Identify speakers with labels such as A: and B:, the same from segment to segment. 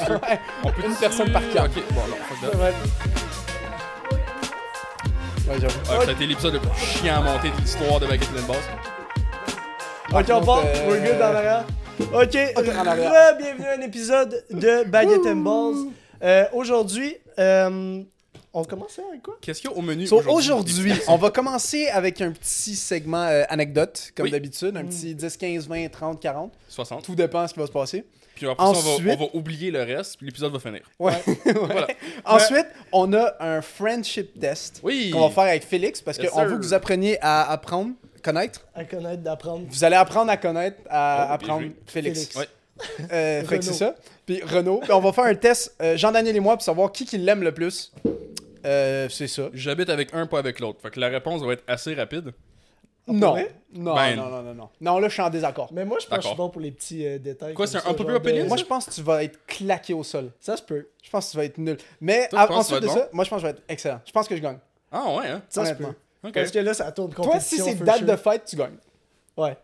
A: Ouais,
B: En plus d'une personne par cas.
A: Ok, bon, non, fuck that.
B: Ouais. Ouais, j'avoue.
A: Ouais, ça a été l'épisode le plus chiant à monter de l'histoire de Baguette and Boss.
B: Ok, on part.
C: euh,
B: We're good en arrière. Ok,
C: en arrière.
B: re- bienvenue à un épisode de Baguette and Balls. Euh, Aujourd'hui, euh, on commence avec quoi?
A: Qu'est-ce qu'il y a au menu
C: So, aujourd'hui, on va commencer avec un petit segment euh, anecdote, comme
A: Oui.
C: d'habitude,
B: Mm.
C: un petit 10, 15, 20, 30, 40.
A: 60.
C: Tout dépend de ce qui va se passer.
A: Puis après ça, on va,
C: Ensuite-
A: on va oublier le reste, puis l'épisode va finir.
C: Ouais.
A: Voilà.
C: Ensuite, on a un friendship test
A: Oui.
C: qu'on va faire avec Félix parce
A: Yes,
C: qu'on
A: sir.
C: veut que vous appreniez à apprendre, connaître.
B: À connaître, d'apprendre.
C: Vous allez apprendre à connaître, à
A: Oh, bien
C: apprendre
A: joué.
C: Félix.
B: Félix.
A: Ouais.
C: Euh, fait que c'est
B: Renaud.
C: ça. Puis Renaud. Puis on va faire un test, euh, Jean-Daniel et moi, pour savoir qui, qui l'aime le plus. Euh, c'est ça.
A: J'habite avec un, pas avec l'autre. Fait que la réponse va être assez rapide.
C: Non.
B: vrai?
C: Non,
A: Ben.
C: non, non, non, non. Non, là, je suis en désaccord.
B: Mais moi, je pense que je suis
A: D'accord.
B: bon pour les petits euh, détails.
A: Quoi,
B: comme
A: c'est un
B: ça,
A: unpopular
B: genre de-
A: opinion?
C: Moi, je pense que tu vas être claqué au sol.
B: Ça se peut.
C: Je pense que tu vas être nul.
A: Toi,
C: Mais
A: tu
C: à-
A: penses que
C: ensuite
A: tu
C: de
A: vas être
C: ça, moi, je pense que je vais être excellent. Je pense que je gagne.
A: Ah ouais, hein?
B: Ça se peut.
C: Honnêtement.
A: Ok.
B: Parce que là, ça tourne
C: Toi, si
B: compétition.
C: c'est
B: for
C: date
B: sure.
C: de fête, tu gagnes.
B: Ouais.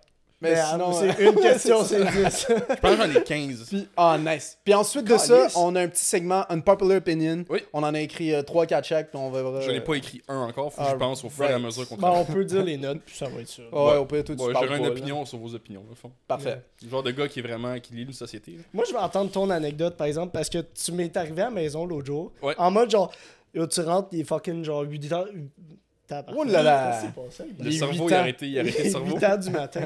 C: Mais
B: Mais, ah,
C: sinon, euh,
B: c'est une question,
C: c'est
B: c'est 10.
A: Je pense que j'en ai 15.
C: Puis, ah, nice. Puis ensuite de
B: Calisse.
C: ça, on a un petit segment Unpopular Opinion.
A: Oui.
C: On en a écrit 3-4 chaque, puis on euh, va.
A: J'en ai pas écrit un encore, faut que je
C: Ah,
A: pense au fur et à
C: right.
A: mesure qu'on
B: bon,
A: travaille.
B: Ben, on peut dire les notes, puis ça va être sûr.
C: Ouais, au pire, toi, tu
A: Ouais,
C: parles
A: J'aurais une
C: pas, là.
A: opinion sur vos opinions, au fond.
C: Parfait.
A: Le genre de gars qui est vraiment, qui lit une société. là.
B: Moi, je veux entendre ton anecdote, par exemple, parce que tu m'es arrivé à la maison l'autre jour.
A: Ouais.
B: En mode genre, yo, tu rentres, il est fucking genre 8 heures.
C: Oh là là.
B: C'est passé,
A: Le
C: Les
A: cerveau,
C: huit
A: il a
C: ans.
A: arrêté, il a arrêté le cerveau.
B: 8 heures du matin.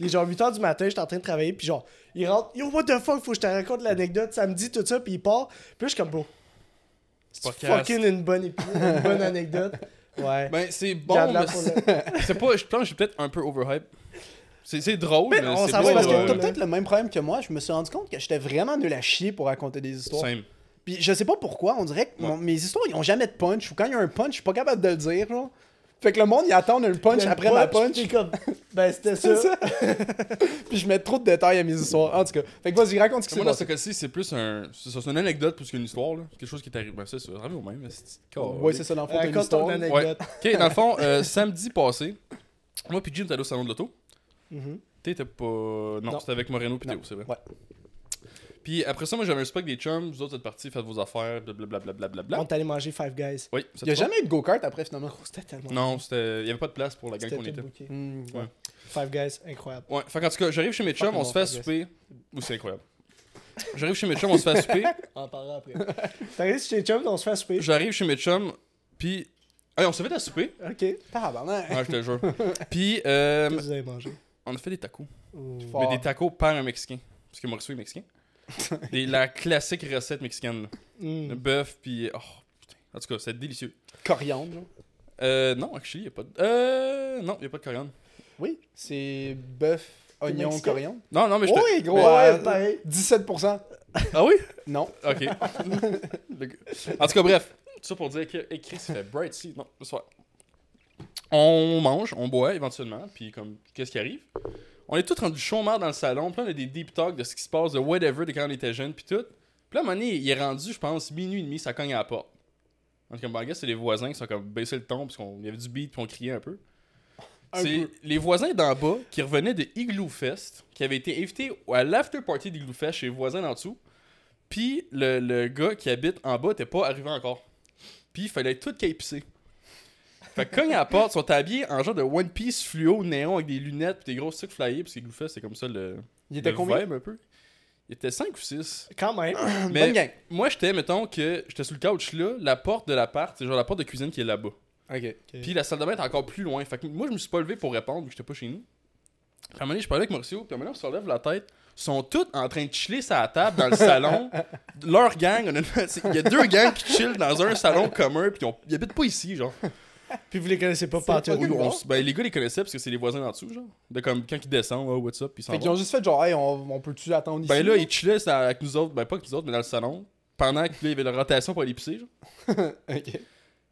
B: Il est genre 8 heures du matin, j'étais en train de travailler, puis genre, il rentre, yo, what the fuck, faut que je te raconte l'anecdote, ça me dit tout ça, puis il part. Puis là, je suis comme, bro, c'est
A: Podcast.
B: fucking une bonne, épi- une bonne anecdote. Ouais.
A: Ben, c'est bon,
B: Garde-la
A: mais
B: pour
A: c'est-
B: le-
A: c'est pas, je pense que je suis peut-être un peu overhype. C'est c'est drôle, mais,
B: Mais on
A: c'est
B: s'en
A: pas... euh,
B: va
C: Ouais, parce
B: ouais,
C: que t'as
B: ouais.
C: peut-être le même problème que moi. Je me suis rendu compte que j'étais vraiment nul à chier pour raconter des histoires.
A: Same.
C: Puis je sais pas pourquoi, on dirait que mon- mes histoires, ils ont jamais de punch. Ou quand il y a un punch, je suis pas capable de le dire, genre. Fait que le monde, il attend une punch
B: Le
C: après ma punch.
B: t'es comme, ben, c'était
C: C'est
B: ça.
C: ça. Puis je mets trop de détails à mes histoires. En tout cas, fait que vas-y, raconte ce qui s'est
A: Moi, dans ce
C: passé.
A: cas-ci, c'est plus un. C'est ça, c'est une anecdote plus qu'une histoire, là. Quelque chose qui est arrivé. Ben, ça, c'est vraiment au même. c'est-
C: Ouais, c'est ça, dans le fond, t'as une
B: Raconte ton
C: histoire.
A: Ouais.
B: anecdote.
A: Ok, dans le fond, euh, samedi passé, moi puis Jim, t'allais au salon de l'auto.
B: Mhm.
A: T'étais pas. Non,
C: Mm-hmm. Non.
A: c'était avec Moreno puis
C: Non.
A: Théo, c'est vrai.
C: Ouais.
A: Puis après ça, moi, j'avais un spec des chums. Vous autres, êtes partis, faites vos affaires, blablabla.
B: On
A: blablabla.
B: est allé manger Five Guys.
A: Oui, ça
C: Il y a
A: te va?
C: jamais eu de go-kart après, finalement.
B: Oh, C'était tellement.
A: Non, c'était. Il y avait pas de place pour la gang
B: C'était
A: qu'on
B: tout
A: était.
B: booké.
C: Hmm, ouais.
B: Five Guys, incroyable.
A: Ouais, fait qu'en tout cas, j'arrive chez mes chums,
C: Fucking
A: on se fait
C: bon,
A: souper. Ou c'est incroyable. J'arrive chez mes chums, on se fait souper.
B: On en parlera après. T'arrives chez Chum, on se fait souper.
A: J'arrive chez mes chums, puis. Hey, on se fait à souper.
B: Ok. Qu'est-ce
C: Tabarnak.
A: Ah, je te jure. Puis, euh,
B: que vous avez mangé?
A: on a fait des tacos.
C: Fort.
A: Mais des tacos par un Mexicain. Parce que Mauricio est Mexicain. Et la classique recette mexicaine. là.
B: Mm.
A: Le bœuf, puis. Oh, putain. En tout cas, c'est délicieux.
C: Coriandre, genre.
A: Euh, non, actually, il n'y a pas de. Euh, non, il n'y a pas de coriandre.
C: Oui, c'est bœuf, oignon,
B: Mexicain?
C: coriandre.
A: Non, non, mais je te.
C: Oui, gros.
B: Ouais,
C: euh,
B: pareil.
C: 17%.
A: Ah oui?
C: Non.
A: Ok. Le gars- En tout cas, bref. Tout ça pour dire que hey, Chris, il fait bright si. Non, le soir. On mange, on boit éventuellement, puis comme, qu'est-ce qui arrive? On est tous rendus chaud marre dans le salon, puis là, on a des deep talks de ce qui se passe, de whatever, de quand on était jeune, puis tout. Puis là, à un moment donné, il est rendu, je pense, minuit et demi, ça cogne à la porte. Donc, comme, ben, gars, c'est les voisins qui sont comme baissés le ton, parce qu'il y avait du beat, puis on criait un peu.
C: Un
A: C'est
C: peu.
A: les voisins d'en bas qui revenaient de Igloo Fest, qui avaient été invités à l'after party d'Igloo Fest chez les voisins d'en dessous. Puis le, le gars qui habite en bas était pas arrivé encore. Puis il fallait tout qu'à pisser. Fait que cogne à la porte, ils sont habillés en genre de One Piece fluo néon avec des lunettes pis des grosses trucs flyés parce que Igloo Fest c'est comme ça le.
C: Il était
A: le
C: combien?
A: vibe un peu. Il était 5 ou 6.
B: Quand même.
C: Bonne
A: Mais
C: gang.
A: moi j'étais, mettons que j'étais sur le couch là, la porte de l'appart, c'est genre la porte de cuisine qui est là-bas.
C: Ok.
A: Puis la salle de bain est encore plus loin. Fait que moi, je me suis pas levé pour répondre, vu que j'étais pas chez nous. Puis à un moment donné, je parlais avec Mauricio, puis à un moment donné, on se relève la tête. Ils sont tous en train de chiller sa table dans le salon. Leur gang, honnêtement, c'est- il y a deux gangs qui chillent dans un salon commun, puis ils ont- ils habitent pas ici, genre.
B: Puis vous les connaissez pas partout.
C: fucking
A: Oui, on
C: bon.
A: s- ben, les gars les connaissaient parce que c'est les voisins d'en dessous, genre. De comme quand ils descendent, ouais, what's up, puis ils s'en
C: Fait qu'ils
A: vont.
C: ont juste fait genre, hey, on, on peut-tu attendre ici?
A: Ben là, ils chillaient ça- avec nous autres, ben pas avec nous autres, mais dans le salon, pendant qu'il y avait la rotation pour aller pisser, genre. Ah,
C: Ok.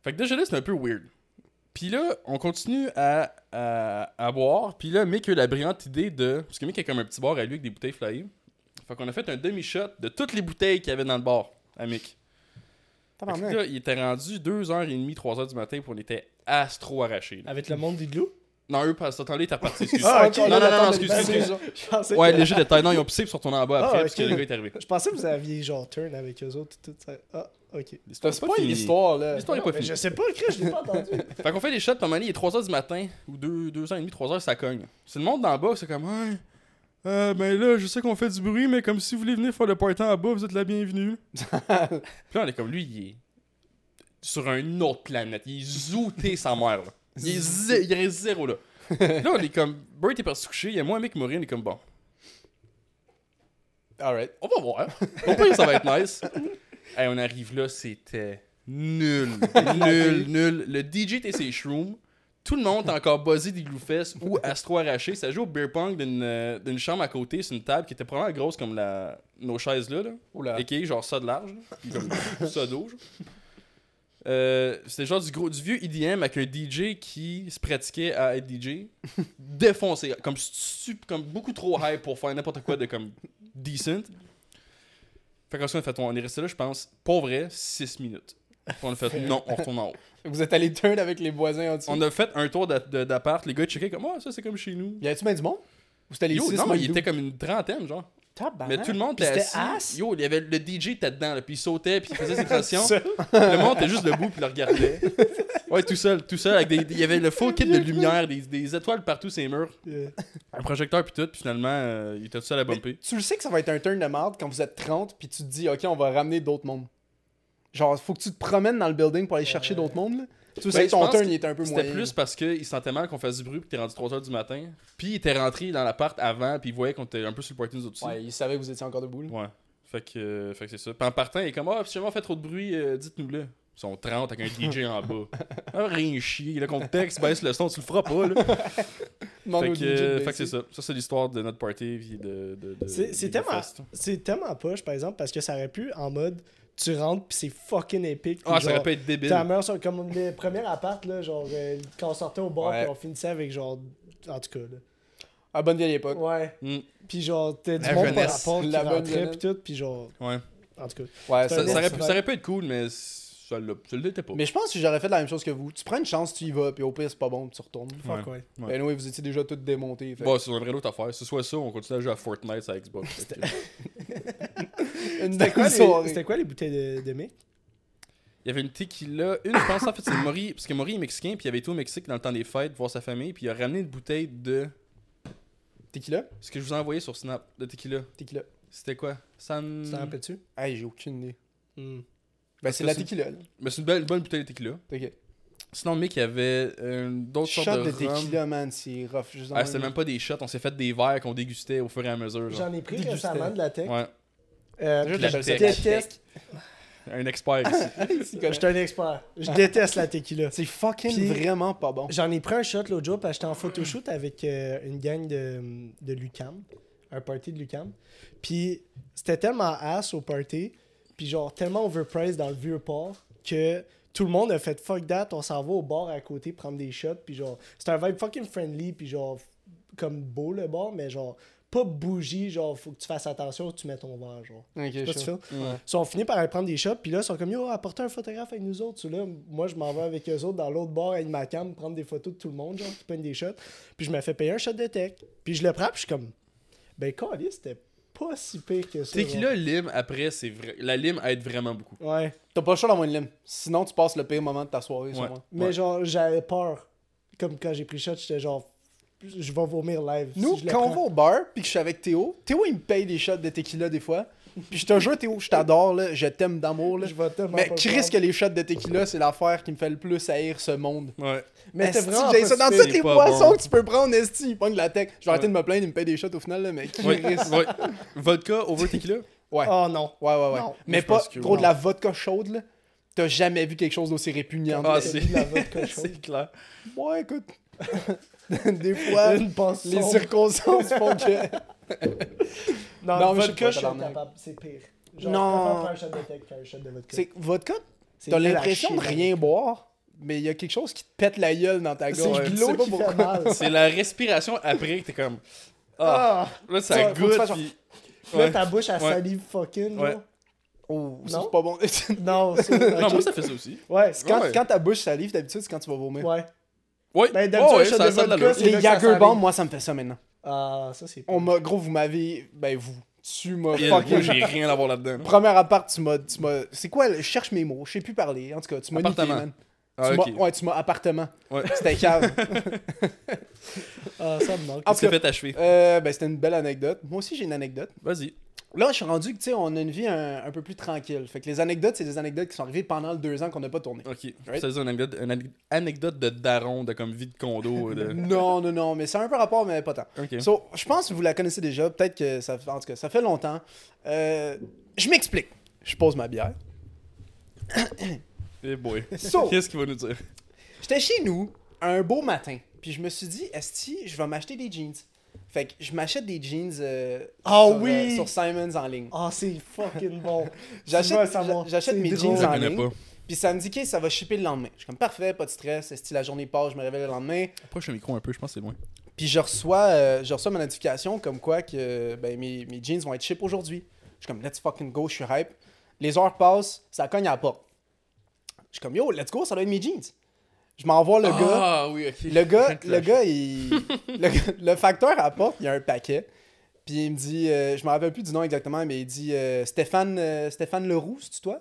A: Fait que déjà là, c'est un peu weird. Puis là, on continue à, à, à boire. Puis là, Mick a eu la brillante idée de. Parce que Mick a comme un petit bar à lui avec des bouteilles flyées. Fait qu'on a fait un demi-shot de toutes les bouteilles qu'il y avait dans le bar à Mick. Fait que
C: Tabarnak.
A: là, il était rendu 2h30, 3h du matin, puis on était astro arraché.
B: Avec le monde d'Igloo.
A: Non, eux, parce que t'entends les, t'as parti, excuse.
B: Ah, ok,
A: non,
B: là,
A: non, non,
B: j'attends
A: non,
B: une
A: excuse,
B: balle,
A: excuse.
B: genre. Je pensais
A: Ouais,
B: que-
A: léger détail. Non, ils ont pissé puis ils sont retournés en bas
B: Ah,
A: après,
B: ok.
A: parce que le gars est arrivé.
B: Je pensais que vous aviez genre turn avec eux autres. Tout ça. Ah, ok.
C: C'est pas, une
A: fini.
C: histoire, là.
A: L'histoire est pas
B: Mais
A: finie.
B: je sais pas, Chris, je l'ai pas entendu.
A: Fait qu'on fait des shots, puis à un moment donné, il est 3h du matin, ou 2, 2h30, 3h, ça cogne. C'est le monde d'en bas, c'est comme, ouais, euh, ben là, je sais qu'on fait du bruit, mais comme si vous voulez venir faire le party en bas, vous êtes la bienvenue. puis là, on est comme, lui, il est sur une autre planète. Il est zooté sa mère, là. Il est zé- il reste zéro, là. là, on est comme, Bert est parti se coucher, il y a moi, un mec qui mourit, on est comme, bon,
C: Alright.
A: on va voir. Au pire, ça va être nice. Hey, on arrive là, c'était nul. Nul, nul. Le DJ était ses shrooms. Tout le monde est encore buzzé des gloufesses ou astro arraché. Ça joue au beer pong d'une euh, d'une chambre à côté sur une table qui était probablement grosse comme la... nos chaises là. là.
C: Oula.
A: Et qui est genre ça de large. là. Comme ça d'eau. genre. Euh, c'était genre du gros du vieux EDM avec un DJ qui se pratiquait à être DJ défoncé comme stup- comme beaucoup trop high pour faire n'importe quoi de comme decent fait qu'on s'en fait on est resté là je pense pour vrai 6 minutes Puis on a fait non on retourne en haut
C: Vous êtes allé turn avec les voisins en dessous.
A: on a fait un tour d'a- de- d'appart les gars checkaient comme oh ça c'est comme chez nous
C: Y avait-tu bien du monde? Ou c'était les
A: Yo,
C: six
A: non,
C: mal
A: il
C: doux?
A: était comme une trentaine, genre.
C: Tabarnak.
A: Mais tout le monde
C: Ah, Puis
A: était
C: c'était
A: assis.
C: ass?
A: Yo, il y avait le DJ était dedans, là, puis il sautait, puis il faisait ses transitions. le monde était juste debout, puis le regardait. Ouais, tout seul, tout seul. avec des- des- Il y avait le faux kit de lumière, des, des étoiles partout, ces murs.
B: Euh,
A: un projecteur puis tout, puis finalement, euh, il était tout seul à bumper.
C: Tu le sais que ça va être un turn de marde quand vous êtes 30 puis tu te dis OK, on va ramener d'autres mondes. Genre faut que tu te promènes dans le building pour aller chercher d'autres mondes. là. Tu
A: Euh,
C: sais
A: Ben,
C: que
A: je
C: ton
A: pense
C: turn
A: que
C: il était un peu moyen.
A: C'était plus parce qu'il sentait mal qu'on fasse du bruit, puis t'es rendu 3h du matin. Puis il était rentré dans l'appart avant, puis il voyait qu'on était un peu sur le party nous autres aussi.
C: Ouais, il savait que vous étiez encore debout. là.
A: Ouais. Fait que, euh, fait que c'est ça. Puis en partant, il est comme Ah, si jamais on fait trop de bruit, euh, dites-nous-le. Ils sont 30 avec un DJ en bas. Ah, rien chier. Le contexte, baisse le son, tu le feras pas. Là.
C: Demande
A: fait
C: au
A: que,
C: DJ de
A: euh, fait
C: baisser.
A: que c'est ça. Ça, c'est l'histoire de notre party. Puis de, de, de-
B: C'est
A: des
B: c'est tellement,
A: fêtes.
B: c'est tellement poche, par exemple, parce que ça aurait pu en mode tu rentres pis c'est fucking épique. puis
A: Ah, ça
B: genre,
A: aurait pu être débile.
B: Ta mère, sur- comme le premier appart, là, genre, euh, quand on sortait au bar,
C: Ouais.
B: pis on finissait avec genre. En tout cas, là.
C: À bonne vieille époque.
B: Ouais.
A: Mm.
B: Pis genre, t'es du
A: La
B: monde par
A: jeunesse,
B: rapport qui
C: la bonne
B: rentrait pis
C: jeunesse.
B: tout, pis genre.
A: Ouais.
B: En tout cas.
C: Ouais,
B: C'est
A: Ça, ça
B: un bon
A: aurait pu,
B: souvenir.
A: ça aurait pu être cool, mais ça l'a- ça l'était pas.
C: Mais je pense que j'aurais fait la même chose que vous. Tu prends une chance, tu y vas puis au pire c'est pas bon, puis tu retournes.
B: Fuck ouais.
A: Ouais.
C: Ben oui, vous étiez déjà tout démonté.
A: Bon, c'est un vrai l'autre affaire. C'est soit ça, on continue à jouer à Fortnite sur Xbox. Fait que-
B: C'était quoi, les, c'était quoi les bouteilles de, de mic?
A: Il y avait une tequila, une, je pense, en fait, c'est Maury, parce que Maury est mexicain, puis il avait été au Mexique dans le temps des fêtes, voir sa famille, puis il a ramené une bouteille de
C: T'es qui là
A: ce que je vous ai envoyé sur Snap, de tequila.
C: T'es qui là
A: C'était quoi San.
B: Tu t'en rappelles-tu?
C: Hey, j'ai aucune idée.
B: Mm.
C: Ben c'est
A: que
C: la
A: c'est-
C: tequila. là.
A: Mais c'est une belle, bonne bouteille de tequila.
C: OK.
A: Sinon, Mick, il y avait euh, d'autres
C: Shot
A: sortes de.
C: de
A: rhum.
C: tequila, man, c'est rough. Juste dans
A: Ah,
C: le
A: c'était
C: même-
A: même pas des shots, on s'est fait des verres qu'on dégustait au fur et à mesure. Genre.
B: J'en ai pris
C: Dégusté.
B: récemment de la tech.
A: Ouais,
B: Euh,
C: Juste
B: pis
A: la
B: je
A: tech.
B: déteste.
A: un expert ici.
B: Je suis un expert. Je déteste la tequila.
C: C'est fucking
B: Puis-
C: vraiment pas bon.
B: J'en ai pris un shot l'autre jour parce que j'étais en photoshoot avec euh, une gang de, de Lucam, un party de Lucam. Puis c'était tellement ass au party, puis genre tellement overpriced dans le vieux port que tout le monde a fait fuck that, on s'en va au bar à côté prendre des shots, puis genre c'était un vibe fucking friendly, puis genre comme beau le bar, mais genre pas bougie, genre faut que tu fasses attention, tu mets ton verre, genre.
C: Ok,
B: Je sais pas
C: sure.
B: si tu fais. Ils ont fini par aller prendre des shots, puis là, ils sont comme, yo, apportez un photographe avec nous autres. Là, moi, je m'en vais avec eux autres dans l'autre bar avec ma cam, prendre des photos de tout le monde, genre, qui prennent des shots. Puis je me fais payer un shot de tech. Puis je le prends, puis je suis comme, ben, calé, c'était pas si pire que ça.
A: tequila, lime, après, c'est vrai. La lime aide vraiment beaucoup.
B: genre. Ouais.
C: T'as pas le choix d'avoir une lime. Sinon, tu passes le pire moment de ta soirée,
A: Ouais.
C: sûrement.
B: Mais
A: Ouais.
B: genre, j'avais peur. Comme quand j'ai pris le shot, j'étais genre, je vais vomir live. si
C: Nous,
B: je le
C: quand on va
B: prends.
C: au bar, puis que je suis avec Théo, Théo, il me paye des shots de tequila des fois. Puis je te jure, Théo, je t'adore, là, je t'aime d'amour, là.
B: Je vais tellement
C: Mais
B: pas le
C: Chris,
B: prendre.
C: que les shots de tequila, c'est l'affaire qui me fait le plus haïr ce monde.
A: Ouais.
B: Mais c'était
C: Esti,
B: vraiment.
C: j'ai
B: pas
C: ça
B: si
C: dans
B: pire.
C: toutes
A: c'est
C: les
A: pas
C: poissons
A: bon.
C: que tu peux prendre, Esti, il pogne la tech. Je vais arrêter
A: Ouais.
C: de me plaindre, il me paye des shots au final, là, mais qui
A: Ouais,
C: risque?
A: ouais. Vodka over tequila?
C: Ouais.
B: Oh non.
C: Ouais, ouais, ouais.
B: Non.
C: Mais
A: Je
C: pas
A: pense que
C: trop
A: oui.
C: de la vodka chaude, là. T'as jamais vu quelque chose d'aussi répugnant.
A: Ah,
B: J'ai
A: c'est-
B: bu de la vodka chaude.
A: c'est clair.
C: Ouais, écoute. Des fois,
B: Une pensée.
C: les circonstances font que.
B: Non,
C: Non, mais je sais
B: vodka,
C: pas,
B: je suis
C: tabarnak.
B: incapable, c'est pire. Genre,
C: Non.
B: je préfère faire un shot de tech qu'un shot de vodka.
C: C'est que vodka,
B: C'est
C: t'as
B: nul à
C: l'impression
B: chier,
C: de
B: man.
C: rien boire, mais il y a quelque chose qui te pète la gueule dans ta
B: C'est
C: gorge.
B: de
C: Tu
B: l'eau
C: sais pas
B: qui
C: pourquoi.
B: fait mal.
A: C'est la respiration après que t'es comme. Ah,
B: Ah!
A: là,
C: Ouais,
A: ça
C: faut que tu
A: goûte.
C: fasses
A: puis-
B: Là,
A: Ouais.
B: ta bouche, elle
A: Ouais.
B: salive fucking,
A: Ouais.
B: genre.
C: Oh, ça,
B: Non?
C: c'est pas bon.
B: Non, c'est...
A: Non, moi, ça fait ça aussi.
B: Ouais,
C: C'est quand,
A: Ouais.
C: quand ta bouche salive, d'habitude, c'est quand tu vas vomir.
B: ouais.
A: Oui,
B: Ben, d'habitude,
A: oh, ouais,
B: je
A: ça a
B: donne
A: ça de
B: le
A: l'allure.
B: cas, c'est- là
C: Les
B: que ça
C: Jagerbomb,
B: s'arrive.
C: moi, ça me fait ça maintenant.
B: Ah, ça c'est.
C: On m'a, gros, vous m'avez. Ben, vous. Tu m'as
A: Il- moi,
C: fucking.
A: J'ai rien à voir là-dedans.
C: Premier appart, tu m'as. tu m'as- C'est quoi le- Je cherche mes mots, je sais plus parler. En tout cas, tu m'as niqué,
A: Appartement.
C: man.
A: Ah,
C: Tu
A: ok.
C: m'as- Ouais, tu m'as appartement.
A: Ouais.
C: C'était cave.
B: Ah, ça me manque.
C: Ah,
A: Tu t'es fait achever.
C: Euh, ben, c'était une belle anecdote. Moi aussi, j'ai une anecdote.
A: Vas-y.
C: Là, je suis rendu que, tu sais, on a une vie un, un peu plus tranquille. Fait que les anecdotes, c'est des anecdotes qui sont arrivées pendant le deux ans qu'on n'a pas tourné.
A: Ok.
C: Right.
A: Ça, C'est une anecdote, une ane- anecdote de daron, de comme vie de condo. De...
C: Non, non, non, mais ça a un peu rapport, mais pas tant.
A: Ok.
C: So, je pense que vous la connaissez déjà. Peut-être que ça, en tout cas, ça fait longtemps. Euh, je m'explique. Je pose ma bière.
A: Eh boy.
C: So,
A: Qu'est-ce qu'il va nous dire?
C: J'étais chez nous un beau matin, puis je me suis dit, Esti, je vais m'acheter des jeans. Fait que je m'achète des jeans euh,
B: Ah
C: sur,
B: oui!
C: sur Simons en ligne.
B: Ah, c'est fucking bon.
C: J'achète-
B: Tu vas savoir.
C: j'a- j'achète
B: C'est
C: mes
B: drôle.
A: Je
C: jeans
A: le
C: en
A: connais
C: ligne.
A: pas.
C: Puis ça me dit, que ça va shipper le lendemain. Je suis comme, parfait, pas de stress. Esti, la journée passe, je me réveille le lendemain.
A: Approche le micro un peu, je pense que c'est loin.
C: Puis je reçois, euh, je reçois ma notification comme quoi que ben, mes, mes jeans vont être ship aujourd'hui. Je suis comme, let's fucking go, je suis hype. Les heures passent, ça cogne à la porte. Je suis comme, yo, let's go, ça doit être mes jeans. Je m'envoie le gars.
A: Ah oui, ok.
C: Le gars,
A: Rien de
C: le
A: flash.
C: gars, il... le, gars- le facteur apporte, il y a un paquet. Puis il me dit, euh, je me rappelle plus du nom exactement, mais il dit euh, Stéphane, euh, Stéphane Leroux, c'est toi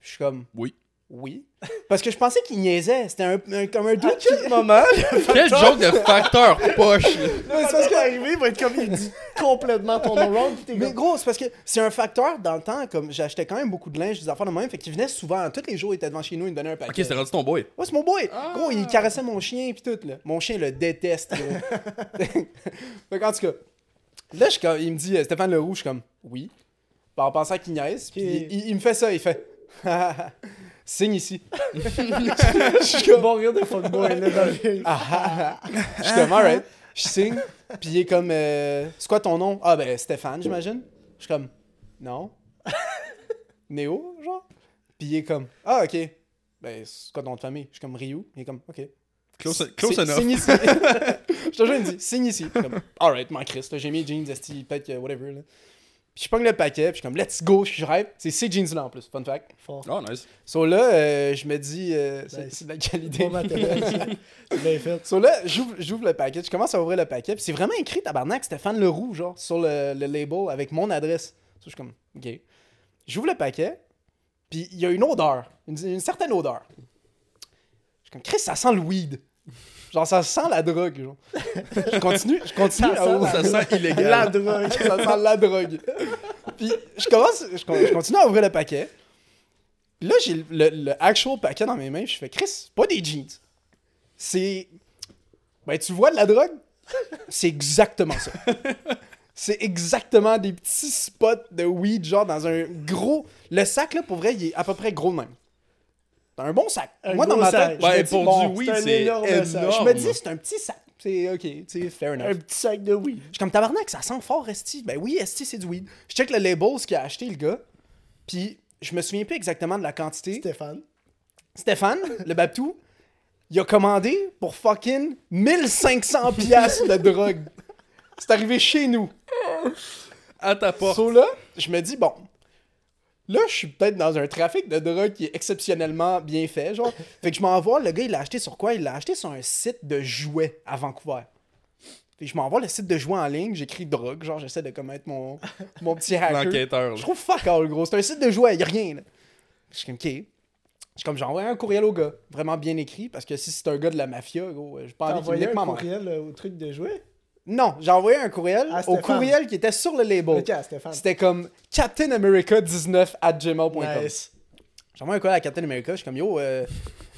C: Je suis comme
A: Oui.
C: oui, parce que je pensais qu'il niaisait. C'était un, un- comme un doute.
B: Quel moment, le
A: Quel joke de facteur poche!
B: c'est parce qu'il est arrivé, il va être comme il dit complètement ton nom wrong. puis t'es
C: Mais
B: comme-
C: gros, c'est parce que c'est un facteur dans le temps. Comme j'achetais quand même beaucoup de linge, des affaires de même, fait qu'il venait souvent. Tous les jours, il était devant chez nous, il me donnait un
A: Ok,
C: paquet.
A: c'était rendu ton boy.
C: Ouais, c'est mon boy.
A: Ah.
C: Gros, il caressait mon chien puis tout, là. Mon chien le déteste, gros. fait qu'en tout cas, là, je, suis comme- il me dit, euh, Stéphane Leroux, je suis comme, oui. Puis en pensant qu'il niaise, puis
B: Ok.
C: il, il me fait ça, il fait, signe ici.
B: je suis comme bon rire de fuckboy, là, dans le...
C: Ah, ah, ah. Je suis comme, alright. Je signe, puis il est comme, euh, c'est quoi ton nom? Ah, ben, Stéphane, j'imagine. Je suis comme, non. Néo, genre. Puis il est comme, ah, ok. Ben, c'est quoi ton nom de famille? Je suis comme, Ryu. Il est comme, ok.
A: Close, close
C: C'est-
A: enough.
C: Signe ici. je te jure, il me dit, signe ici. Je suis Comme, alright, man, Chris, là, j'ai mis les jeans, esti, peut que whatever. Là. Puis je pogne le paquet, puis je suis comme, let's go, je suis hype. C'est ces jeans-là en plus, fun fact.
B: Fort.
A: Oh, nice.
C: So là, euh, je me dis, euh, c'est
B: Nice.
C: c'est de la qualité.
B: Bon ben, matériel. C'est bien fait.
C: So là, j'ouvre j'ouvre le paquet, je commence à ouvrir le paquet, puis c'est vraiment écrit tabarnak Stéphane Leroux, genre, sur le, le label avec mon adresse. So, je suis comme, ok. J'ouvre le paquet, puis il y a une odeur, une, une certaine odeur. Je suis comme, Chris, ça sent le weed. Genre, ça sent la drogue, genre. je continue, je continue
B: Ça
C: à
B: sent
C: ouvrir-
A: Ça sent
B: La
A: illégal.
B: drogue.
C: ça sent la drogue. Puis je commence, je, con- je continue à ouvrir le paquet. Puis là, j'ai le, le- le actual paquet dans mes mains. puis Je fais, Chris, c'est pas des jeans. C'est. Ben, tu vois de la drogue? C'est exactement ça. C'est exactement des petits spots de weed, genre dans un gros. Le sac, là, pour vrai, il est à peu près gros de même. T'as un bon sac.
B: Un
C: Moi, dans
B: gros
C: ma
B: sac.
C: tête, je,
A: Ouais,
C: me dis,
A: Ben, pour
C: bon,
A: du oui,
B: c'est un
A: c'est énorme.
B: énorme message.
C: je me dis, c'est un petit sac. C'est ok, tu sais, fair enough.
B: Un petit sac de weed.
C: Je suis comme tabarnak, ça sent fort Esti. Ben oui, Esti, c'est du weed. Je check le label, ce qu'il a acheté, le gars. Puis je me souviens plus exactement de la quantité.
B: Stéphane.
C: Stéphane, le Babtou, il a commandé pour fucking 1500 piastres de drogue. C'est arrivé chez nous.
A: à ta porte.
C: So là, je me dis, bon, là, je suis peut-être dans un trafic de drogue qui est exceptionnellement bien fait, genre. Fait que je m'en vais, le gars, il l'a acheté sur quoi? Il l'a acheté sur un site de jouets à Vancouver. Fait que je m'en vais, le site de jouets en ligne, j'écris drogue, genre, j'essaie de commettre mon, mon petit hacker.
A: L'enquêteur. là.
C: Je trouve fuck all, gros. C'est un site de jouets, y a rien, là. Je suis comme, ok. Je suis comme, j'envoie un courriel au gars, vraiment bien écrit, parce que si c'est un gars de la mafia, gros, j'ai
B: T'as
C: pas envie qu'il me
B: envoyé
C: nique
B: un
C: ma mère.
B: courriel euh, au truc de jouer?
C: Non, j'ai envoyé un courriel
B: À
C: au
B: Stéphane.
C: courriel qui était sur le label.
B: Ok, à Oh. Stéphane.
C: C'était comme Captain America 19 at gmail.com.
B: Nice.
C: J'envoie un courriel à Captain America, je suis comme yo, euh,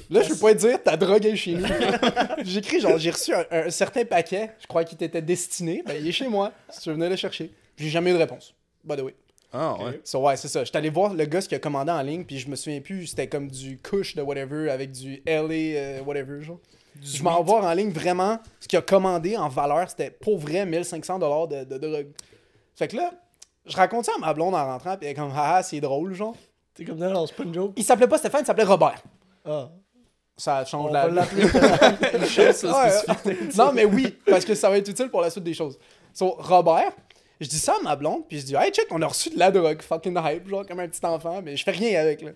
C: là je peux pas te dire ta drogue est chez nous. J'écris genre j'ai reçu un, un certain paquet, je crois qu'il t'était destiné, ben il est chez moi, si tu venais le chercher. J'ai jamais eu de réponse. By the way.
A: Ah, ouais.
C: So, ouais, c'est ça. J'étais allé voir le gars qui a commandé en ligne, puis je me souviens plus, c'était comme du Kush de whatever avec du LA euh, whatever genre. Je m'en vais en ligne vraiment ce qu'il a commandé en valeur, c'était pour vrai 1500 dollars de, de drogue. Fait que là, je raconte ça à ma blonde en rentrant, puis elle est comme ah c'est drôle genre.
B: T'es comme, non, non, c'est pas une joke.
C: Il s'appelait pas Stéphane, il s'appelait Robert.
B: Ah.
C: Ça change
B: On
C: la
B: va l'appeler.
A: Chose, ça,
C: Ouais,
A: spécifique.
C: ouais. non, mais oui, parce que ça va être utile pour la suite des choses. So, Robert, je dis ça à ma blonde, puis je dis, hey, check, on a reçu de la drogue, fucking hype, genre comme un petit enfant, mais je fais rien avec, là.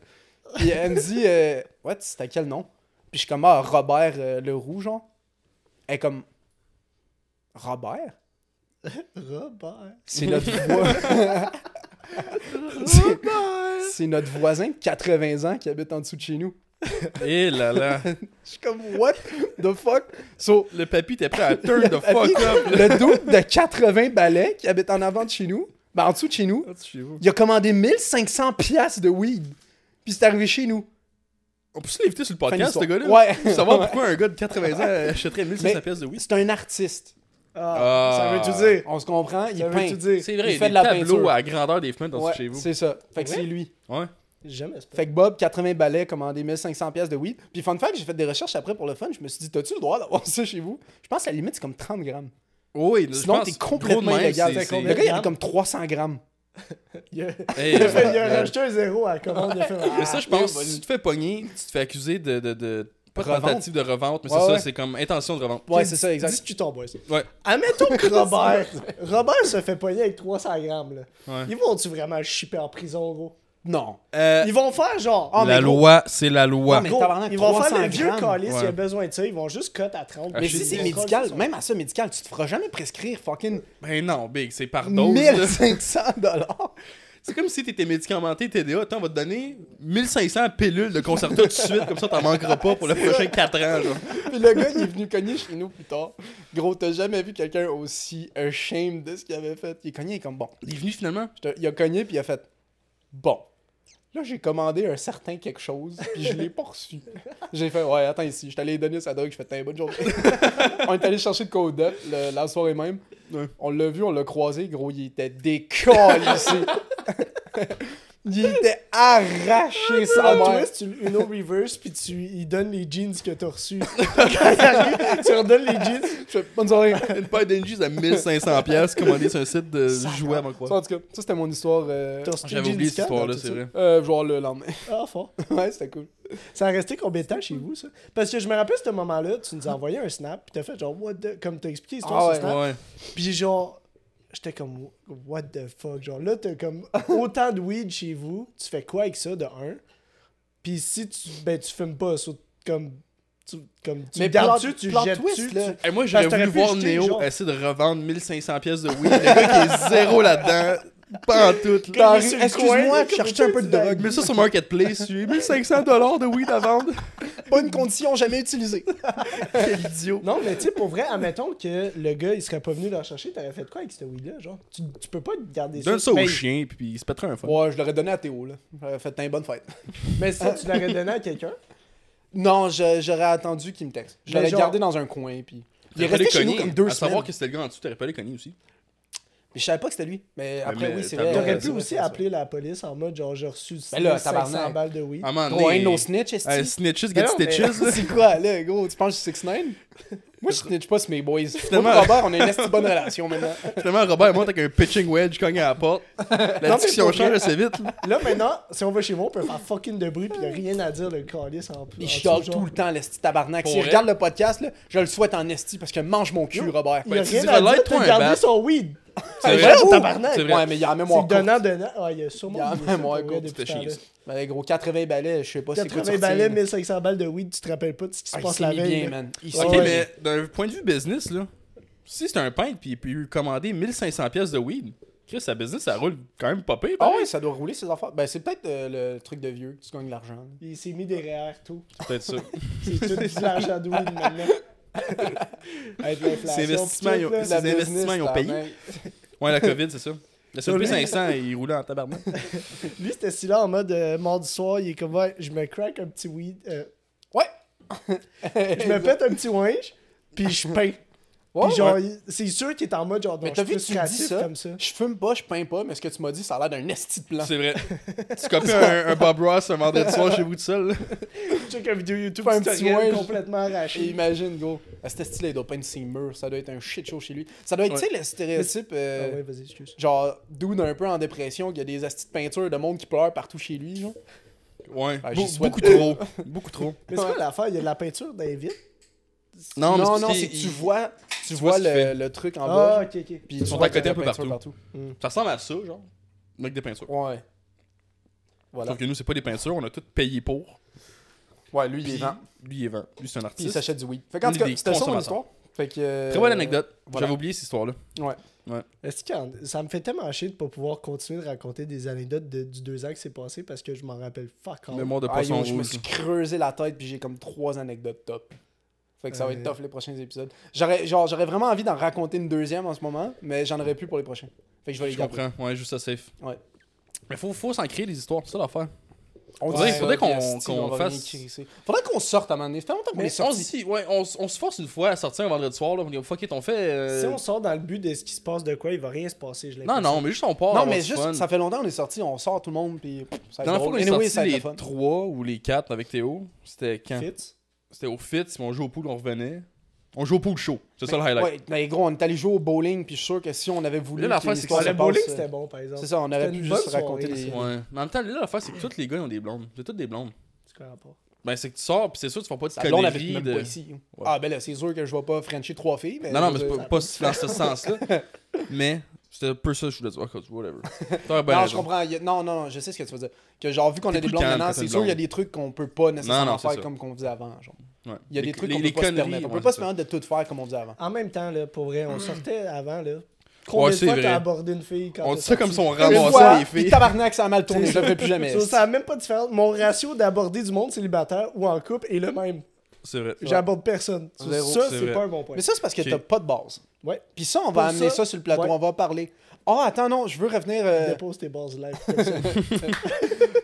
C: Puis elle me dit, euh, what, c'était quel nom? Puis je suis comme, ah, Robert euh, Leroux, genre. Elle est comme, Robert?
B: Robert.
C: C'est notre voix. C'est- C'est notre voisin de 80 ans qui habite en dessous de chez nous.
A: Et Eh là là.
C: Je suis comme, what the fuck? So,
A: Le papy était prêt à turn the
C: papy,
A: fuck up. là.
C: le doute de 80 balais qui habite en avant de chez nous, ben en dessous de chez nous, il a commandé 1500 piastres de weed. Puis c'est arrivé chez nous.
A: On peut se l'inviter sur le
C: Fin
A: podcast, ce
C: d'histoire.
A: gars-là?
C: Ouais.
A: Pour savoir pourquoi un gars de 80 ans achèterait 1500
C: Mais-
A: pièces de whisky.
C: C'est un artiste.
B: Ah,
A: Ah.
B: ça veut tout dire.
C: On se comprend, il
B: Ça veut
C: peint.
B: tout dire.
A: C'est vrai,
C: il
A: il
C: fait
A: fait
C: de
A: des
C: la
A: tableaux
C: peinture.
A: à grandeur des fenêtres dans
C: Ouais,
A: chez vous.
C: c'est ça. Fait que
B: Ouais.
C: c'est lui.
A: Ouais.
B: Jamais c'est pas.
C: Fait que Bob, 80 balais, commandé 1500 pièces de weed. Puis fun fact, j'ai fait des recherches après pour le fun. Je me suis dit, t'as-tu le droit d'avoir ça chez vous? Je pense que la limite, c'est comme 30 grammes.
A: Oh, Oui,
C: Sinon, t'es complètement illégal.
B: c'est-
C: Le gars, il avait comme 300 grammes.
B: Il a,
A: Hey,
B: il a
A: euh,
B: rajouté un zéro à la commande de film.
A: Mais ça, je pense, si tu te fais pogner, tu te fais accuser de. de, de pas de
C: Revente.
A: tentative de revente, mais
C: Ouais,
A: c'est
C: ouais.
A: ça, c'est comme intention de revente.
C: Ouais, c'est ça,
B: Dis
C: exact.
B: tu t'en boys.
A: Ouais.
B: Admettons que Robert, Robert se fait pogner avec 300 grammes. Là.
A: Ouais.
B: Ils vont-tu vraiment le chipper en prison, gros?
C: Non.
A: Euh,
B: Ils vont faire genre...
C: Ah, mais
A: la
C: gros-
A: loi, c'est la loi.
C: Non, mais
B: Gros,
C: tabarnak,
B: ils vont faire
C: 300
B: le vieux
C: grammes.
B: calice, il y
A: Ouais.
B: a besoin de ça, ils vont juste cut à 30.
A: Ah,
C: Mais
A: je
C: si
A: suis
C: c'est
A: dit-
C: médical, même à ça, médical, tu te feras jamais prescrire fucking
A: Ben non, Big, c'est par dose. là.
C: 1500 dollars.
A: C'est comme si t'étais médicamenté, TDA, attends, on va te donner 1500 pilules de Concerta tout de suite, comme ça t'en manqueras pas pour les prochains 4 ans. genre.
C: Puis le gars, il est venu cogner chez nous plus tard. Gros, t'as jamais vu quelqu'un aussi ashamed de ce qu'il avait fait. Il est cogné, il est comme bon.
A: Il est venu finalement.
C: Je te- Il a cogné, puis il a fait bon. Là, j'ai commandé un certain quelque chose, puis je l'ai pas reçu. J'ai fait ouais, attends ici. Je suis allé lui donner sa drogue, je fais t'as une bonne journée. on est allé chercher de Codette le- la soirée même.
A: Ouais.
C: On l'a vu, on l'a croisé. Gros, il était décalissé. il était arraché sa
B: Sans
C: mère.
B: twist, tu Ah, le Uno reverse, puis tu il donne les jeans que t'as reçus. Quand il arrive, tu redonnes les jeans.
C: Je fais, bonne soirée.
A: Une paire d'Engies à 1500$ piastres commandée sur un site de jouets avant
C: Ça,
A: quoi.
C: en tout cas, ça c'était mon histoire. euh,
B: T'as reçu les
A: J'avais
B: jeans
A: oublié
B: du
A: cette
B: camp,
A: histoire-là,
B: t'as
A: c'est
B: ça?
A: vrai.
C: euh, genre le lendemain.
B: Ah, fort.
C: ouais, c'était cool.
B: Ça a resté combien de temps chez vous, ça? Parce que je me rappelle, ce moment-là, tu nous as envoyé un snap, puis t'as fait genre, what the... Comme t'as expliqué l'histoire
C: Ah
B: sur
C: ouais,
B: snap.
A: Ouais.
B: Puis genre, j'étais comme, what the fuck? Genre là, t'as comme autant de weed chez vous, tu fais quoi avec ça de un? Puis si tu, ben, tu fumes pas, so- comme, tu, comme, tu
C: Mais
B: le gardes-tu,
C: plot-
B: tu
C: plot
B: le jettes-tu?
C: twist, là.
B: tu-
A: Et moi, j'aurais
B: Parce que
A: voulu
B: t'aurais
A: voir
B: pu jeter,
A: Néo
B: genre.
A: essayer de revendre 1500 pièces de weed. Le gars qui est zéro là-dedans, pas en tout. là.
B: Quand il est sur le coin,
C: Excuse-moi,
B: comme
C: je cherchais un
B: tu
C: peu de
B: dis,
C: drogue.
A: Mets ça sur Marketplace, j'ai 1500$ dollars de weed à vendre.
C: Pas une condition jamais utilisée.
A: Quel idiot.
B: Non, mais tu sais, pour vrai, admettons que le gars, il serait pas venu le chercher, t'aurais fait quoi avec ce weed-là? Genre, tu, tu peux pas garder ça.
A: Donne ça au
B: Ben,
A: chien, puis il se pètera un fun.
C: Ouais, je l'aurais donné à Théo, là. J'aurais fait une bonne fête.
B: Mais
C: Euh.
B: ça, tu l'aurais donné à quelqu'un?
C: Non, je- j'aurais attendu qu'il me texte. Je
B: Mais
C: l'aurais
B: genre-
C: gardé dans un coin, puis... Il est
A: T'aurais pas
C: resté
A: les
C: chez nous
A: cogner.
C: comme deux
A: À
C: semaines.
A: savoir que c'était le gars en dessous, t'aurais pas les cogner aussi.
C: Mais je savais pas que c'était lui. Mais après,
A: mais
C: oui, c'est
A: t'as
C: vrai.
A: bien
B: T'aurais
A: Ouais,
B: pu aussi appeler la police en mode genre, j'ai reçu
C: Ben là,
B: 500
C: tabarnak.
B: balles de weed.
A: À un moment
C: Gros,
A: donné,
C: ain't no snitch, esti.
A: euh, snitches
B: Mais
A: get
B: non, mais-
A: stitches. là.
C: C'est quoi, là, gros? Tu penses que je suis 6ix9ine? Moi, je snitch pas sur mes boys. Moi
A: Finalement-
C: et Robert, on a une esti bonne relation, maintenant.
A: Finalement, Robert monte avec un pitching wedge cogné à la porte. La
B: mais
A: discussion
B: pour vrai-
A: change assez vite. là.
B: Là, maintenant, si on va chez moi, on peut faire fucking de bruit, pis y'a rien à dire, le calice en plus.
C: Il
B: en
C: chiale
B: dessous, genre.
C: tout le temps, l'esti tabarnak.
A: Pour
C: S'il
A: vrai?
C: regarde le podcast, là, je le souhaite en esti, parce que mange mon cul,
B: Yo,
C: Robert.
B: Il y a
A: Ben, tu
B: rien
A: diras,
B: à dire,
A: like-toi
B: t'as
A: un
B: gardé
A: bat.
B: son weed.
A: C'est
B: Ouais,
A: vrai.
B: j'avoue, tabarnak.
A: C'est vrai.
C: Ouais, mais il y a même
B: C'est
C: mémoire courte.
B: donnant, donnant. Ah, il y a
C: Il
B: sûrement
C: y a
B: oublié
C: même
B: ça, pour
C: un
B: vrai,
C: cours,
B: depuis
A: c'était
B: ce temps-là.
A: chiant,
C: Ben, gros, 80 balais, je sais pas c'est quoi tu
B: 80 balais, 1500 balles de weed, tu te rappelles pas de ce qui se
C: Ah, il
B: passe
C: s'est
B: la
C: mis
B: veille.
C: bien,
B: là.
C: man. Il s'est
A: Ok,
C: mis
B: ouais.
A: mais d'un point de vue business, là, si c'est un peintre puis il peut lui commander 1500 pièces de weed, Chris, sa business, ça roule quand même pas pire. hein.
C: Ah
A: pareil.
C: ouais, ça doit rouler ces affaires. Ben, c'est peut-être euh, le truc de vieux que tu gagnes de l'argent.
B: Il s'est mis derrière tout.
C: Oh!
A: Peut-être ça.
B: C'est tout de l'argent de weed maintenant. Avec l'inflation.
A: Ces investissements,
B: pis tout,
A: ils ont-
B: là.
A: Ces investissements, ils ont payé. Ouais, la COVID, c'est ça. Le S&P 500, il roulait en tabarnak.
B: Lui, c'était si là en mode euh, mardi soir, il est comme, ouais, je me crack un petit weed. euh,
C: Ouais!
B: Je me pète un petit winch, puis je peins.
C: Ouais,
B: Puis genre,
C: ouais.
B: il- c'est sûr qu'il est en mode genre,
C: Mais
B: non,
C: t'as
B: je suis
C: vu,
B: plus
C: tu me dis
B: créatif
C: ça.
B: comme ça.
C: Je fume pas, je peins pas, mais ce que tu m'as dit, ça a l'air d'un esti de plan.
A: C'est vrai. Tu copies un, un Bob Ross un vendredi soir chez vous tout seul. là.
B: Check un vidéo YouTube
C: Fais un petit
B: tutoriel
C: wedge.
B: complètement
C: Et
B: arraché.
C: imagine, gros. À cet esti-là, il doit peindre ses murs. Ça doit être un shit show chez lui. Ça doit être, tu sais, le stéréotype.
B: Ah
C: euh,
B: ouais, vas-y, excuse.
C: Genre, dude un peu en dépression, qu'il y a des astis de peinture de monde qui pleure partout chez lui, genre.
A: Ouais.
C: Ah, j'y
A: Beau-
C: souhaite
A: beaucoup trop. Beaucoup trop.
B: Mais c'est quoi l'affaire? Il y a de la peinture dans les vitres?
A: Non, mais
C: non,
A: c'est
C: non,
A: parce
C: c'est que
A: qu'il-
C: tu vois, tu
A: vois
C: vois
A: ce qu'il
C: le,
A: fait.
C: le truc en
B: Ah,
C: bas.
B: ok, ok.
C: Puis tu
A: sont
C: vois
A: à
C: qu'il y
A: côté
C: a de
A: un peu
C: la peinture
A: partout. Ça ressemble à ça, genre. Avec des peintures.
C: Ouais. Voilà.
A: Sauf que nous, c'est pas des peintures, on a tout payé pour.
C: Ouais, lui, il est
A: Puis,
C: vent.
A: Lui, il est vent. Lui, c'est un
C: Puis il
A: artiste.
C: s'achète du weed. Fait qu'en
A: Une
C: tout cas,
A: des
C: c'était ça mon
A: consommateurs.
C: histoire. Fait que, euh,
A: Très bonne anecdote.
C: voilà.
A: J'avais oublié cette histoire-là.
C: Ouais.
B: Est-ce que quand- ça me fait tellement chier de pas pouvoir continuer de raconter des anecdotes de- du deux ans qui s'est passé parce que je m'en rappelle fuck all.
A: Mémoire de
C: Ah, yo,
A: poisson
C: je me suis
A: rouge.
C: creusé la tête puis j'ai comme trois anecdotes top. Fait que ça va être
B: Ouais.
C: tough les prochains épisodes. J'aurais genre j'aurais vraiment envie d'en raconter une deuxième en ce moment, mais j'en aurais plus pour les prochains. Fait que je vais les
A: Je
C: garder.
A: comprends. Ouais, juste ça safe.
C: Ouais.
A: Mais faut, faut s'en créer des histoires. C'est ça l'affaire.
C: On
A: Faudrait-
C: dit
A: faudrait
C: ça,
A: qu'on-
C: puis, esti,
A: qu'on
C: on va
A: fasse-
C: venir crisser. Faudrait qu'on sorte à un moment donné. Ça fait longtemps qu'on est
A: Mais on,
C: sorti.
A: se dit- ouais, on, s- on se force une fois à sortir un vendredi soir. Là, on dit, fuck it, on fait. euh,
B: Si on sort dans le but de ce qui se passe de quoi, il va rien se passer, je
A: Non, non, mais juste on part.
C: Non
A: avoir
C: mais
A: du
C: juste
A: fun.
C: ça fait longtemps qu'on est sorti, on sort tout le monde puis pff, ça
A: Dans
C: va
A: la
C: être
A: fois
C: drôle.
A: qu'on est
C: Anyway, ça va
A: sorti
C: être le
A: les
C: fun.
A: 3 ou les 4 avec Théo, c'était quand
B: Fit.
A: C'était au fit, si on jouait au pool, on revenait. On jouait au pool chaud. C'est ça le highlight.
C: Ouais, mais gros, on est allé jouer au bowling puis je suis sûr que si on avait voulu
A: Là, la
C: que
A: fin, c'est
C: l'histoire
A: que
C: se
B: le bowling,
C: passe, euh,
B: c'était bon, par exemple.
C: C'est ça, on aurait
B: C'était
C: pu
B: une
C: juste
B: bonne
C: raconter
B: soirée,
C: les
A: Ouais. Mais en même temps, là, l'affaire, c'est que tous les gars, ils ont des blondes. C'est toutes des blondes.
B: Tu comprends pas.
A: Ben, c'est que tu sors, pis c'est sûr, tu vas pas te
C: La blonde habite
A: conneries
C: même
A: de.
C: pas ici. Ah ben là, c'est sûr que je vais pas frencher trois filles, mais
A: Non, non, mais
C: je-
A: c'est pas, pas dans ce sens-là. mais c'était un peu ça que je voulais dire. Ok, Whatever. T'aurais bien
C: Non, je
A: raison.
C: comprends. Il y a- Non, non, non, je sais ce que tu veux dire. Que genre, vu qu'on a
A: T'es
C: des
A: plus
C: blondes
A: calme
C: maintenant,
A: quand t'as
C: c'est
A: une
C: sûr, il y a
A: blonde.
C: des trucs qu'on peut pas nécessairement
A: Non, non, c'est
C: faire
A: ça.
C: comme qu'on faisait avant. Genre.
A: Ouais.
C: Il y a
A: Les-
C: des trucs
A: les-
C: qu'on peut
A: les
C: pas se
A: conneries,
C: permettre. On
A: ouais,
C: peut pas
A: c'est
C: se permettre de tout faire comme on faisait avant.
B: En même temps, là, pour vrai, on sortait avant, là. Combien de
A: c'est
B: fois
A: vrai.
B: t'as abordé une fille quand
A: On
B: t'es
A: dit ça comme si
B: sorti?
A: on
C: Une
A: ramassait
C: fois,
A: les
C: puis
A: filles.
C: tabarnak, ça a mal tourné. Je le fais plus jamais.
B: So, Ça n'a même pas de différence. Mon ratio d'aborder du monde célibataire ou en couple est le même.
A: C'est vrai.
B: J'aborde personne. So,
C: Zéro.
B: Ça,
A: C'est
B: c'est
A: vrai.
B: pas un bon point.
C: Mais ça, c'est parce que
A: Ok.
C: t'as pas de base.
B: Ouais.
C: Puis ça, on va
B: Pour
C: amener ça,
B: ça,
C: sur le plateau.
B: ouais.
C: On va en parler. Ah, attends, non, je veux revenir. euh,
B: Dépose tes bases live. comme ça.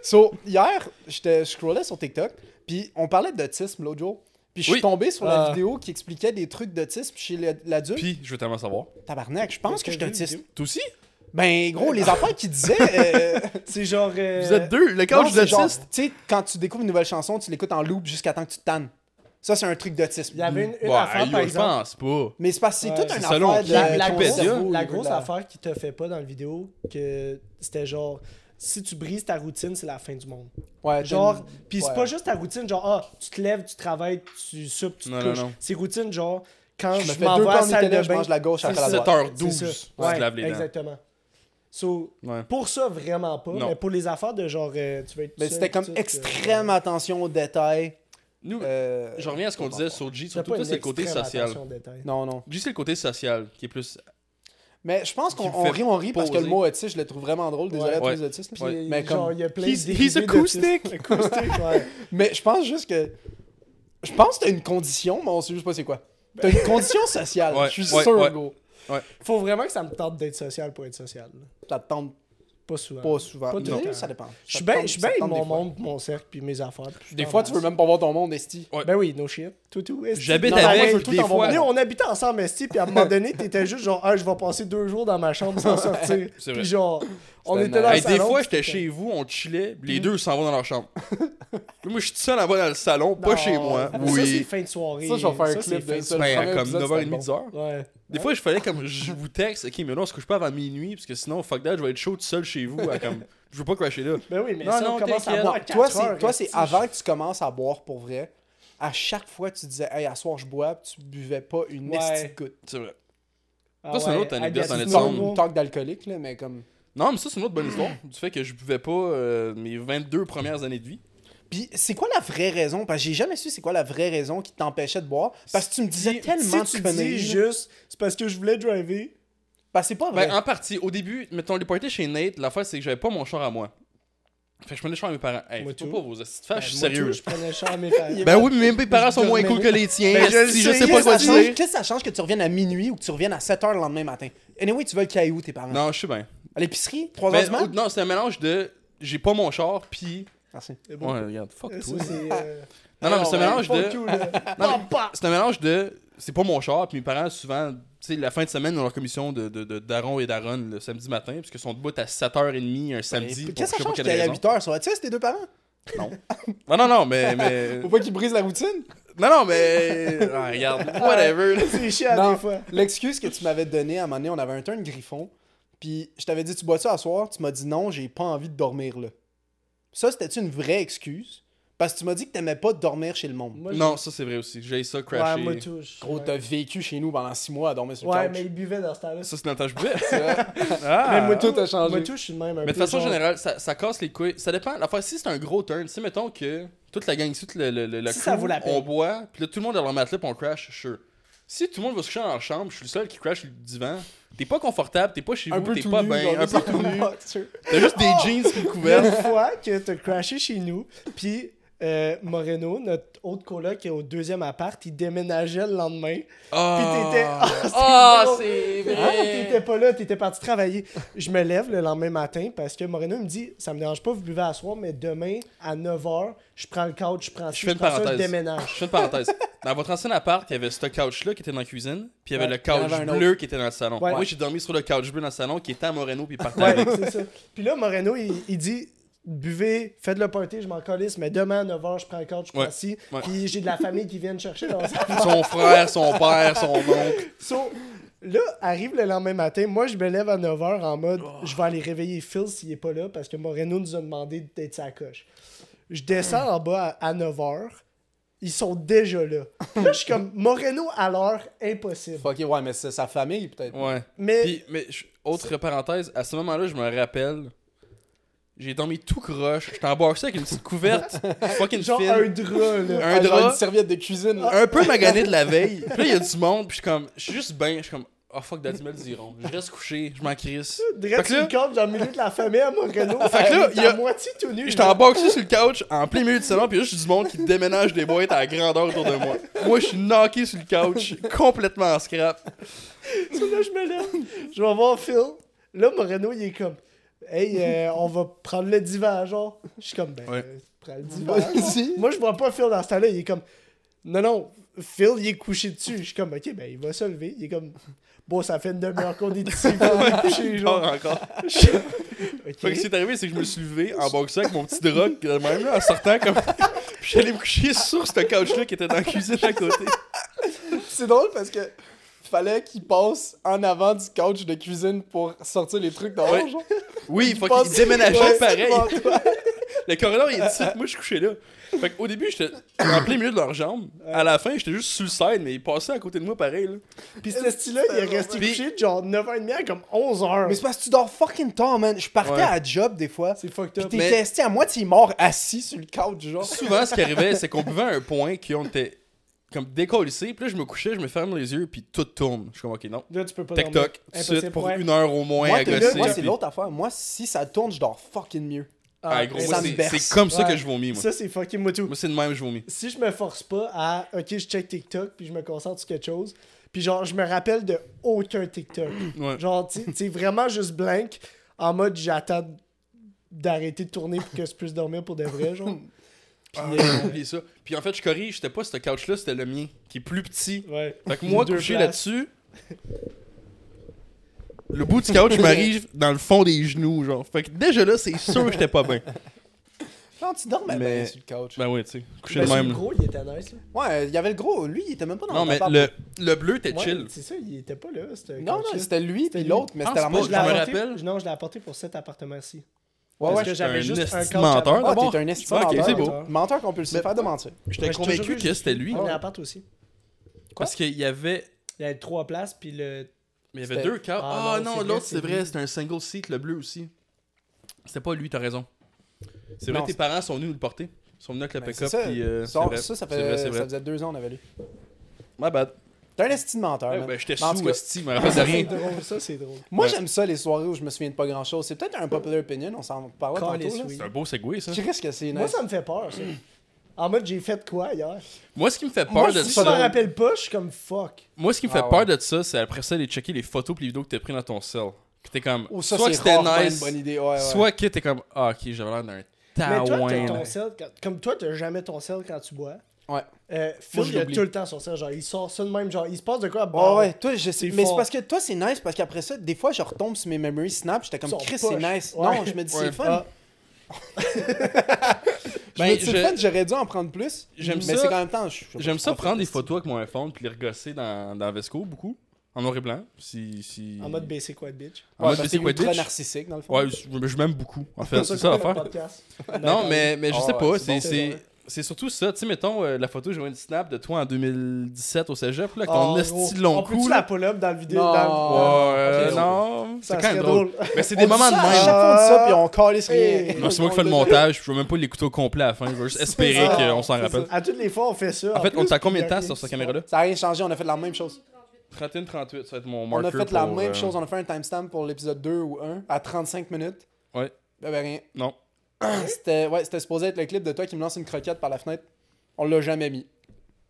C: So, hier, j'étais- je scrollais sur TikTok, puis on parlait d'autisme l'autre jour. Puis je suis
A: Oui.
C: tombé sur la
B: Ah.
C: vidéo qui expliquait des trucs d'autisme chez le- l'adulte.
A: Puis, je veux tellement savoir.
C: Tabarnak, je pense que je suis
B: T'as vu la
C: autiste.
B: vidéo?
A: Toi aussi
C: Ben, gros, les affaires qu'il disait. euh,
B: C'est genre. euh,
A: Vous êtes deux. Le
C: non,
A: coach
C: c'est genre, Tu
A: d'autiste.
C: sais, quand tu découvres une nouvelle chanson, tu l'écoutes en loop jusqu'à temps que tu te tannes. Ça, c'est un truc d'autisme.
B: Il y avait une, une
A: Ouais,
B: affaire, par
A: yo, je
B: exemple.
A: pense pas.
C: Mais c'est parce que c'est
B: Ouais.
C: toute
B: C'est
C: une
A: selon
C: affaire de.
A: qui,
B: La, la
C: ton
B: grosse,
A: Wikipédia,
C: cerveau,
B: la
C: de
B: grosse
C: la-
B: affaire qui te fait pas dans la vidéo, que c'était genre. Si tu brises ta routine, c'est la fin du monde.
C: Ouais,
B: Genre,
C: t'as une-
B: pis
C: ouais.
B: c'est pas juste ta routine, genre, ah, tu te lèves, tu travailles, tu soupes, tu te
A: Non, non,
B: couches.
A: non.
B: C'est routine, genre, quand
C: Je me
B: je,
C: fais
B: m'en
C: deux
B: vais à la
C: pommes
B: salle de
C: Nutella, je
B: bain.
C: mange la gauche après la droite.
A: 7h12.
B: c'est
A: Si
B: ça. Ouais,
A: tu laves les dents.
B: exactement. So,
A: Ouais.
B: pour ça, vraiment pas,
A: Non.
B: mais pour les affaires de genre, euh, tu vas être.
C: Mais
B: seul,
C: Ben, c'était
B: tout
C: comme
B: ça,
C: extrême attention aux détails.
A: Nous,
C: Euh,
A: je reviens à ce qu'on disait sur G.
B: euh, c'était
A: Surtout, toi,
B: une
A: c'est le côté
B: extrême
A: social.
B: attention au détail.
C: Non, non.
A: G, c'est le côté social qui est plus.
C: Mais je pense qu'on
A: Qui me
C: on
A: fait
C: rit, on rit parce que
A: poser.
C: le mot autiste, je le trouve vraiment drôle. Désolé
B: Ouais.
C: à tous
A: Ouais.
C: les autistes.
B: Pis,
A: Ouais.
C: Mais
B: genre,
C: comme-
B: il y a plein
A: He's-
B: de
A: he's
B: dérivés d'autisme.
A: acoustic.
B: acoustic, ouais.
C: Mais je pense juste que. Je pense que t'as une condition, mais on sait juste pas c'est quoi. T'as une condition sociale,
A: Ouais,
C: je suis
A: ouais,
C: sûr,
A: ouais.
C: gros.
B: Faut vraiment que ça me tente d'être social pour être social. là.
C: Ça te tente
B: Pas souvent.
C: pas souvent.
B: Pas tout le
C: Non,
B: temps.
C: ça dépend. Ça
B: Je suis
C: te
B: bien
C: tente-
B: je suis
C: ça
B: bien
C: te
B: de
C: tente
B: mon
C: des fois.
B: monde, mon cercle, puis mes affaires. puis je
C: Des
B: t'en
C: fois, tu veux
B: masse.
C: même pas voir ton monde, Esti.
A: Ouais.
B: Ben oui, no shit. Tout, tout. esti.
A: J'habite
C: Non, non, moi, je veux
A: avec
C: tout
A: des
C: en voir.
B: Mais
A: fois.
B: on habitait ensemble, Esti, puis à un moment donné, t'étais juste genre, ah, je vais passer deux jours dans ma chambre sans sortir.
A: C'est vrai.
B: Puis genre, on
C: C'était
B: était
C: nice.
B: dans le
A: Hey,
B: salon. Mm-hmm.
A: des fois,
B: puis
A: j'étais chez vous, on chillait, les deux s'en vont dans leur chambre. Moi, je suis tout seul là-bas dans le salon, pas
B: Non, Ah,
A: chez moi.
B: mais Ça, c'est
A: Oui.
B: fin de soirée.
C: Ça, je vais faire un clip
B: c'est fin
C: de ça.
B: soirée.
A: Ben,
C: Le premier
A: comme
C: épisode,
A: 9h30,
C: c'était
A: 10h.
B: Ouais.
A: Des fois, je fallais comme je vous texte, ok, mais là, on se couche pas avant minuit, parce que sinon, fuck that, je vais être chaud tout seul chez vous. à comme, je veux pas crasher là.
B: Ben oui, mais
A: Non,
B: ça,
A: non,
B: on commence à
A: t'inquiète.
B: boire
C: Non, toi,
B: à 4 heures,
C: c'est, toi, c'est
B: esti.
C: avant que tu commences à boire pour vrai. À chaque fois, tu disais, hey, à soir, je bois, puis tu buvais pas une
B: Ouais.
C: Esti de goutte.
A: C'est vrai.
B: Ah
A: Ça, c'est
B: ouais,
A: une autre anecdote
B: Agathe
A: dans les
B: Dubois.
A: sommes.
C: une talk d'alcoolique, là, mais comme.
A: Non, mais ça, c'est une autre bonne histoire. Du fait que je buvais pas euh, mes 22 premières années de vie.
C: Puis c'est quoi la vraie raison? Parce que j'ai jamais su c'est quoi la vraie raison qui t'empêchait de boire. Parce que tu me disais tellement de
B: Si tu dis
C: conneries.
B: juste, c'est parce que je voulais driver.
C: Parce que c'est pas vrai.
A: Ben, en partie, au début, mettons, les parties chez Nate, l'affaire, c'est que j'avais pas mon char à moi. Fait que je prenais le char à mes parents. Hey,
B: Moi
A: faites-vous
B: tout.
A: pas vos astuces de fâches, Ah, je suis
B: Ben, moi,
A: sérieux.
B: tout, Je prenais cher à mes parents.
A: Ben oui, mais mes parents sont moins cool
B: dormais.
A: que les tiens.
B: Ben, je
A: si
B: le
A: je
B: sais,
A: sais
C: Qu'est-ce
A: pas
C: que
A: quoi
C: ça
A: te
C: change-
A: dire.
C: Qu'est-ce que ça change que tu reviennes à minuit ou que tu reviennes à 7 h le lendemain matin? Anyway, tu veux le caillou, tes parents.
A: Non, Ben, je suis bien.
C: À l'épicerie, 3 h
A: Mais,
C: du matin?
A: ou- non, c'est un mélange de j'ai pas mon char, puis.
C: Merci.
B: C'est bon.
A: Ouais, regarde, fuck
B: Ça,
A: toi.
B: c'est, euh,
A: Non, non, mais c'est un mélange
B: pas
A: de.
B: cool, là.
A: Non,
B: Bam, bam.
A: C'est un mélange de. C'est pas mon char, puis mes parents, souvent, tu sais, la fin de semaine, ils ont leur commission de, de, de Daron et Daron le samedi matin, puisque sont debout à 7h30 un samedi.
C: Qu'est-ce
A: pour
C: que
A: je
C: ça
A: sais pas
C: change
A: quelle
C: qu'il aille à
A: raison.
C: 8 h? Ça va, tu sais, c'est tes deux parents?
A: Non. Non, non, non, mais. mais...
C: Faut pas qu'ils brisent la routine.
A: Non, non, mais. Ah, regarde, whatever. là.
B: C'est chiant
C: Non.
B: des fois.
C: L'excuse que tu m'avais donnée à un moment donné, on avait un turn griffon. Puis je t'avais dit, tu bois-tu à soir? Tu m'as dit non, j'ai pas envie de dormir là. Ça, c'était-tu une vraie excuse? Parce que tu m'as dit que t'aimais pas dormir chez le monde.
B: Moi, j'ai-
A: Non, ça c'est vrai aussi. J'ai ça
B: ouais,
A: crashé.
B: moi touche.
C: Gros,
B: ouais.
C: t'as vécu chez nous pendant six mois à dormir sur le
B: Ouais,
C: couch.
B: mais il buvait dans ce temps-là.
A: ça c'est Natasha Bouvet.
C: Mais Ah. moi, tout a
B: Moi
C: changé.
B: touche, je suis de même un peu.
A: Mais de façon
B: genre-
A: générale, ça, ça casse les couilles. Ça dépend. La fois, si c'est un gros turn, si mettons que toute la gang ici, toute le, le, le- la
B: Si
A: crew,
B: ça vaut la peine.
A: on boit, puis là tout le monde est dans leur matelas, puis on crash, sure. Si tout le monde va se coucher dans leur chambre, je suis le seul qui crash le divan, t'es pas confortable, t'es pas chez
C: Un
A: vous,
C: peu
A: t'es
C: tout
A: pas
C: nu,
A: bien,
C: genre,
A: un peu
C: c'est
A: tout nu.
C: pas- sûr.
A: T'as juste des jeans qui
B: Il y a
A: couverts.
B: une fois que t'as crashé chez nous, puis euh, Moreno, notre autre coloc qui est au deuxième appart, il déménageait le lendemain.
A: Ah.
B: t'étais- Ah, c'est
A: Ah,
B: drôle.
A: c'est
B: Ah, t'étais
A: vrai.
B: pas là, t'étais parti travailler. Je me lève le lendemain matin parce que Moreno il me dit Ça me dérange pas, vous buvez à soir, mais demain à 9h, je prends le couch, je prends ci,
A: Je fais une
B: prends ça, je
A: parenthèse.
B: déménage.
A: Je fais une parenthèse. Dans votre ancien appart, il y avait ce couch-là qui était dans la cuisine, puis il y avait
B: Ouais,
A: le
C: il y en
A: couch
C: avait un
A: bleu qui était dans le salon.
B: Ouais.
A: Moi, j'ai dormi sur le couch bleu dans le salon qui était à Moreno, puis il partait
B: Ouais,
A: avec.
B: c'est ça. Puis là, Moreno, il, il dit Buvez, faites le party, je m'en calisse, mais demain à 9h, je prends le couch, je prends
A: Ouais,
B: ci.
A: ouais.
B: Puis j'ai de la famille qui vient me chercher dans ça.
A: Son frère, son père, son oncle.
B: So, là, arrive le lendemain matin. Moi, je me lève à 9h en mode je vais aller réveiller Phil s'il est pas là parce que Moreno nous a demandé d'être sa coche. Je descends en bas à, 9h. Ils sont déjà là. Là, je suis comme Moreno à l'heure, impossible.
C: Fuck, ouais, mais c'est sa famille, peut-être.
A: Ouais.
B: Mais
A: Puis, mais je- autre parenthèse, à ce moment-là, je me rappelle, j'ai dormi tout croche. J'étais embarqué avec une petite couverte, fucking
B: genre
A: fine,
B: un drap, là.
A: un,
C: Ah, genre
A: drap,
C: une serviette de cuisine. là.
A: un peu magané de la veille. Puis là, il y a du monde, puis je suis comme, je suis juste bien, je suis comme, oh fuck, Daddy me le diront. Je reste couché, je m'en crisse.
B: Direct
A: Fait que
B: sur
A: là-
B: le corps, dans le milieu de la famille à Moreno.
A: Fait que là,
B: il
A: il y a-
B: moitié tout nu.
A: J'étais
B: là.
A: embarqué sur le couch, en plein milieu du salon, puis juste du monde qui déménage des boîtes à la grandeur autour de moi. Moi, je suis knocké sur le couch, complètement en scrap.
B: Puis là, je me lève. Je vais voir Phil. Là, Moreno, il est comme Hey, euh, on va prendre le divan, genre. Je suis comme Ben,
A: Ouais.
B: euh, prends le divan.
C: Vas-y.
B: Moi, je vois pas Phil dans ce temps-là. Il est comme, non, non, Phil, il est couché dessus. Je suis comme, ok, ben, il va se lever. Il est comme, bon, ça fait une demi-heure qu'on est ici. Phil est couché,
A: Genre
B: genre.
A: encore.
B: Ok.
A: Fait que ce qui est arrivé, c'est que je me suis levé en boxant avec mon petit drog, de même là, en sortant comme. Puis j'allais me coucher sur ce couch-là qui était dans la cuisine à côté.
C: C'est drôle parce que fallait qu'il passe en avant du couch de cuisine pour sortir les trucs dans
A: Ouais.
C: le genre.
A: Oui, faut
C: passe-
A: qu'il déménageait
C: Ouais,
A: pareil.
C: c'est bon, toi.
A: Le corridor, il est petit, moi je suis couché là. Fait qu'au début, j'étais en plein milieu de leurs jambes. À la fin, j'étais juste sur le side, mais ils passaient à côté de moi pareil. Là.
B: Puis ce style-là, il est resté
A: Puis-
B: couché de genre 9h30 à comme 11h.
C: Mais c'est parce que tu dors fucking tard, man. Je partais
A: Ouais.
C: à la job des fois.
B: C'est fucked
C: Pis
B: up.
C: t'es
A: Mais-
C: testé à moitié mort assis sur le couch, genre.
A: Souvent, ce qui arrivait, c'est qu'on buvait à un point qu'on était comme décollissé. Puis là, je me couchais, je me ferme les yeux, puis tout tourne. Je suis comme, ok, non.
B: Là, tu peux pas dormir.
A: Tac-toc, tout de
B: Impossible,
A: suite, pour
B: ouais.
A: une heure au moins
C: Moi,
A: à
C: t'es
A: gosser,
C: là, moi, c'est
A: puis-
C: l'autre affaire. Moi, si ça tourne, je dors fucking mieux.
A: Ah, gros,
C: Ça
A: moi,
C: me
A: c'est-
C: berce.
A: c'est comme ça que
B: Ouais.
A: je vomis, moi.
B: Ça, c'est fucking moi tout.
A: Moi, c'est de même, je vomis.
B: si je me force pas à OK, je check TikTok puis je me concentre sur quelque chose, puis genre je me rappelle de aucun TikTok.
A: Ouais.
B: Genre tu tu sais vraiment juste blank en mode j'attends d'arrêter de tourner pour que je puisse dormir pour de vrai genre.
A: Ah, j'ai oublié ça. Puis en fait, je corrige, c'était pas ce couch-là, c'était le mien, qui est plus petit.
B: Ouais.
A: Fait que moi,
B: Deux
A: couché
B: places.
A: là-dessus, le bout du couch m'arrive dans le fond des genoux, genre. Fait que déjà là, c'est sûr que j'étais pas bien.
C: Genre, tu dormais
A: Mais-
C: bien sur le couch.
A: Ben ouais, tu sais, couché
B: Mais
A: de
B: c'est
A: même. là.
B: gros, il était nice. là.
C: Ouais, il y avait le gros. Lui, il était même pas dans
A: Non,
C: le
A: mais
C: appart.
A: le, le bleu était
B: Ouais,
A: chill.
B: C'est ça, il était pas là. c'était
C: Non, non,
B: comme ça.
C: c'était lui puis
B: lui.
C: l'autre, mais
A: Ah,
C: c'était la
A: c'est
C: même
A: pas- je me
B: Je l'ai
C: chose.
B: apporté-
A: rappelle.
B: Non, je l'ai apporté pour cet appartement-ci.
C: Ouais, ouais.
B: Parce que
A: j'étais
B: j'avais
A: un
B: juste un
A: esti
B: couch
A: menteur.
B: à-
C: Ah,
A: d'abord.
C: t'es un
A: Ok,
C: esti menteur.
A: c'est
B: menteur.
A: beau.
C: Menteur qu'on peut le faire de mentir.
A: J'étais
B: Ouais, j'ai
A: convaincu
B: toujours eu
A: que c'était lui.
B: On
A: Quoi?
B: l'appart aussi.
A: Parce qu'il y avait.
B: Il y avait trois places puis le
A: Mais il y avait
C: C'était-
A: deux couches.
B: Ah,
A: Ah
B: non,
A: non,
B: c'est vrai,
A: l'autre,
B: c'est
A: c'est vrai,
B: lui.
A: c'était un single seat, le bleu aussi. C'était pas lui, t'as raison. C'est vrai,
C: Non,
A: tes
C: c'est-
A: parents sont venus nous le porter. Ils sont venus avec le
C: Ben,
A: pick-up.
C: c'est ça.
A: puis, euh, c'est
C: Ça,
A: vrai,
C: ça, ça
A: c'est vrai, c'est
C: faisait
A: vrai.
C: ça faisait deux ans, on avait lu.
A: My bad.
C: T'es un esti de menteur.
A: Ouais,
C: man.
A: ben, j'étais
C: Mais en tout
A: sous
C: cas,
A: hostie, je me rappelle de
B: C'est
A: rien.
B: drôle, ça c'est drôle.
C: Moi,
A: Ouais.
C: j'aime ça, les soirées où je me souviens de pas grand chose. C'est peut-être un popular opinion, on s'en parlait
B: Calisse,
C: tantôt. là.
B: oui.
A: C'est un beau segway, ça.
C: Tu risques que c'est
B: Moi
C: nice.
B: ça me fait peur ça. En mode j'ai fait quoi hier
A: Moi, ce qui me fait
C: Moi,
A: peur de
C: je
B: Si je
A: ça,
C: suis-
B: m'en
C: drôle.
B: rappelle pas, je suis comme fuck.
A: moi, ce qui me fait
C: Ah
A: peur
C: ouais.
A: de ça, c'est après ça, aller checker les photos pis les vidéos que t'as pris dans ton cell. Puis t'es comme,
C: Ou Oh, ça,
A: soit que
C: c'est
A: c'était
C: rarement une
A: nice,
C: bonne idée. Ouais, ouais.
A: soit que t'es comme, ah, ok, j'avais l'air d'un
B: Mais toi, t'as
A: taouin.
B: ton
A: là.
B: sel, quand- comme toi, t'as jamais ton sel quand tu bois.
C: Ouais.
B: Euh,
A: Moi,
B: Phil,
A: je
B: il a
A: l'oublie.
B: tout le temps son sel. Genre, il sort ça de même. Genre, il se passe de quoi à
C: Ouais,
B: bord.
C: ouais, toi, je sais.
B: C'est
C: Mais c'est
B: fort.
C: parce que toi, c'est nice parce qu'après ça, des fois, je retombe sur mes memories snap. J'étais comme,
B: Sont
C: Chris,
B: poches.
C: c'est nice.
B: Ouais.
C: Non, je me dis,
A: Ouais.
C: c'est fun.
B: Ah,
C: Je
A: Ben,
C: me dis, c'est
A: je-
C: fun, j'aurais dû en prendre plus.
A: J'aime
C: Mais
A: ça-
C: c'est quand même temps. je- je-
A: J'aime
C: en
A: ça
C: fait,
A: prendre des
C: c'est-
A: photos avec mon iPhone puis les regosser dans, dans Vesco beaucoup. En noir et blanc. Si, si...
B: en mode basic white bitch.
A: En
C: Ouais,
A: mode
C: parce que
A: basic
C: c'est
A: white
C: ultra
A: bitch.
C: narcissique, dans le fond.
A: Ouais, je, je m'aime beaucoup, en fait. C'est ça
B: qu'on fait le
A: l'affaire.
B: podcast.
A: Non, mais, mais je
C: Ah
A: sais
C: ouais,
A: pas.
C: c'est
A: C'est.
C: bon,
A: c'est-
B: c'est
A: c'est surtout ça, tu sais, mettons euh, la photo, j'ai eu une snap de toi en 2017 au cégep, là, avec
B: Oh,
A: ton esti de
B: on
A: long
B: peut-tu
A: cou.
B: la
A: Là.
B: pull-up dans le vidéo?
C: Non.
A: Ouais,
B: Dans...
A: euh,
B: ok.
A: non, c'est
B: Ça
A: quand
B: serait
A: même drôle.
B: drôle.
A: Mais c'est des moments de
C: ça, à
A: même.
C: chaque fois, on dit ça, puis on calisse
B: Hey.
C: rien.
A: Non, c'est moi qui fais le montage, je veux même pas l'écouter au complet à la fin. Je veux juste espérer
B: ça.
A: qu'on s'en
C: C'est
A: rappelle.
B: À toutes les fois, on fait ça.
A: En fait, on
B: plus,
A: t'a combien de
B: puis
A: temps
B: il y a
A: sur cette
B: rien.
A: caméra-là
C: Ça n'a rien changé, on a fait la même chose.
A: 31-38, ça va être mon
C: On
A: marker
C: a fait la
A: pour,
C: même
A: euh,
C: chose, on a fait un timestamp pour l'épisode 2 ou 1 à 35 minutes.
A: Ouais.
C: Ben, ben, rien.
A: Non.
C: C'était ouais, c'était supposé être le clip de toi qui me lance une croquette par la fenêtre. On l'a jamais mis.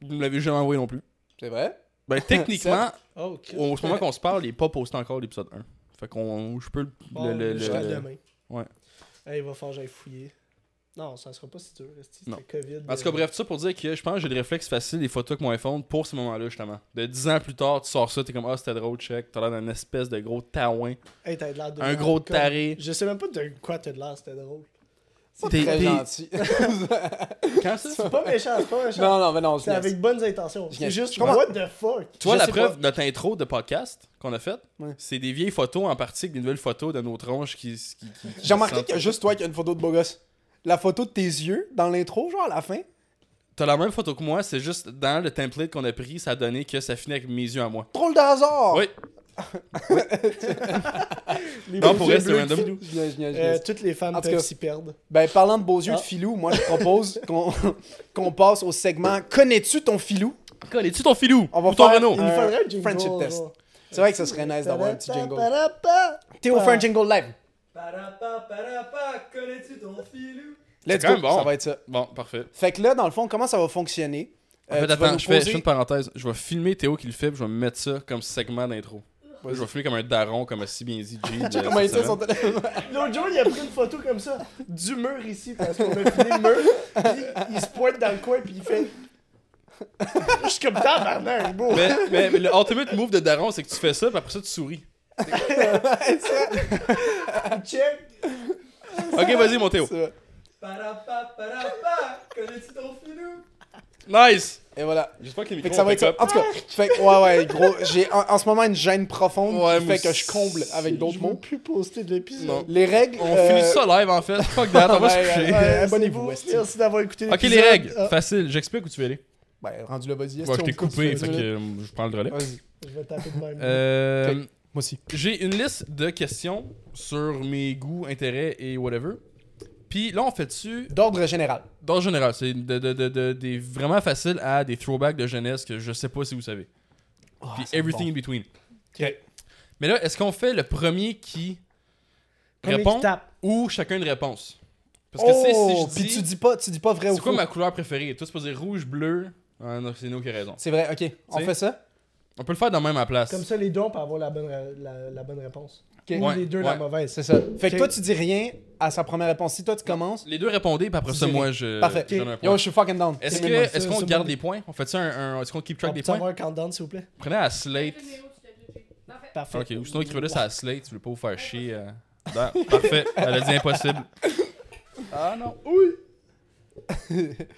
A: Vous me l'avez jamais envoyé non plus.
C: C'est vrai?
A: Ben, techniquement,
B: Oh, Christ.
A: au moment qu'on se parle, il est pas posté encore l'épisode 1. Fait qu'on. Je peux le.
B: Bon,
A: le- le-
B: je
A: le-
B: serai demain.
A: ouais.
B: Hey, il va falloir que j'aille fouiller. Non, ça sera pas si dur. esti,
A: Non.
B: C'est COVID.
A: En tout cas,
B: euh,
A: bref, tout ça pour dire que je pense que j'ai le réflexe facile des photos avec mon iPhone pour ce moment-là, justement. De 10 ans plus tard, tu sors ça, t'es comme, ah, c'était drôle, check. T'as l'air d'un espèce de gros taouin.
B: hey, t'as de l'air de
A: Un
B: merde,
A: gros
B: comme-
A: taré.
B: Je sais même pas de quoi t'as de l'air, c'était drôle.
C: C'est
A: T'es-
C: très
A: t'es-
C: gentil.
A: Quand ça
B: C'est pas méchant, c'est pas méchant.
C: non, non, mais non, je
B: C'est
C: niaise.
B: avec bonnes intentions.
C: Je
B: C'est
C: niaise.
B: juste,
C: Comment-
B: what the fuck?
A: Tu vois,
C: Je
A: la
C: sais
A: preuve, notre intro de podcast qu'on a faite,
C: Ouais.
A: c'est des vieilles photos en partie avec des nouvelles photos de nos tronches qui. qui, qui- qui
C: J'ai remarqué
A: sortent.
C: qu'il y a juste toi qui a une photo de beau gosse. La photo de tes yeux dans l'intro, genre à la fin.
A: T'as la même photo que moi, c'est juste dans le template qu'on a pris, ça a donné que ça finit avec mes yeux à moi.
C: Drôle de hasard!
A: Oui,
B: Les
A: Non,
B: beaux
A: pour
B: yeux
A: vrai, c'est
B: bleus de
A: random.
B: Filou.
C: Je niaise, je niaise, je
B: Euh,
C: niaise.
B: toutes les femmes
C: En tout
B: peuvent
C: cas-
B: s'y perdre.
C: Ben, parlant de beaux yeux
B: Ah.
C: de filou, moi je propose qu'on qu'on passe au segment Connais-tu ton filou?
A: Colles-tu ton filou?
C: On va
A: ou ton
C: faire-
A: Renault?
B: Il nous
C: Un
B: faudrait un jingle.
C: friendship
B: genre.
C: test. C'est vrai que ce serait nice d'avoir un petit jingle.
B: Pa-ra-pa.
C: Théo fait un jingle live.
D: connais-tu ton filou?
A: C'est
C: Let's
A: quand
C: go.
A: même bon.
C: Ça va être ça.
A: Bon, parfait.
C: Fait que là, dans le fond, comment ça va fonctionner?
A: En
C: Euh,
A: fait,
C: tu vas
A: attends,
C: nous
A: je fais, je
C: poser-
A: fais une parenthèse. Je vais filmer Théo qui le fait, puis je vais mettre ça comme segment d'intro. Je vais filmer comme un daron, comme un si bien dit G. de
C: Comment il
A: cette
C: fait son téléphone?
B: L'autre jour, il a pris une photo comme ça, du mur ici, parce qu'on a fini le mur. Puis il se pointe dans le coin, puis il fait. Je suis comme tabarnak, bro.
A: semaine. mais, mais- mais le ultimate move de daron, c'est que tu fais ça, puis après ça, tu souris.
B: Check.
A: Ok, vas-y, mon Théo.
C: C'est vrai.
D: Parapa, parapa, connais-tu ton filou?
A: Nice!
C: Et voilà.
A: J'espère que les
C: Fait
A: micros
C: que ça
A: ont
C: va
A: pick
C: être ça.
A: up.
C: En tout cas, fait que, ouais, ouais, gros, j'ai en, en ce moment une gêne profonde
A: Ouais,
C: qui
A: moi
C: fait que je
A: aussi.
C: comble avec d'autres
B: Je veux
C: mots.
B: plus poster de
A: Non.
B: l'épisode.
C: Les règles.
A: On
C: euh,
A: finit ça live, en fait. Fuck that, on va se
C: Ouais, ouais,
A: coucher.
C: ouais. euh,
B: Euh,
C: abonnez-vous,
B: c'est beau.
C: Esti.
B: Merci d'avoir écouté
A: Ok, les
B: l'épisode.
A: règles.
B: Ah,
A: Facile. J'explique où tu veux aller.
C: Ben, rendu le vas-y.
A: Moi,
C: est-ce
A: je
C: qu'on
A: t'ai
C: coupe
A: coupé,
C: ça?
A: fait que euh, je prends le relais.
C: Vas-y.
B: Je vais taper de même.
A: Euh,
C: Moi aussi.
A: J'ai une liste de questions sur mes goûts, intérêts et whatever. Puis là, on fait dessus
C: D'ordre général.
A: Dans le général, c'est de, de- de- de- des vraiment facile à des throwbacks de jeunesse que je sais pas si vous savez.
C: Ah,
A: Puis everything in between.
C: Ok.
A: Mais là, est-ce qu'on fait le premier qui
B: Premier
A: répond
B: qui tape.
A: ou chacun une réponse Parce que tu sais,
C: Oh,
A: si
C: puis
A: je
C: tu
A: dis,
C: dis pas, tu dis pas vrai ou
A: c'est quoi
C: faux.
A: ma couleur préférée Toi, c'est pas dire rouge, bleu. Ah, non, c'est nous qui avons raison.
C: C'est vrai, ok. On
A: sais.
C: fait ça?
A: On peut le faire dans même à place.
B: Comme ça, les deux, on peut avoir la bonne, ra- la, la bonne réponse.
C: Ok.
B: Ou
A: Ouais,
B: les deux,
A: ouais.
B: la mauvaise.
C: C'est ça. Fait que
B: Ok.
C: toi, tu dis rien à sa première réponse. Si toi, tu commences.
A: Les deux répondez, puis après ça,
C: Dis-
A: moi, je.
C: Parfait.
A: je donne Euh, un point.
C: Yo, je suis fucking down.
A: Est-ce
C: C'est
A: que-
C: minimum.
A: est-ce
B: ça,
A: qu'on
B: c'est
A: garde
B: bon.
A: des points On fait ça un, un- Est-ce qu'on keep
B: On
A: track des
B: peut
A: points
B: avoir un countdown, s'il vous plaît.
A: Prenez à Slate.
B: Parfait.
A: Ok, ou sinon écrivez-le sur la slate, tu voulais pas vous faire chier. euh, dedans. Parfait, elle a dit impossible. Ah non.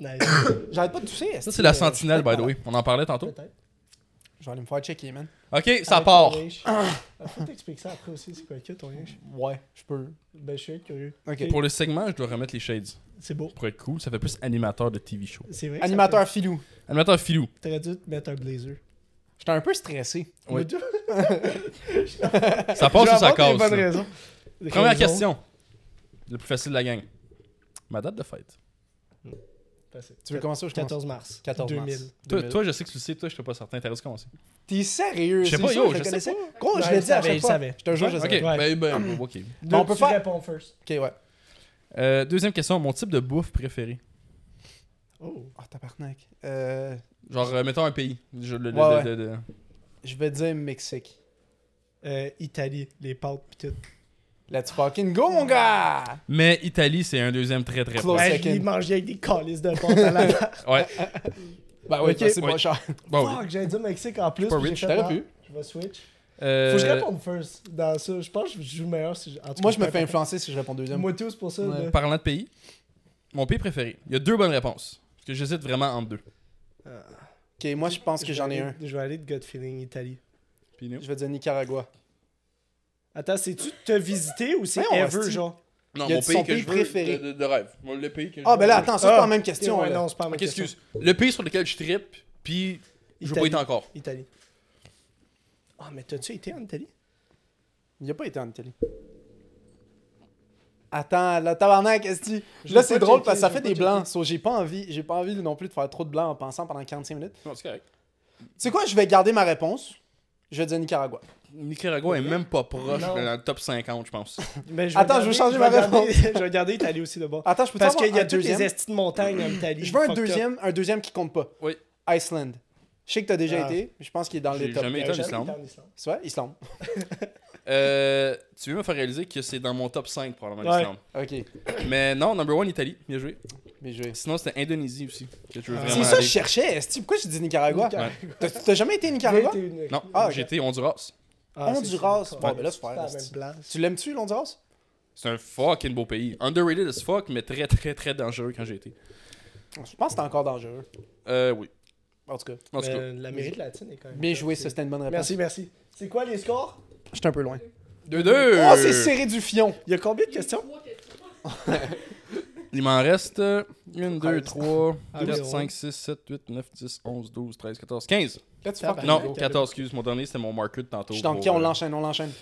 B: Nice.
C: J'arrête pas de tousser.
A: Ça, c'est la sentinelle, by the way. On en parlait tantôt.
B: Peut-être.
C: Je vais aller me faire checker, man.
A: Ok, ça
B: Avec
A: part.
B: ton riche. Faut t'expliquer ça après aussi, c'est quoi que ton riche?
C: Ouais, je peux.
B: Ben, je suis curieux.
C: Ok.
A: Pour le segment, je dois remettre les shades.
B: C'est beau.
A: Pour être cool, ça fait plus animateur de TV show.
B: C'est vrai. que ça
C: Animateur filou.
A: Animateur filou.
B: fait- T'aurais dû te mettre un blazer.
C: J'étais un peu stressé.
A: Oui.
B: Mais d'où-
A: Ça passe
B: Je
A: ou ça
B: vais avoir
A: casse
B: des
A: ça?
B: bonnes raisons. Des
A: Première
B: raisons.
A: question. Le plus facile de la gang. Ma date de fête.
B: Facile.
C: Tu veux commencer ou je commence?
B: 14 mars.
C: 14 mars.
B: 2000.
A: Toi,
C: 2000.
A: toi, je sais que tu le sais, toi, je suis pas certain. T'as dû commencer.
C: T'es sérieux?
A: Je sais
C: c'est
A: pas,
C: ça,
A: yo,
C: le
A: je sais
C: connaissais?
A: pas.
C: Gros,
B: Ouais,
C: je l'ai
B: il
C: dit à
B: savais,
C: chaque
B: il
C: fois.
B: savais.
C: Je te jure, je
A: Ok,
C: savais.
B: Ouais.
A: ben, ben, ok.
B: Deux,
C: on peut
B: tu
C: faire-
B: réponds first.
C: Ok, ouais.
A: Euh, deuxième question, mon type de bouffe préféré.
B: Oh.
C: Ah, tabarnak. Euh,
A: Genre, euh, mettons un pays. Je- le- le-
C: Ouais,
A: le- le- le-
C: je vais dire Mexique.
B: Euh, Italie, les pâtes pis tout.
C: Let's fucking go, mon gars!
A: Mais Italie, c'est un deuxième très très
C: Close.
A: proche.
B: Ouais,
C: second.
B: je l'ai mangé avec des calices de pâtes à la
A: Ouais.
C: Bah ouais, parce
B: Ok.
C: que c'est
A: Ouais.
C: pas cher.
A: Bon, Bah oui.
B: Fuck, j'avais dit Mexique en plus.
A: pas
B: puis j'ai
A: rich,
B: fait,
C: t'aurais
B: ah,
C: pu.
B: Je vais switch.
A: Euh,
B: Faut que je réponde first dans ça. Je pense que je joue meilleur si je. en tout
C: Moi,
B: cas,
C: je me
B: peu
C: fais
B: importe.
C: influencer si je réponds deuxième.
B: Moi, tout, c'est pour ça.
C: Ouais.
B: là.
A: Parlant de pays, mon pays préféré. Il y a deux bonnes réponses. Parce que j'hésite vraiment entre deux.
C: Ok, moi, je pense que
B: vais
C: j'en ai
B: aller-
C: un.
B: Je vais aller de gut feeling Italie.
A: Puis nous.
C: Je vais dire Nicaragua.
B: Attends, c'est-tu te visiter ou c'est
C: Ouais, on va
B: ever,
C: se-
B: genre
A: Non,
C: Il a
A: mon
C: dit
A: pays
C: son
A: que
C: pays
A: je veux
C: préféré.
A: de, de- de rêve. Moi, le pays que je
C: Ah,
A: veux.
C: ben là, attends, ça, c'est
B: Ah,
C: pas la même question.
B: Ok, ouais,
C: là.
B: non, c'est pas ma
A: Ok,
B: question.
A: excuse. Le pays sur lequel je trippe, puis je veux pas
B: Italie.
A: être encore.
B: Italie. Ah, mais t'as-tu été en Italie?
C: Il a pas été en Italie. Attends, là, tabarnak, est que
B: Je
C: Là,
B: l'ai
C: c'est
B: pas
C: drôle
B: checké,
C: parce que ça
B: je
C: fait
B: l'ai
C: des
B: pas
C: blancs. So, j'ai pas envie, j'ai pas envie non plus de faire trop de blancs en pensant pendant 45 minutes.
A: Non, c'est correct.
C: Tu sais quoi, je vais garder ma réponse. Je vais dire Nicaragua.
A: Nicaragua est même pas proche
B: Non.
A: de la top 50, je pense.
B: Mais
C: Attends, je veux changer ma
B: Ben, regarder-
C: réponse.
B: je vais regarder Italie aussi de bord.
C: Attends, je peux
B: Parce
C: Parce
B: qu'il y a
C: un
B: toutes les
C: deuxième?
B: estis de montagne en Italie.
C: Je veux un
B: Fuck
C: deuxième, un deuxième qui compte pas.
A: Oui.
C: Iceland. Je sais que t'as déjà
B: Ah.
C: été, mais je pense qu'il est dans les
A: J'ai
C: top.
A: jamais
B: up.
A: été en
B: J'ai jamais
A: Islande.
B: été Euh, en Islande.
C: C'est vrai? Islande.
A: Euh, tu veux me faire réaliser que c'est dans mon top 5, probablement,
B: Ouais.
A: l'Islande.
C: Ok,
A: Mais non, number one, Italie. Bien joué.
C: bien joué.
A: Sinon, c'était Indonésie aussi, que je veux
B: Ah.
A: vraiment
C: C'est ça que
A: aller.
C: je cherchais, Esti. Pourquoi j'ai dit Nicaragua?
B: Nicaragua.
C: T'as- T'as jamais été à
B: J'ai
C: Nicaragua?
B: été une-
A: Non,
C: Ah, ok.
A: j'étais Honduras.
B: Ah, c'est
C: Honduras.
B: sûr.
C: Bon, ben là, c'est
B: pas
C: pas
B: la
C: grave.
B: même place.
C: Tu l'aimes-tu, l'Honduras?
A: C'est un fucking beau pays. Underrated as fuck, mais très, très, très dangereux quand j'ai été.
C: Je pense que c'est encore dangereux.
A: Euh, oui.
C: En tout cas,
A: En tout cas,
B: Mais L'Amérique latine est quand même.
C: bien
B: top,
C: joué,
B: c'est-
C: ça, c'était une bonne réponse.
B: Merci, merci. C'est quoi les scores?
C: J'étais un peu loin.
A: 2-2.
C: Oh, c'est serré du fion!
B: Il y a combien de questions?
A: Il m'en reste euh, 1, 2,
C: Treize.
A: 3,
B: Ah,
A: 4,
B: zéro.
A: 5, 6, 7, 8, 9, 10, 11, 12, 13, 14, 15.
C: Là, tu
B: Tabarnak.
C: fucking
A: Non,
C: go.
A: 14, excuse. Mon dernier, c'était mon marker de tantôt.
C: Je suis dans le
A: pour,
C: cas, on
A: euh,
C: l'enchaîne, on l'enchaîne.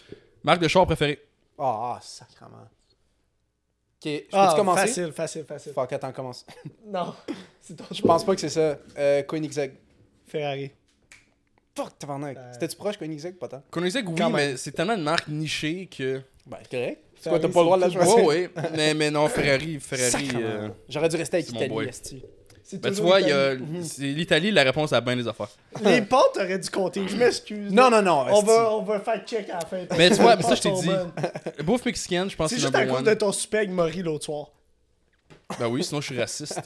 A: Marque de char préféré.
C: Ah, ah, sacrement. Ok, je peux-tu
B: Ah,
C: commencer?
B: facile, facile, facile.
C: Fuck, attends, commence.
B: Non, c'est ton
C: Je pense pas que c'est ça. Euh, Koenigsegg.
B: Ferrari.
C: Fuck, tabarnak.
B: Euh.
C: C'était-tu proche, Koenigsegg, pas tant?
A: Koenigsegg, oui,
B: Quand même.
A: mais c'est tellement une marque nichée que.
C: Ben, c'est correct. C'est quoi,
B: Ferrari,
C: t'as pas le droit de la
B: c'est
C: jouer?
A: Ouais, ouais. Mais, mais non, Ferrari, Ferrari.
C: Sacrement.
A: euh,
C: J'aurais dû rester avec
A: c'est mon
C: Italie,
A: boy.
C: esti.
B: C'est
A: Ben, tu
B: toujours
A: vois, il y
B: l'Italie.
A: a- c'est l'Italie, la réponse à bien des affaires.
B: Les pentes auraient dû compter, je m'excuse.
C: Non, non, non,
B: On
C: esti.
B: va, on va faire check à la fin.
A: Mais tu vois, mais ça, je t'ai
B: Elles sont
A: dit.
B: bonnes.
A: Bouffe mexicaine, je pense que
B: C'est
A: c'est
B: juste à
A: number
B: cause
A: one.
B: de ton super avec Maury l'autre soir.
A: Ben oui, sinon je suis raciste.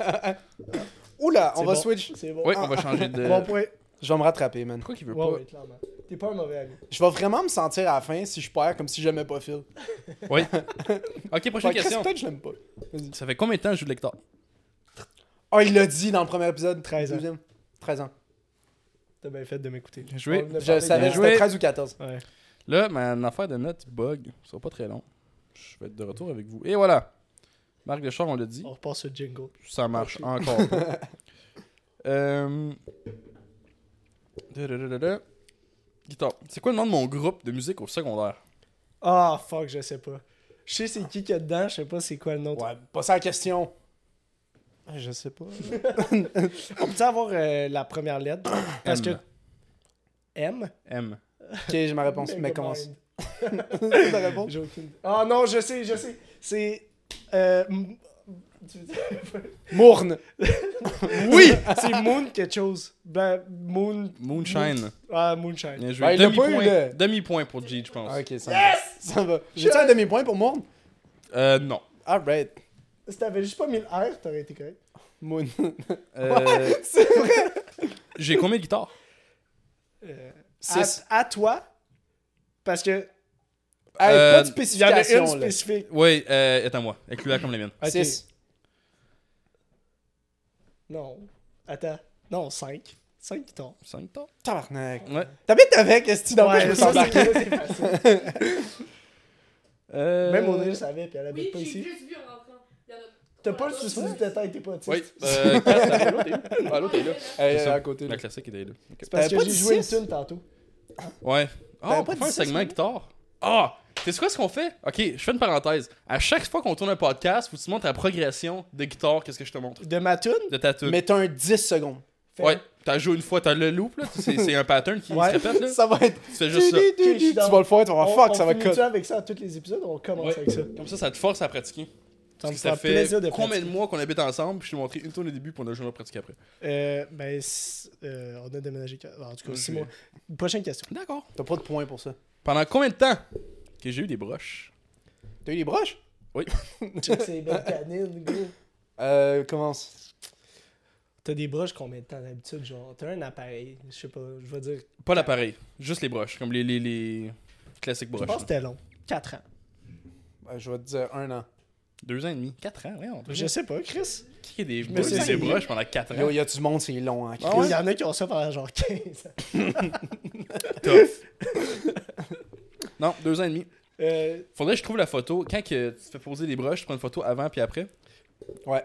C: Oula, on
B: C'est
C: va
B: bon.
C: switch.
B: C'est bon. Ah,
A: Oui, on va changer de.
B: Bon point.
C: Je vais me rattraper, man.
A: Pourquoi qu'il veut
B: Ouais,
A: pas.
B: ouais, clairement. T'es pas un mauvais ami.
C: Je vais vraiment me sentir à la fin si je perds comme si j'aimais pas Phil.
A: Oui. Ok, prochaine
C: Fait que
A: question.
C: peut-être que je l'aime pas.
A: Ça fait combien de temps que je joue de l'hectare
C: Ah, il l'a dit dans le premier épisode.
B: 13 ans.
C: Deuxième. 13 ans.
B: T'as bien fait de m'écouter.
A: Bien joué.
B: On en a
C: Je
B: parlé
C: savais
A: bien
C: que
B: hier.
A: joué.
C: c'était 13 ou 14.
B: Ouais.
A: Là, ma affaire de notes bug. Ce sera pas très long. Je vais être de retour avec vous. Et voilà. Marc Deschamps, on l'a dit.
B: On repart sur jingle.
A: Ça marche
B: Ok.
A: encore pas. Euh, da, da, da, da, da. Guitare. C'est quoi le nom de mon groupe de musique au secondaire
B: Ah, fuck, je sais pas. Je sais c'est qui qu'il y a dedans, je sais pas c'est quoi le nom.
C: Ouais, pas ça la question. Ah, Je sais pas.
B: On peut avoir euh, la première lettre? Parce que...
A: M.
B: M?
A: M.
C: Ok, j'ai ma réponse, mais
B: Megamind.
C: commence. C'est ta réponse?
B: J'ai aucune... Ah non, je sais, je sais. C'est... Euh... m- tu veux dire-
C: Mourne.
A: Oui
B: c'est Moon quelque chose. Ben, Moon...
A: Moonshine.
B: Ah, Moonshine.
A: Bien
C: Ben,
A: joué.
C: il l'a pas eu,
A: Demi-point.
C: là.
A: Demi-point pour G, je pense.
C: Ah, ok, ça va. Ça va. J'ai-tu un demi-point pour Mourne?
A: Euh, non.
C: Alright.
B: Si t'avais juste pas mis le R, t'aurais été correct.
C: Moon.
A: Euh,
C: C'est vrai.
A: J'ai combien de guitares
B: Euh, à,
C: Six.
B: à toi, parce que
C: Hey,
A: Euh,
C: pas de
B: il y en a une
C: spécification, là.
B: spécifique.
A: Oui, euh, est à moi. Inclus-la comme les miennes.
B: Ok.
C: Six.
B: Non. Attends. Non, 5. 5 guitares.
A: 5 guitares
C: Tabarnak.
A: Ouais.
C: T'habites avec, Esti, dans quoi je me
B: ça,
C: sens mal.
B: c'est- c'est facile.
A: Euh,
B: Même Audrey le savait, puis elle avait
E: Oui,
B: pas
E: j'ai
B: ici.
E: juste vu en rentrant. Il y en a-
B: T'as pas le
E: Ouais,
B: souci
E: ouais.
B: du détail, t'es pas autiste.
A: Oui, euh, Kat, t'es là, t'es là. Ah, l'autre est là.
C: Hey,
A: C'est ça.
C: à côté, là.
A: La classique est là. Ok.
B: Parce
C: T'avais
B: que
C: pas
B: j'ai
C: dit
B: joué une
C: six?
B: tune tantôt.
A: Ouais. Ah,
C: T'avais
A: on peut
C: pas
A: faire un
C: dit ça,
A: segment
C: Simon?
A: guitare. Ah! C'est quoi ce qu'on fait? Ok, je fais une parenthèse. À chaque fois qu'on tourne un podcast, faut que tu montres la progression de guitare, qu'est-ce que je te montre?
B: De ma tune?
A: De ta tune.
C: Mais t'as un 10 secondes.
B: Fait-
A: Ouais, t'as joué une fois, t'as le loop, là. C'est c'est un pattern qui
B: Ouais.
A: se répète, là.
C: Ça va être.
A: Tu fais juste ça.
B: je suis
C: Tu
B: dans-
C: vas le faire, tu vas
B: Oh, On,
C: faire oh, fuck, ça va
B: finit
C: cut.
B: avec ça à tous les épisodes, on commence
A: Ouais.
B: avec ça.
A: Comme ça, ça te force à pratiquer.
B: Ça
A: Parce
B: me
A: que ça
B: fait
A: fait
B: plaisir de
A: combien
B: pratiquer.
A: de mois qu'on habite ensemble, puis je t'ai montré une tourne au début, puis on a jamais pratiqué après.
B: Euh, ben, c'est- euh, on a déménagé. quand- En tout cas,
A: Ouais, je-
B: six mois. Prochaine question.
A: D'accord.
C: T'as pas de points pour ça.
A: Pendant combien de temps que j'ai eu des broches?
C: T'as eu les broches?
B: Check ses bonnes canines, gros.
C: Euh, commence.
B: T'as des broches combien de temps d'habitude? Genre, t'as un appareil, je sais pas, je vais dire.
A: Pas l'appareil, juste les broches, comme les, les, les classiques
B: Je
A: broches.
B: pense que
A: là.
B: c'était long. 4 ans.
C: Ben, je vais te dire un an.
A: Deux ans et demi. Quatre ans, ouais. On
B: Je sais pas, Chris.
A: Qui a des,
B: me suis
A: des
B: essayé.
A: broches pendant quatre ans?
C: Yo, y a du monde, c'est long, hein.
A: Ah
B: Il
A: ouais?
B: y en a qui ont ça pendant genre 15 ans.
A: Tough. non, deux ans et demi.
B: Euh,
A: Faudrait que je trouve la photo. Quand que tu te fais poser les broches, tu prends une photo avant puis après.
C: Ouais.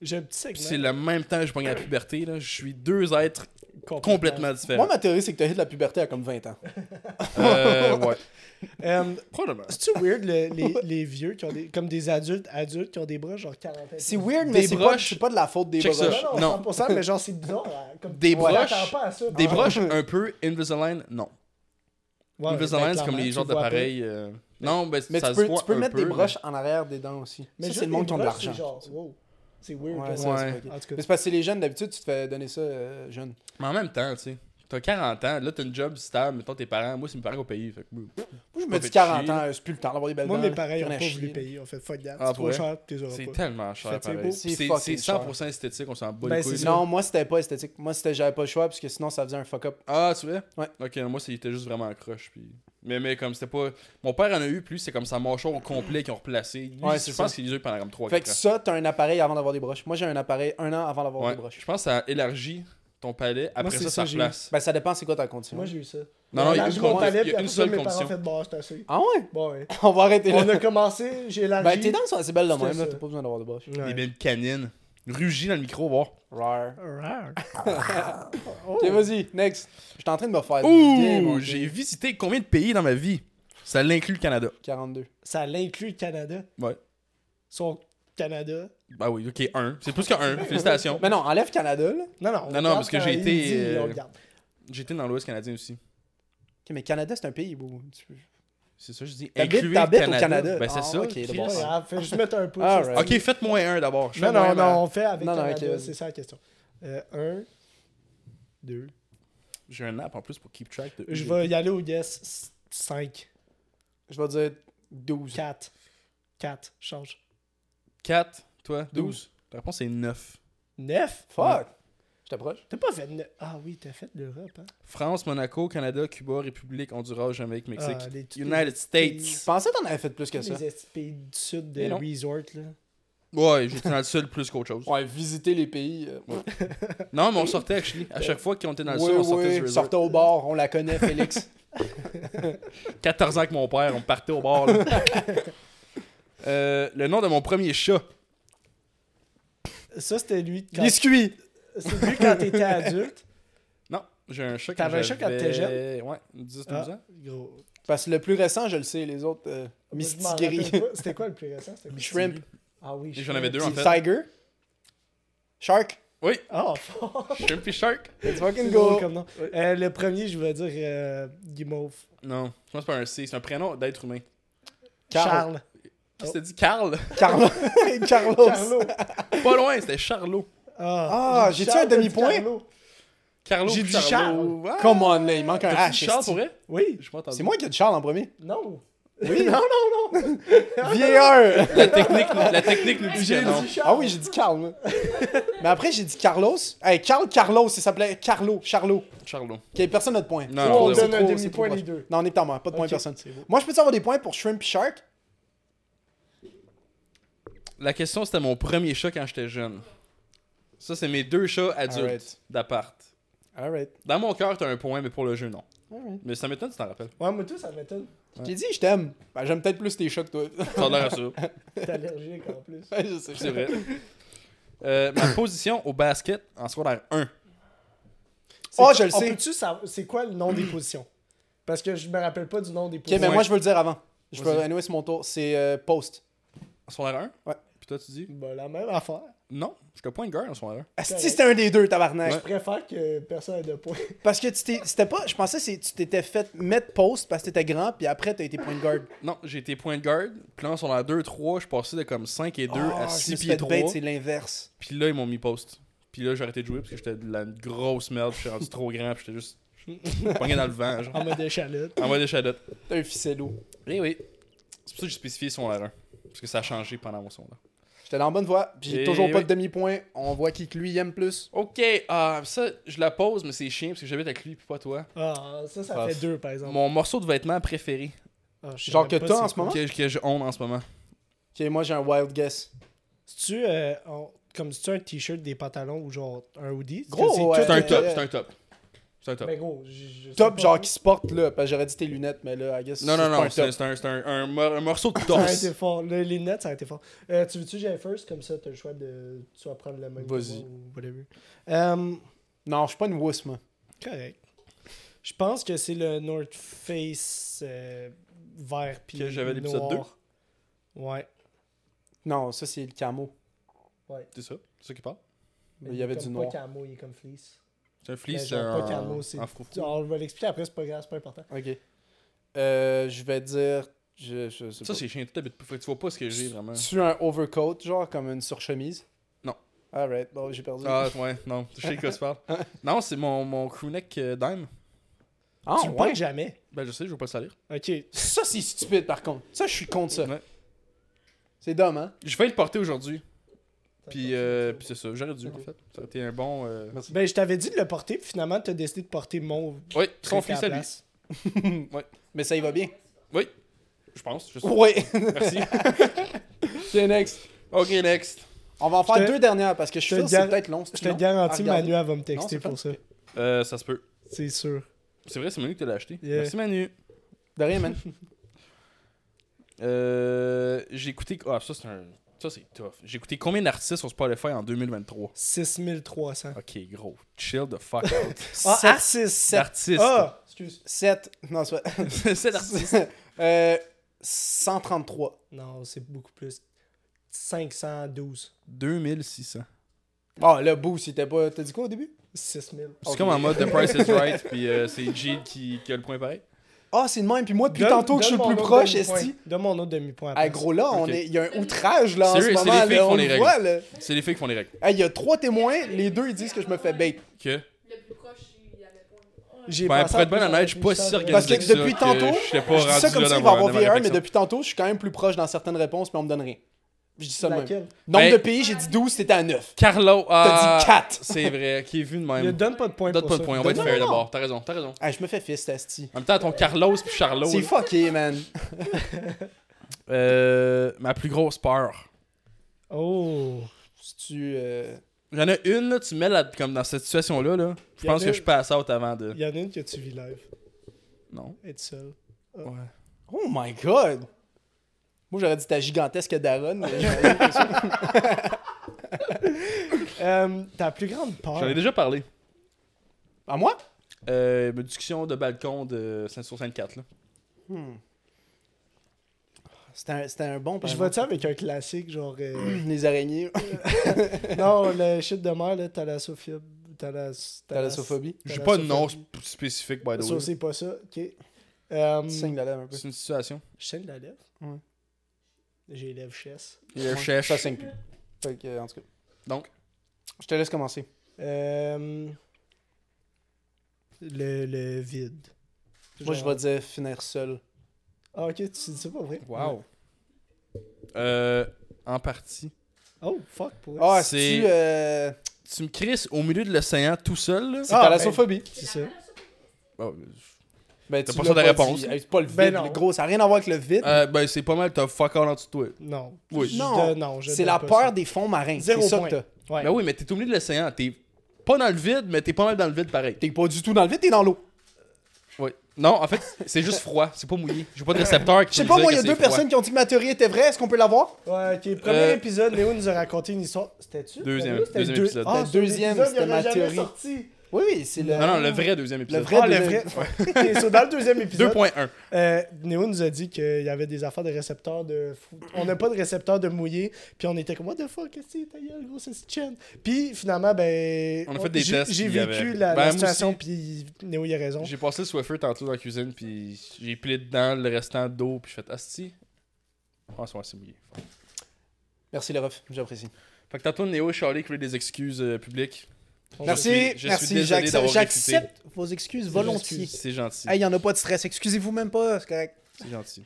B: J'ai un petit
A: Puis c'est
B: segment.
A: le même temps que je pogne la puberté. Là. Je suis deux êtres
B: complètement.
A: complètement différents.
C: Moi, ma théorie, c'est que t'as hit la puberté à comme 20 ans.
A: Euh, ouais.
B: Euh,
A: Probablement.
B: C'est-tu weird, le- les, les vieux qui ont des. Comme des adultes, adultes qui ont des bras, genre 40 ans.
C: C'est weird,
A: Des
C: mais c'est pas,
A: broches.
C: c'est pas de la faute des
A: Check
C: broches.
A: ça.
B: Non,
A: Non.
B: non, 100%, mais genre, c'est bizarre. hein, Comme,
A: Des
B: tu t'attends
A: broches-
B: pas à ça. Ah,
A: Des
B: Ouais,
A: broches un peu Invisalign, non.
B: ouais, ben,
A: Invisalign, c'est comme les
B: clairement, tu
A: genres
B: le vois pas.
A: d'appareils. euh, Non, ben,
C: Mais
A: ça
C: tu
A: se
C: peux,
A: voit
C: tu peux
A: un
C: mettre
A: peu,
C: des broches en arrière des dents aussi.
B: Mais
C: Mais ça,
B: juste
C: c'est le monde
B: les
C: qui a de
B: broches,
C: l'argent.
B: C'est genre, wow, c'est weird.
C: Ouais,
B: comme
C: ça,
B: ça.
A: Ouais.
C: c'est pas ok.
B: En tout cas,
C: Mais c'est parce que c'est les jeunes, d'habitude, tu te fais donner ça euh, jeune.
A: Mais en même temps, tu sais, t'as 40 ans, là t'as une job stable, mettons tes parents, moi c'est mes parents au pays, fait que moi,
C: Moi, je
A: Pas
C: me dis
A: fait
C: 40
A: chier.
C: ans, c'est plus le temps d'avoir des belles
B: moi,
C: dents.
B: mes parents, ils
C: rien
B: ont
C: à
B: pas
C: chier.
B: voulu payer. On fait fuck that.
A: Ah,
B: c'est
A: pour
B: trop
A: vrai?
B: cher, tu les auras
A: c'est
B: pas.
A: tellement cher
B: Fait que c'est
A: pareil.
B: beau.
A: Puis
C: C'est
A: C'est
C: fucking
A: c'est 100% esthétique, on s'en bat
B: Ben,
A: les
B: c'est
A: couilles.
B: ça.
A: là.
C: Non, moi, c'était pas esthétique. Moi, c'était j'avais pas le choix parce que sinon, ça faisait un fuck-up.
A: Ah, tu vois?
C: Ouais.
A: Ok, moi c'était juste vraiment croche puis mais, mais comme c'était pas. Mon père en a eu plus, c'est comme sa mâchoire au complet qu'ils ont replacé. Lui,
C: Ouais,
A: je
C: c'est
A: pense
C: ça.
A: qu'il les a eu pendant comme 3
C: Fait que
A: 4 ans.
C: ça, t'as un appareil avant d'avoir des broches. Moi, j'ai un appareil un an avant d'avoir
A: Ouais.
C: des broches.
A: Je pense que ça élargit ton palais, après ça,
B: c'est ça
A: ça
B: que j'ai eu.
A: replace.
C: Ben, ça dépend c'est quoi ta condition.
B: Moi, j'ai eu ça.
A: Non, non, il y a
B: J'ai
A: une,
B: mon
A: condi-
B: palais,
A: il y a
B: puis
A: une
B: après ça,
A: seule
B: mes parents ont
A: condition.
B: fait bon, c'est assez.
C: Ah ouais?
B: Bon, ouais.
C: On va arrêter là.
B: On a commencé, j'ai élargi.
C: Ben, tes dents sont assez belles de
B: C'était
C: même, là.
B: ça.
C: T'as pas besoin d'avoir de broches.
A: Des belles canines. Rugis dans le micro, voir.
C: Rare.
B: Rare.
C: Ok, vas-y, next. J'étais en train de me faire.
A: Ouh,
C: démonter.
A: j'ai visité combien de pays dans ma vie? Ça l'inclut le Canada.
C: 42.
B: Ça l'inclut le Canada.
A: Ouais.
B: Son Canada.
A: Bah oui, ok, un. C'est plus qu'un. Félicitations.
C: Mais non, enlève Canada, là.
B: Non, non.
A: Non, non,
B: on regarde
A: parce que
B: quand
A: j'ai
B: il
A: été,
B: dit,
A: euh,
B: on regarde.
A: J'étais dans l'Ouest canadien aussi.
C: Ok, mais Canada, c'est un pays, bro. Tu-
A: C'est ça, je dis.
C: T'habites-
A: Incluez le
C: t'habites au
A: Canada.
C: Canada.
A: Ben c'est
C: Ah,
A: ça.
C: ok, de
A: Chris.
C: bon
B: Pas
A: ok,
B: grave, Fais juste mettre un peu.
C: All
B: ça,
C: right.
B: c'est-
A: faites-moi un d'abord. Je fais
B: Non, non,
A: moins
B: non,
A: un.
B: on fait avec
C: Non, non,
B: Canada,
C: ok, vas-y.
B: c'est ça la question. Euh, un, deux.
A: J'ai un app en plus pour keep track de.
B: Je vais y aller au yes. 5,
C: Je vais dire 12.
B: 4, 4, change.
A: 4, toi, 12.
C: Douze.
A: Ta réponse est 9.
B: 9?
C: Fuck. Je t'approche.
B: T'as pas fait. ne- Ah oui, t'as fait l'Europe, hein?
A: France, Monaco, Canada, Cuba, République, Honduras, Jamaïque, Mexique.
B: Ah, les- tous les-
A: United
C: Je
A: States.
C: pensais que t'en avais fait plus que
B: Tous
C: ça.
B: les estis pays du sud
A: Mais
B: de
A: non.
B: resort, là.
A: Ouais, j'étais dans le sud plus qu'autre chose.
C: Ouais, visiter les pays. euh,
A: Non, mais on sortait, actually. À chaque fois qu'on était dans le
C: oui,
A: sud, on sortait
C: oui,
A: du resort.
C: sortez au bord, on la connaît, Félix.
A: 14 ans avec mon père, on partait au bar. là. Euh, le nom de mon premier chat.
B: Ça, c'était lui. Quand...
C: Biscuit.
B: C'est lui quand t'étais adulte.
A: Non, j'ai un chat
B: T'avais un chat quand t'étais
A: j'avais- Ouais, 10-12
B: Ah,
A: ans.
B: gros.
C: Parce que le plus récent, je le sais, les autres, euh,
B: Je m'en
C: Mystigri.
B: rappelle pas. C'était quoi le plus récent? C'était quoi?
C: Shrimp.
B: Ah oui.
A: Et J'en avais deux en fait.
C: Tiger. Shark.
A: Oui,
B: Oh, fuck.
A: Shrimpy Shark.
C: Let's
B: C'est
C: fucking
B: drôle
C: go.
B: comme nom. Euh, le premier, je vais dire euh, Guimauve.
A: Non, je pense pas un C, c'est un prénom d'être humain.
C: Carl.
B: Charles. Oh.
A: Qu'est-ce que t'as dit, Carl
C: Carlo. Carlos.
B: Carlo.
A: Pas loin, c'était Charlot.
C: Ah,
B: j'ai dit
C: j'ai-tu
B: Charles,
C: un
B: t'as dit
C: demi-point?
B: Carlo.
A: Carlo
B: J'ai
A: puis
B: dit
A: Charlot. Ouais.
C: Come on, là, il manque un
A: T'as
C: H.
A: dit Charles
C: esti.
A: pour vrai
B: Oui.
A: Je pas entendu.
C: Ah, C'est moi qui ai dit Charles en premier.
B: Non.
C: Oui.
B: non, non, non. Ah.
C: Vieilleur.
A: La technique, la technique nous dit que
B: J'ai
A: non.
B: dit Charles.
C: Ah oui, j'ai dit Carl. moi. Mais après, j'ai dit Carlos. Hey, Carl Carlos, il s'appelait Carlo. Charlot.
A: Charlot.
C: Ok, personne n'a de point.
A: Non,
C: C'est
A: non,
C: trop-
A: on
C: c'est
B: donne un
C: trop-
B: demi-point
C: c'est trop
B: les
C: proche.
B: deux.
C: Non, on est en main, pas de point
B: Ok,
C: personne.
B: c'est beau.
C: Moi, je peux avoir des points pour Shrimp et Shark.
A: La question, c'était mon premier chat quand j'étais jeune. Ça, c'est mes deux chats adultes
C: Alright.
A: d'appart.
C: Alright.
A: Dans mon cœur, t'as un point, mais pour le jeu, non.
C: Alright.
A: Mais ça m'étonne, tu t'en rappelles.
B: Ouais, moi, tout, ça m'étonne.
C: J'ai dit, je t'aime. Ben, j'aime peut-être plus tes chats que toi.
A: Ça a l'air à ça.
B: T'es allergique en plus.
C: je sais.
A: C'est vrai. Euh, ma position au basket en secondaire 1.
C: Oh,
B: C'est-
C: je le
B: on
C: sais.
B: peut-tu savoir- c'est quoi le nom des positions? Parce que je me rappelle pas du nom des
C: Ok,
B: positions.
C: mais moi, je veux le dire avant. Je veux,
A: Vas-y.
C: anyway, c'est mon tour. C'est euh, Post.
A: En secondaire 1?
C: Ouais.
A: Puis toi, tu dis
B: Bah, la même
C: Ah,
B: affaire.
A: Non, je te point guard en secondaire
C: Asti, c'était un des deux, tabarnak.
B: Je préfère que personne ait de points.
C: Parce que tu t'es- c'était pas. Je pensais que tu t'étais fait mettre Post parce que t'étais grand, puis après, t'as été point guard.
A: 1. Non, j'ai été point guard. Puis là, en secondaire 2, 3, je suis passé de comme 5 et 2 à
C: Ah, je
A: 6
C: me suis
A: pieds
C: fait
A: 3.
C: bait, C'est l'inverse.
A: Puis là, ils m'ont mis post. Puis là, j'ai arrêté de jouer parce que j'étais de la grosse merde. puis Je suis rendu trop grand. Puis j'étais juste pogné dans le vent. Genre.
B: En mode échalote.
A: En mode échalote.
C: T'as un ficello.
A: Eh oui. C'est pour ça que j'ai spécifié son R1. Parce que ça a changé pendant mon son.
C: J'étais dans la bonne voie, puis j'ai
A: Et
C: toujours pas
A: Eh oui.
C: de demi-point. On voit qui que lui aime plus.
A: Ok, ah, ça, je la pose, mais c'est chiant parce que j'habite avec lui puis pas toi.
B: Ah, ça, ça
C: Ah,
B: fait deux, par exemple.
A: Mon morceau de vêtement préféré
B: Ah, je
C: Genre
B: savais
C: que
B: pas
C: t'as
B: c'est
C: en ce
B: quoi.
C: moment?
A: que, que je honte en ce moment.
C: Ok, moi j'ai un wild guess.
B: C'est-tu, euh, on- comme si tu un t-shirt, des pantalons ou genre un hoodie?
C: Gros,
B: C'est
C: ouais.
B: tout-
A: C'est un
C: Euh,
A: top,
C: euh,
A: c'est un top. C'est un top.
B: Mais gros, je, je sais
C: Top,
B: pas.
C: genre qui se porte là, parce que j'aurais dit tes lunettes, mais là, I guess.
A: non, non,
C: c'est pas
A: non,
C: un
A: c'est
C: top.
A: c'est un, c'est un, un mor- un morceau de
B: Ça a
A: torse.
B: été fort. Le- les lunettes, ça a été fort. Euh, tu veux-tu que j'aille first? Comme ça, t'as le choix de soit prendre le même que
C: Vas-y.
B: moi ou whatever. Euh,
C: Non, je suis pas une wuss, moi.
B: correct. Je pense que c'est le North Face euh, vert puis
A: Que j'avais à l'épisode
B: noir. Ouais.
C: Non, ça, c'est le camo.
A: C'est ça, c'est ça qui parle.
C: Mais il y avait du
B: comme pas
C: noir.
B: camo, il est comme fleece.
A: C'est un
B: Mais
A: fleece,
B: genre,
A: un.
B: pas camo, c'est-
A: un froufrou.
B: On va l'expliquer après, c'est pas grave, c'est pas important.
C: Ok. Euh, je vais dire. Je, je sais
A: Ça,
C: pas.
A: c'est chien de tête, mais tu vois pas ce que j'ai vraiment.
C: Tu as un overcoat, genre comme une surchemise
A: Non.
C: Alright, bon, j'ai perdu.
A: Ah, ouais, non, je sais de quoi tu parles. Non, c'est mon, mon crewneck euh, dime.
C: Ah,
B: tu le
C: ouais.
B: portes jamais.
A: Ben, je sais, je veux pas le salir.
B: Ok.
C: Ça, c'est stupide par contre. Ça, je suis contre ça.
A: Ouais.
C: C'est dumb, hein
A: Je vais le porter aujourd'hui, puis, euh, puis
B: Puis,
A: c'est ça, j'aurais dû, en fait. Ça aurait été un bon. euh,
C: Merci.
B: Ben, je t'avais dit de le porter, puis finalement, t'as décidé de porter mon.
A: Ouais, son
B: truc à
A: fleece
B: la
A: à lui.
B: place.
C: Mais ça y va bien.
A: Oui, je pense, je sais.
C: Ouais.
A: Merci.
C: c'est next.
A: ok, next.
C: On va en
B: Je
C: faire
B: te-
C: deux dernières parce que je
B: je
C: suis sûr
B: te
C: que c'est
B: gar-
C: peut-être long. c'est
B: Je te
C: long.
B: garantis,
C: Ah, regarde.
B: Manu, elle va me texter
C: c'est pas-
B: pour ça.
A: Euh, ça se peut.
B: C'est sûr.
A: C'est vrai, c'est Manu qui te l'a acheté.
B: Yeah.
A: Merci, Manu.
C: De rien, man.
A: Euh, j'ai écouté. Ah, ça, c'est un. Ça, c'est tough. J'ai écouté combien d'artistes sur Spotify en 2023
B: 6300.
A: Ok, gros. Chill the fuck out.
B: Ah,
C: Sept-
B: artiste.
C: sept-
A: D'artistes.
B: Ah! Excuse.
C: sept- Non, c'est pas.
A: c'est l'artiste.
C: Euh, 133.
B: Non, c'est beaucoup plus. 512.
A: 2600.
C: Ah, le boost, c'était pas. T'as dit quoi au début
B: 6000.
A: C'est
C: Ok.
A: comme en mode The Price is Right, puis euh, c'est Gilles qui, qui a le point pareil.
C: Ah, c'est le même. Puis moi, depuis
B: Donne-
C: tantôt que je suis
B: donne
C: le
B: mon
C: plus
B: autre
C: proche,
B: demi-point.
C: Esti.
B: Donne mon autre demi-point.
C: Ah,
B: après.
C: gros, là, on
A: Ok.
C: est... il y a un outrage, là, en
A: C'est
C: ce
A: eux- c'est
C: moment.
A: les filles
C: là,
A: qui font
C: on
A: les
C: le
A: règles.
C: voit, là.
A: C'est les filles qui font les règles.
C: Ah, Il y a trois témoins, les deux, ils disent que je me fais bait.
A: Que?
D: Le plus proche, il y avait pas.
B: J'ai
A: Ben,
B: pensé
A: pour être
B: à
A: bien
B: plus
A: honnête, je suis pas
B: réfléchir
A: si
B: à-
A: organisé.
C: Parce que
A: que ça,
C: depuis
A: que
C: tantôt,
A: je sais pas
C: Je dis ça
A: rendu
C: comme
A: là dans
C: ça, il va
A: ma-
C: avoir
A: dans ma
C: VR, mais
A: réflexion.
C: depuis tantôt, je suis quand même plus proche dans certaines réponses, mais on me donne rien. Je dis ça de même.
B: Laquelle?
C: Nombre
A: Ben- Euh,
C: de pays, j'ai dit 12, c'était à 9.
A: Carlo
C: T'as
A: a.
C: dit 4.
A: C'est vrai, qui est vu de
B: Ne
A: même.
B: donne pas de point
A: Donne
B: pour
A: pas
B: ça.
A: de point, on va être
C: Non,
A: fair
C: non, non.
A: d'abord. T'as raison, t'as raison.
C: Ah, je me fais fist, Asti.
A: En même temps, ton Carlos puis Charlot.
C: C'est
A: là.
C: fucké, man.
A: Euh, ma plus grosse peur.
B: Oh.
C: Si tu. euh,
A: J'en ai une, là, tu mets là, comme dans cette situation-là, là, je
B: Y en
A: pense
B: a
A: que
B: une-
A: je passe out avant de...
B: Il y en a une que tu vis live.
A: Non.
B: Être seul.
A: Ouais.
C: Oh my god! Moi, j'aurais dit ta gigantesque daronne. mais-
B: Euh, ta plus grande peur.
A: J'en ai déjà parlé.
C: à moi?
A: Euh, ma discussion de balcon de saint sur 4 là.
C: C'était un, c'était un bon. par
B: Je vais
C: exemple.
B: ça avec un classique, genre. euh,
C: Les araignées.
B: non, le shit de mer, là, thalassophobie. Thalas...
C: Thalassophobie.
A: J'ai pas de nom sp- spécifique, by the
B: Ça,
A: way.
B: c'est pas ça. Ok. Euh,
C: Tu saignes la lèvre un peu.
A: C'est une situation.
B: Je saigne la lèvre.
C: Ouais.
B: J'ai les lèvres chess.
A: Il
C: Ouais,
A: cherche.
C: Ça saigne plus. Fait que, euh, en tout cas.
A: Donc,
C: Je te laisse commencer.
B: Euh, le, le vide.
C: Moi, je
B: Genre-
C: vais dire finir seul.
B: Ah, ok, tu dis ça pas vrai.
A: wow. Euh, en partie.
B: Oh, fuck, pour vrai.
C: Ah,
A: C'est-
C: c'est. Euh...
A: Tu me crisses au milieu de l'océan tout seul, là?
C: C'est
B: Ah,
C: thalassophobie.
B: C'est ça.
A: Oh, je-
C: Ben,
A: T'as
C: tu
A: pas
C: l'as
A: ça de réponse.
C: dit. Hey, C'est pas le vide,
B: Ben non.
C: le gros. Ça n'a rien à voir avec le vide.
A: Euh, ben, c'est pas mal, t'as fuck all en dessous de toi.
B: Non.
A: Oui.
B: Je
C: Non.
B: donne- non je
C: c'est
B: donne
C: la
B: pas
C: peur
B: ça.
C: des fonds marins. C'est
B: Zéro
C: ça que
B: point.
C: t'as.
B: Ouais.
A: Ben oui, mais t'es au milieu de l'océan. T'es pas dans le vide, mais t'es pas mal dans le vide pareil.
C: T'es pas du tout dans le vide, t'es dans l'eau.
A: Oui. Non, en fait, c'est juste froid. C'est pas mouillé. J'ai pas de récepteur qui
C: Je sais
A: peut
C: pas,
A: me
C: moi, il
A: dire
C: y a
A: que c'est
C: deux
A: froid.
C: personnes qui ont dit que ma théorie était vraie. Est-ce qu'on peut la voir
B: Ouais, ok. Premier
A: Euh,
B: épisode, Léo nous a raconté une histoire. C'était-tu?
A: Deuxième-
B: Léo, c'était le
A: deuxième
B: deux-
A: épisode.
B: Ah,
C: Le
B: c'est un
C: deuxième,
B: épisode, il
C: c'était
B: aurait
C: ma
B: jamais
C: théorie.
B: sorti.
C: Oui, oui, c'est le.
A: Non, non, le vrai deuxième épisode.
C: Le vrai
B: Ah, le
C: deuxième-
B: vrai. Ouais. Ok, so, dans le deuxième épisode,
A: 2.1.
B: euh, Néo nous a dit qu'il y avait des affaires de récepteurs de. fou- On n'a pas de récepteurs de mouillé, puis on était comme, What the fuck, qu'est-ce que c'est, ta gueule, gros, c'est cette chaîne. Puis finalement, ben.
A: On a fait des
B: j'ai-
A: tests,
B: J'ai
A: puis il y avait-
B: vécu la,
A: Ben,
B: la
A: moi
B: situation,
A: aussi.
B: puis Néo, il a raison.
A: J'ai passé le Swiffer tantôt dans la cuisine, puis j'ai pilé dedans le restant d'eau, puis j'ai fait Asti. Ah, c'est moi, c'est mouillé.
C: Merci, le ref. J'apprécie.
A: Fait que tantôt, Néo et Charlie qui voulaient des excuses euh, publiques.
B: On-
C: Merci,
A: suis- je suis
C: merci.
A: désolé
C: J'accepte
A: d'avoir
C: j'accepte vos excuses volontiers.
A: C'est gentil.
C: Hey, y'en a pas de stress. Excusez-vous même pas, c'est correct.
A: C'est gentil.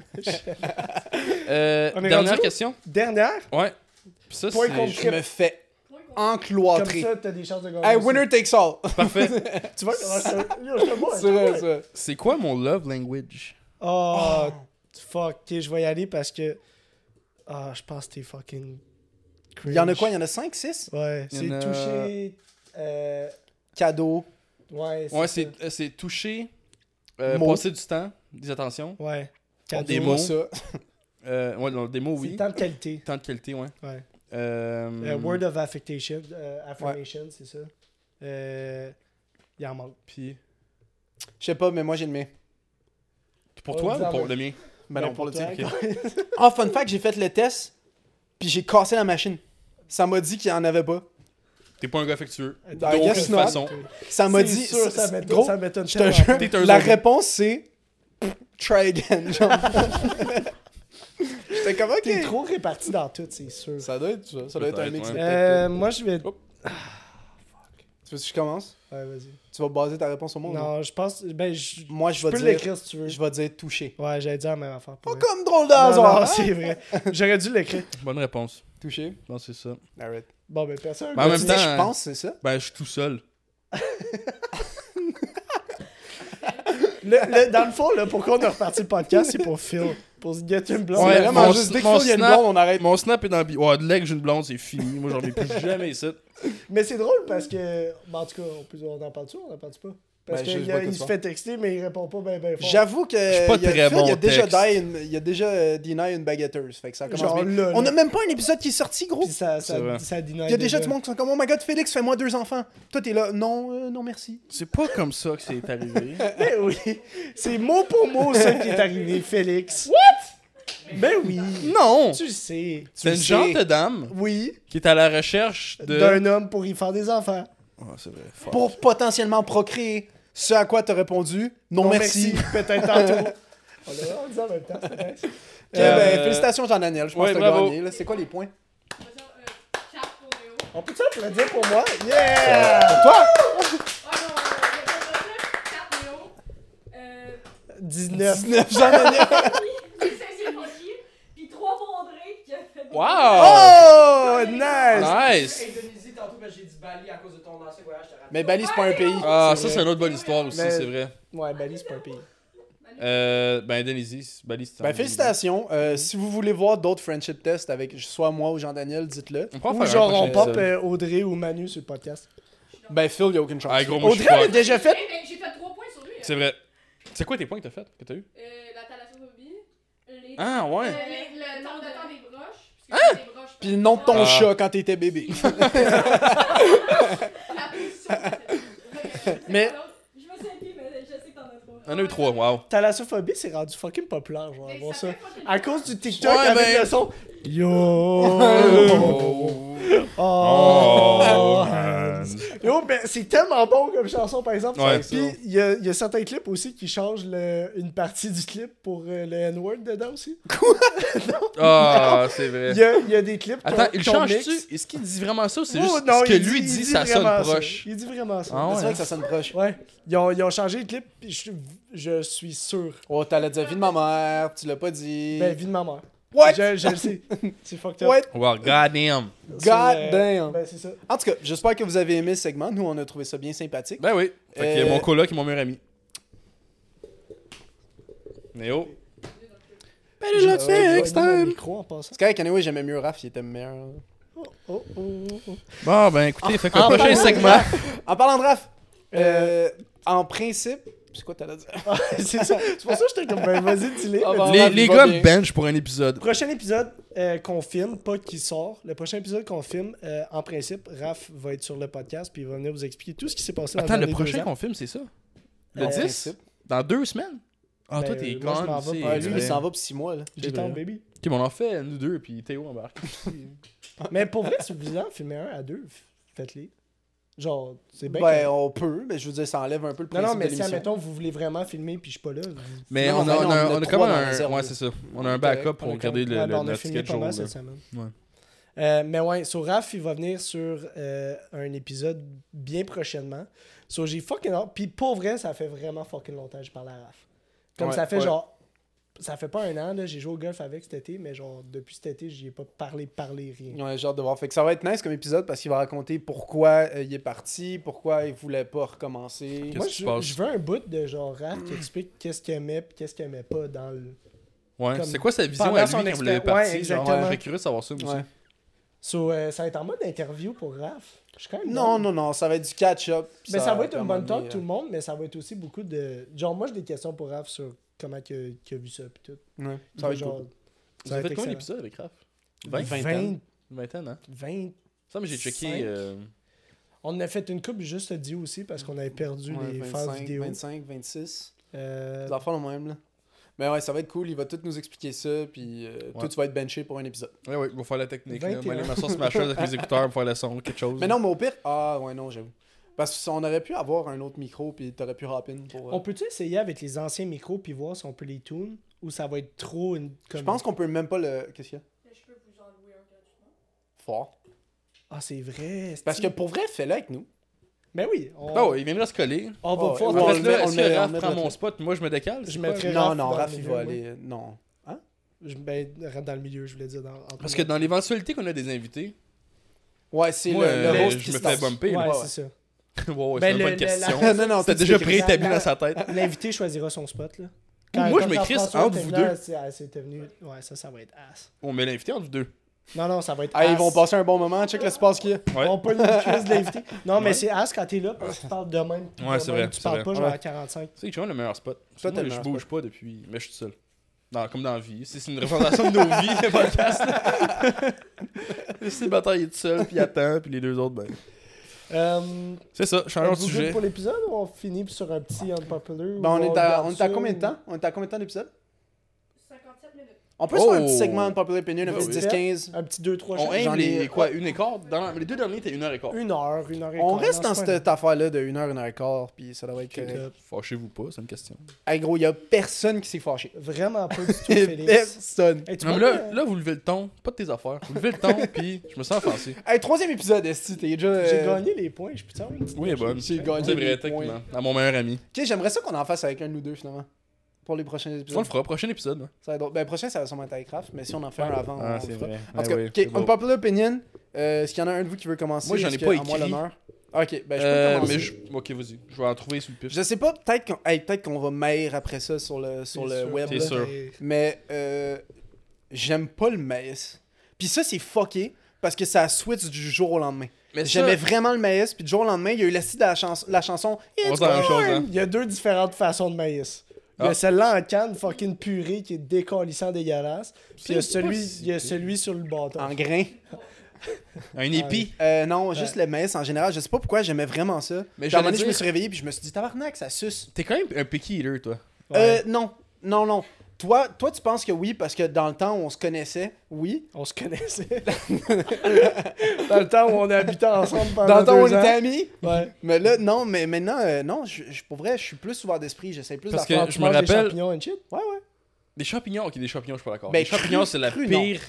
A: Euh,
B: On est rendu
A: dernière
B: où?
A: question.
B: Dernière,
A: Ouais. Puis ça,
B: Point
A: c'est
B: contre
C: Je me fais
B: comme
C: encloîtrer.
B: ça, t'as des chances de gagner.
C: Hey,
B: aussi.
C: winner takes all.
A: parfait.
B: Tu vois, ah, je- yo, je te vois, je te
C: C'est vrai,
B: vois.
C: ça.
A: C'est quoi mon love language?
B: Oh,
C: Ah,
B: fuck. Ok, je vais y aller parce que. Ah, je pense que t'es fucking.
C: Il y en a quoi Il y en a 5, 6
B: Ouais,
A: Il y
B: c'est
A: en a-
B: touché. Euh,
C: Cadeau,
B: Ouais,
A: Ouais,
B: ça.
A: c'est euh, c'est toucher, euh,
C: Mots.
A: passer du temps, des attentions.
B: Ouais.
A: Pour des
B: Cadeau.
A: mots.
C: ça.
A: Euh, ouais, dans des mots,
B: C'est
A: oui.
B: temps de qualité.
A: Temps de qualité, ouais.
B: Ouais.
A: Euh,
C: Mm.
B: Euh, word of affectation, euh, affirmation, c'est ça. Euh, il en manque.
A: Puis.
C: Je sais pas, mais moi j'ai le mien.
A: Pour
B: Oh,
A: toi ou
B: bizarre,
A: pour
B: ouais.
A: le mien
C: Ben, non, pour le tien.
B: toi,
C: Ah, fun fact, j'ai fait le test, puis j'ai cassé la machine. Ça m'a dit qu'il y en avait pas.
A: T'es pas un gars affectueux.
B: Euh, I
A: D'aucune
C: guess not.
A: façon.
C: Ça m'a
B: C'est
C: dit.
B: sûr, ça
C: c'est-
B: m'étonne-
C: gros,
B: ça m'étonne
C: je te
B: tellement.
C: jure,
A: T'es un
C: la
A: zombie.
C: réponse c'est. Try again. Genre. J'étais comme ok.
B: T'es trop réparti dans tout, c'est sûr.
C: Ça doit être ça. Ça doit être un
A: Peut-être,
C: mix.
A: ouais.
C: de-
B: Euh, moi, je vais.
A: Hop.
C: Tu veux que je commence
B: Ouais, vas-y.
C: Tu vas baser ta réponse au monde non?
B: Non, je pense. Ben, je
C: Moi,
B: je
C: je
B: peux
C: vais dire.
B: l'écrire si tu veux.
C: Je vais dire toucher.
B: Ouais, j'allais dire la même affaire. pour
C: Pas
B: vrai.
C: comme drôle de
B: Non,
C: hasard.
B: non,
C: hein?
B: c'est vrai. J'aurais dû l'écrire.
A: Bonne réponse.
C: Toucher.
A: Non, c'est ça.
C: Arrête.
B: Bon, ben, personne.
A: Ben, en
C: Tu
A: même
C: dis,
A: temps,
C: je pense, c'est ça.
A: Ben, je suis tout seul.
B: Le- le- dans le fond, là, pourquoi on a reparti le podcast, c'est pour Phil. Pour se get une blonde.
A: Ouais,
C: C'est vraiment
A: mon-
C: juste dès
A: mon
C: qu'il y a une
A: snap-
C: blonde, on arrête.
A: Mon snap est dans le bi- Ouais, de l'air que j'ai une blonde, c'est fini. Moi, j'en ai plus jamais ici.
B: Mais c'est drôle parce que. ben, en tout cas, on, peut- on en parle-tu ou on en parle-tu pas? Parce
C: Ben, je- je vois que
B: qu'il
C: tu
B: se
C: vois.
B: fait texter, mais il répond pas ben ben fort.
C: J'avoue que
A: suis pas
C: il y a,
A: très
C: Phil, il y
A: bon
C: a déjà
A: texte.
C: die une- il y a déjà euh, deny une baguetteuse, fait que ça commence
B: Genre
C: bien.
B: là,
C: On
B: là.
C: a même pas un épisode qui est sorti gros.
B: Puis ça,
A: C'est vrai.
B: ça, ça deny
C: Il y a déjà
B: déjà.
C: du monde qui sont comme oh my god Félix fais-moi deux enfants. Toi t'es là non euh, non merci.
A: C'est pas comme ça que c'est arrivé.
B: Ben oui. C'est mot pour mot ça qui est arrivé, Félix. What? Ben oui.
A: non!
B: Tu le sais. Tu
A: C'est
B: le
A: une
B: sais.
A: gente dame
B: Oui.
A: qui est à la recherche de.
B: D'un homme pour y faire des enfants.
A: Oh, c'est vrai. fuck.
C: Pour potentiellement procréer. Ce à quoi t'as répondu non,
B: Non,
C: merci.
B: Peut-être tantôt. on l'a on le dit en même temps, c'est nice.
C: Ok,
A: Euh,
C: ben, félicitations Jean-Daniel, je pense
A: ouais,
C: que t'as
A: bravo.
C: gagné. là. C'est quoi les points
D: Faisons, euh, clap pour Léo.
B: ben, On peut-tu applaudir pour moi? Yeah!
C: Toi
D: Ah non, euh, Léo, clap, Léo. Euh,
B: 19.
C: 19 Jean-Daniel.
D: j'ai essayé de manger, puis trois bons André qui a fait des-
A: Wow! Ah.
C: Oh nice.
A: Nice!
D: Indonésie, tantôt, parce que j'ai dit Bali à cause de ton ancien voyage, je te rappelle.
C: Mais Bali c'est pas un pays.
A: Ah,
B: C'est
A: ça,
B: vrai.
A: c'est une autre bonne histoire aussi,
B: Mais-
A: c'est vrai.
B: Ouais, Bali, c'est pas un pays.
A: Euh, ben, Indonésie, c'est- Bali, c'est en
C: Ben
A: Indonésie.
C: félicitations. Euh, si vous voulez voir d'autres friendship tests avec soit moi ou Jean-Daniel, dites-le.
A: On pourra
B: Ou
A: faire un
B: genre,
A: prochain
B: on pop
A: épisode.
B: euh, Audrey ou Manu sur le podcast.
C: Ben Phil, il a aucune chance.
A: Ah, gros, moi, je suis
C: Audrey
A: pas-
C: l'a déjà fait.
D: Eh ben, j'ai fait trois points sur lui. hein.
A: C'est vrai. C'est quoi tes points que t'as fait? Que t'as eu?
D: Euh, la thalassophobie, les...
A: Ah,
D: euh,
A: ouais. Hein?
D: les- le temps de temps des broches. Parce que j'ai des broches
C: Puis le nom de ton
A: Ah.
C: chat quand t'étais bébé.
D: La position. Ok,
B: Mais-
D: alors, Je me suis inquiet, mais je sais que t'en as trois.
A: On en a eu trois, wow.
B: Thalassophobie, c'est rendu fucking populaire, genre,
D: Mais
B: voir
D: ça
B: ça.
D: fait pas que-
B: À cause du TikTok
A: Ouais,
B: avec
A: ben-
B: le son. Yo!
A: Oh.
B: Oh.
A: man.
B: Yo, ben, c'est tellement bon comme chanson, par exemple.
A: Ouais.
B: Puis, il y a, il y a certains clips aussi qui changent le- une partie du clip pour euh, le N-word dedans aussi.
A: Ah, c'est vrai.
B: Il y a, il y a des clips
A: Attends,
B: qu'on-
A: il
B: qu'on
A: change-tu?
B: mixe.
A: Est-ce qu'il dit vraiment ça ou c'est
B: Oh,
A: juste
B: non,
A: ce que
B: il
A: lui
B: il
A: dit, ça sonne
B: vraiment
A: proche?
B: Il dit vraiment ça.
A: Ah ouais.
C: C'est vrai que ça sonne proche.
B: Ouais. Ils ont, ils ont changé le clip, puis je, je suis sûr.
C: Oh, t'allais dire vie de ma mère, tu l'as pas dit.
B: Ben, vie de ma mère.
C: What?
B: Je, je le sais. C'est fucked up.
C: What?
A: Wow, goddamn.
B: Sur,
C: God
B: euh,
C: damn.
B: Ben, c'est ça.
C: En tout cas, j'espère que vous avez aimé ce segment. Nous, on a trouvé ça bien sympathique.
A: Ben oui. Fait que
C: Euh,
A: mon coloc est mon meilleur ami. Néo.
B: Je vais donner mon micro en passant.
C: C'est Euh, correct, anyway, j'aimais mieux Raph, il était meilleur.
B: Oh, oh, oh, oh.
A: Bon, ben écoutez, fait que le
C: en
A: prochain
C: parlant de
A: segment.
C: En parlant de Raph, euh, en principe, c'est quoi t'allais dire?
B: Ah, c'est ça. C'est pour ça que j'étais comme, ben, vas-y, dis-les.
C: Ah,
B: mais
C: bon.
B: dis-
A: Les, les gars
C: bien.
A: me bench pour un épisode.
B: Prochain épisode euh, qu'on filme, pas qui sort. Le prochain épisode qu'on filme, euh, en principe, Raph va être sur le podcast puis il va venir vous expliquer tout ce qui s'est passé dans
A: Attends, le
B: derniers deux
A: prochain
B: ans.
A: qu'on filme, c'est ça? Le
B: En
A: 10?
C: principe.
A: Dans deux semaines? Ah,
B: Ben,
A: toi, t'es
B: euh, moi, je m'en
A: gone.
B: vais
A: tu sais.
B: pas.
C: Ouais, lui,
A: Ouais.
C: il s'en va pour six mois, là.
B: J'ai tant baby.
A: Ok, mais on en fait nous deux, puis Théo embarque.
B: Mais pour vrai, c'est bizarre, filmer un à deux, f- faites-les. Genre, c'est bien.
C: Ben,
B: que-
C: on peut, mais je veux dire, ça enlève un peu le
B: Non,
C: principe
B: non, mais
C: de
B: si,
C: l'émission.
B: admettons, vous voulez vraiment filmer puis je suis pas là. vous-
A: Mais
C: Non,
A: on a,
C: non,
A: on a,
C: on a
A: on a
C: trois
A: comme
C: dans la
A: un.
C: réserve.
A: Ouais, c'est ça. On a un
C: Ok,
A: backup pour
B: on est
A: regarder
B: comme-
A: le,
B: Ouais,
A: le-
B: ben, on a
A: notre
B: filmé pas
A: schedule.
B: mal
A: là.
B: cette semaine.
A: Ouais.
B: Euh, mais ouais, so Raph, il va venir sur euh, un épisode bien prochainement. So j'ai fucking hâte. Puis pour vrai, ça fait vraiment fucking longtemps que je parle à Raph. Comme
C: Ouais,
B: ça fait
C: ouais.
B: genre. Ça fait pas un an, là, j'ai joué au golf avec cet été, mais genre depuis cet été, j'y ai pas parlé, parlé, rien.
C: Ouais, j'ai hâte de voir. Fait que ça va être nice comme épisode parce qu'il va raconter pourquoi euh, il est parti, pourquoi il voulait pas recommencer.
A: Qu'est-ce
B: Moi,
A: qui se
B: je,
A: passe?
B: je veux un bout de genre Raph qui explique qu'est-ce qu'il aimait puis qu'est-ce qu'il aimait pas dans le.
A: Ouais,
B: Comme
A: c'est quoi sa vision
B: pendant
A: à lui
B: son
A: quand il
B: expé-
A: voulait
B: Ouais,
A: partir? genre,
B: exactement.
A: Je serais curieux de savoir ça, moi
C: Ouais.
A: aussi.
B: So, euh, ça va être en mode interview pour Raph. Je suis quand même
C: Non,
B: down.
C: non, non, ça va être du catch-up.
B: Mais Ben, ça, va être une bonne talk,
C: amener,
B: tout le monde, mais ça va être aussi beaucoup de. Genre, moi, j'ai des questions pour Raph sur comment que- qu'il a vu ça, puis tout.
C: euh, ouais, ça va être
B: Genre,
C: cool.
A: Vous avez fait combien d'épisodes avec Raph 20
C: Vingt.
B: Vingt-
A: Une vingtaine, hein
B: vingt-
A: Ça, mais j'ai checké.
B: Cinq.
A: euh,
B: On en a fait une coupe juste dit aussi parce qu'on avait perdu
C: Ouais,
B: les phases
C: 25,
B: vidéo.
C: 25, 26.
B: Euh,
C: Des affaires le même, là. Mais ouais, ça va être cool. Il va tout nous expliquer ça. Puis euh, toi,
A: Ouais.
C: tu vas être benché pour un épisode.
A: Ouais, ouais, va faire la technique. Là.
B: 21.
A: Moi, aller m'asseoir sur ma chaise avec mes écouteurs pour faire le son, quelque chose.
C: Mais non, mais au pire. Ah, ouais, non, j'avoue. Parce qu'on aurait pu avoir un autre micro. Puis t'aurais pu hop in pour. euh,
B: On peut-tu essayer avec les anciens micros puis voir si on peut les tune ou ça va être trop une.
C: Je
B: comme-
C: pense qu'on peut même pas le. Qu'est-ce qu'il y a
D: Mais je peux vous en louer un gratuitement.
C: Fort.
B: Ah, c'est vrai. c'est-
C: Parce que pour vrai, fais-le avec nous.
B: Mais oui. On,
A: Ah ouais, il viendra se coller.
B: on va
C: Oh,
B: pouvoir-
C: ouais,
A: en
C: on
A: fait,
C: le met-
A: là,
C: on
A: est-ce
C: le met-
A: que
C: on
A: Raph
C: le met
A: prend
C: là-dessus.
A: mon spot, moi je me décale
B: Je
A: c'est quoi?
B: mettrais- Très
C: Non,
B: Raph
C: non,
B: dans
C: Raph,
B: le
C: il
B: milieu,
C: va aller. Non.
B: Je ben, rentre dans le milieu, je voulais dire. Dans, entre
A: Parce que
B: nous.
A: dans l'éventualité qu'on a des invités,
C: Ouais, c'est
A: moi,
C: le, le
A: euh,
C: host
A: je
C: qui
A: me
C: se
A: fais
C: lance.
A: bumper.
B: Ouais,
A: là.
B: c'est ça.
A: Ouais, ouais,
B: Ben,
A: c'est même pas une
B: le- le-
A: question.
C: non, non,
A: C'était
C: tout
A: déjà
C: est écrit.
A: préétabli
B: la-
A: dans sa tête.
B: L'invité choisira son spot, là.
A: Ou moi, je me crisse
B: Jean-François
A: entre
B: était
A: vous
B: venu,
A: deux.
B: c'est- ah, C'était venu. Ouais, ça, ça va être ass.
A: On met l'invité entre vous deux.
B: Non, non, ça va être
C: Ah, ils
B: ass.
C: vont passer un bon moment. Check le space qu'il y a.
A: Ouais.
B: On peut le crise de l'invité. Non, mais c'est ass quand t'es là parce que tu parles de même. puis
A: Ouais,
B: de
A: c'est
B: même,
A: vrai,
B: Tu
A: c'est
B: parles
A: vrai.
B: pas genre à
C: Ouais.
B: 45.
A: Tu sais que tu vois le meilleur spot. Parce que
C: Toi, t'as
A: moi,
C: le
A: je
C: meilleur
A: bouge pas depuis. Mais je suis tout seul. Dans- comme dans la vie. C'est c'est une représentation de nos vies, le podcast. là. le célibataire, il est tout seul, puis il attend, puis les deux autres, ben.
B: Euh,
A: C'est ça, changeons de
B: êtes-vous good
A: sujet.
B: pour l'épisode ou on finit sur un petit unpopular ou
C: Ben, on, est à,
B: garde
C: on est à
B: ça,
C: combien de
B: ou-
C: temps On est à combien de temps d'épisode
D: 57 minutes.
C: On peut se faire un
A: Oh! Bah
C: petit segment de Popular Opinion, un
B: Oui,
C: petit
B: oui.
C: 10-15.
B: Un petit 2-3
A: On
C: J'en
A: aime
C: ai-
A: les, quoi, une et quart dans- Les deux derniers étaient une heure et quart.
B: Une heure, une heure et
C: On
B: quart,
C: reste
B: non,
C: dans
B: c'est pas
C: cette affaire-là de 1h, 1h15, puis ça devrait être
B: un-
C: correct.
B: Euh,
A: Fâchez-vous pas, c'est une question.
C: Hey gros, y a personne qui s'est fâché.
B: Vraiment pas du tout, Félix.
C: Personne.
B: Hey, tu
A: Non, mais
B: vois, euh,
A: là, là, vous levez le ton, pas de tes affaires. Vous levez le ton, puis je me sens offensé.
C: Hey, troisième épisode, Esti, t'es déjà.
B: J'ai
C: euh,
B: gagné les points, je peux te dire.
A: Oui, bonne.
C: J'ai gagné
A: C'est
C: des
A: vrai, techniquement. À mon meilleur ami.
C: Ok, j'aimerais ça qu'on en fasse avec un de nous deux finalement. Pour les prochains
A: On le
C: épisodes.
A: fera, prochain épisode. hein.
C: Ça va être drôle. Ben, le prochain, ça va sûrement être Minecraft, mais si on en fait un avant, on le fera. En
A: Ah,
C: tout cas,
A: oui,
C: ok,
A: c'est beau.
C: Unpopular Opinion, euh, est-ce qu'il y en a un de vous qui veut commencer
A: Moi, j'en ai
C: Est-ce
A: pas
C: que, à moi
A: écrit.
C: l'honneur. Ok, ben je peux
A: Euh,
C: commencer.
A: mais je... Ok, vas-y. Je vais en trouver sous le pif.
C: Je sais pas, peut-être qu'on hey, peut-être qu'on va maire après ça sur le, sur le web.
A: C'est
C: là.
A: sûr.
C: Mais euh, j'aime pas le maïs. Puis ça, c'est fucké parce que ça switch du jour au lendemain.
A: Mais ça-
C: J'aimais vraiment le maïs, puis du jour au lendemain, il y a eu la, la, chans- la chanson
A: On
C: It's
A: va dans la même chose,
C: corn!
A: hein.
B: Il y a deux différentes façons de maïs. Il y a
A: Ah.
B: celle-là en canne, fucking purée, qui est décollissant dégueulasse. Puis il y a
A: C'est pas
B: celui,
A: si
B: il y a
A: pire.
B: celui sur le bâton.
C: En grain.
A: Un épi.
C: Euh, non, juste le maïs en général. Je sais pas pourquoi j'aimais vraiment ça.
A: Mais
C: Puis à un
A: j'allais
C: moment donné, je me
A: dire-
C: suis réveillé, puis je me suis dit, tabarnak, ça suce.
A: T'es quand même un picky eater, toi.
B: Ouais.
C: Euh, non, non, non. Toi, toi, tu penses que oui, parce que dans le temps, on se connaissait, oui.
B: On se connaissait. Dans le temps où on habitait ensemble pendant
C: Dans le temps, on
B: deux
C: était
B: ans.
C: amis.
B: Ouais.
C: Mais là, non, mais maintenant, euh, non, je, je- pour vrai, je suis plus ouvert d'esprit, j'essaie plus
A: Parce
C: d'affaires.
A: que- je
B: Tu
A: me
B: manges des
A: rappelle-
B: champignons and shit?
C: Ouais, ouais.
A: Des champignons, ok, des champignons, je suis pas d'accord.
C: Ben,
A: des champignons,
C: cru-
A: c'est la
C: cru, non.
A: pire.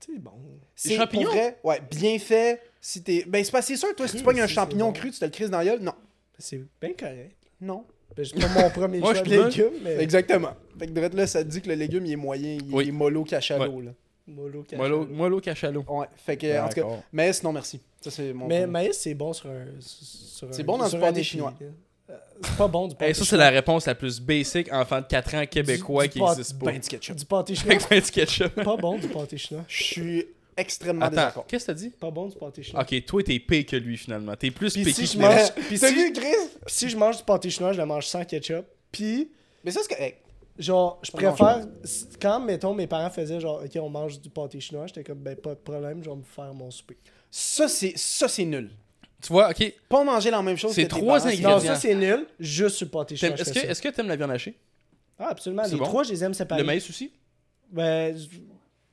B: C'est bon.
C: C'est
A: champignons?
C: pour vrai, ouais, bien fait. Si t'es. Ben, c'est pas c'est sûr, toi, si
B: Cru
C: tu pognes un
B: aussi, c'est
C: champignon
B: bon.
C: cru, tu te le crises dans la gueule. Non,
B: C'est bien correct.
C: non.
B: Ben, c'est pas mon premier
A: Moi,
B: choix
A: je
B: de
A: suis bon.
B: légumes, mais...
C: Euh, Exactement. Fait que de là, ça te dit que le légume, il est moyen, il
A: Oui.
C: est mollo cachalot, là.
B: Mollo,
A: Mollo
B: cachalot.
A: mollo cachalot.
C: Ouais, fait que,
A: Ben,
C: en tout cas, mais non, merci. Ça, c'est mon.
B: Mais
C: premier.
B: maïs, c'est bon sur un. sur
C: C'est
B: un-
C: bon dans
B: sur
C: le
B: un
C: pâté
B: épi,
C: chinois.
B: là. Euh, C'est pas bon du pâté
A: Hey, Eh, ça, c'est la réponse la plus basic enfant de 4 ans québécois
B: Du- du
A: qui
B: pot-
A: existe pas.
C: Ben du ketchup.
B: chinois. Du pâté chinois.
A: Avec 20 ketchup.
B: pas bon du pâté chinois.
C: Je suis extrêmement
A: Attends,
C: désaccord.
A: qu'est-ce que t'as dit?
B: Pas bon du pâté chinois.
A: Ok, toi, t'es pire que lui, finalement. T'es plus
B: Puis
A: picky
B: si
A: que
B: je
A: lui.
B: mange-
C: Puis t'as vu, Chris?
B: Puis si je mange du pâté chinois, je le mange sans ketchup. Puis,
C: Mais ça, c'est correct.
B: genre, je
C: Ça mange
B: préfère. si- Quand, mettons, mes parents faisaient genre, OK, on mange du pâté chinois, j'étais comme, ben, pas de problème, je vais me faire mon souper.
C: Ça, c'est ça, c'est nul.
A: Tu vois, ok. t'aimes-
C: Pas manger la même chose
A: C'est
C: que tes
A: trois
C: parents, c'est-
B: Non,
A: ingrédients.
B: ça, c'est nul, juste sur le pâté chinois.
A: Est-ce
B: je fais
A: que
B: ça.
A: est-ce que t'aimes la viande hachée?
B: Ah, absolument.
A: C'est
B: Les
A: bon?
B: trois, je les aime séparés.
A: Le maïs aussi?
B: Ben, j-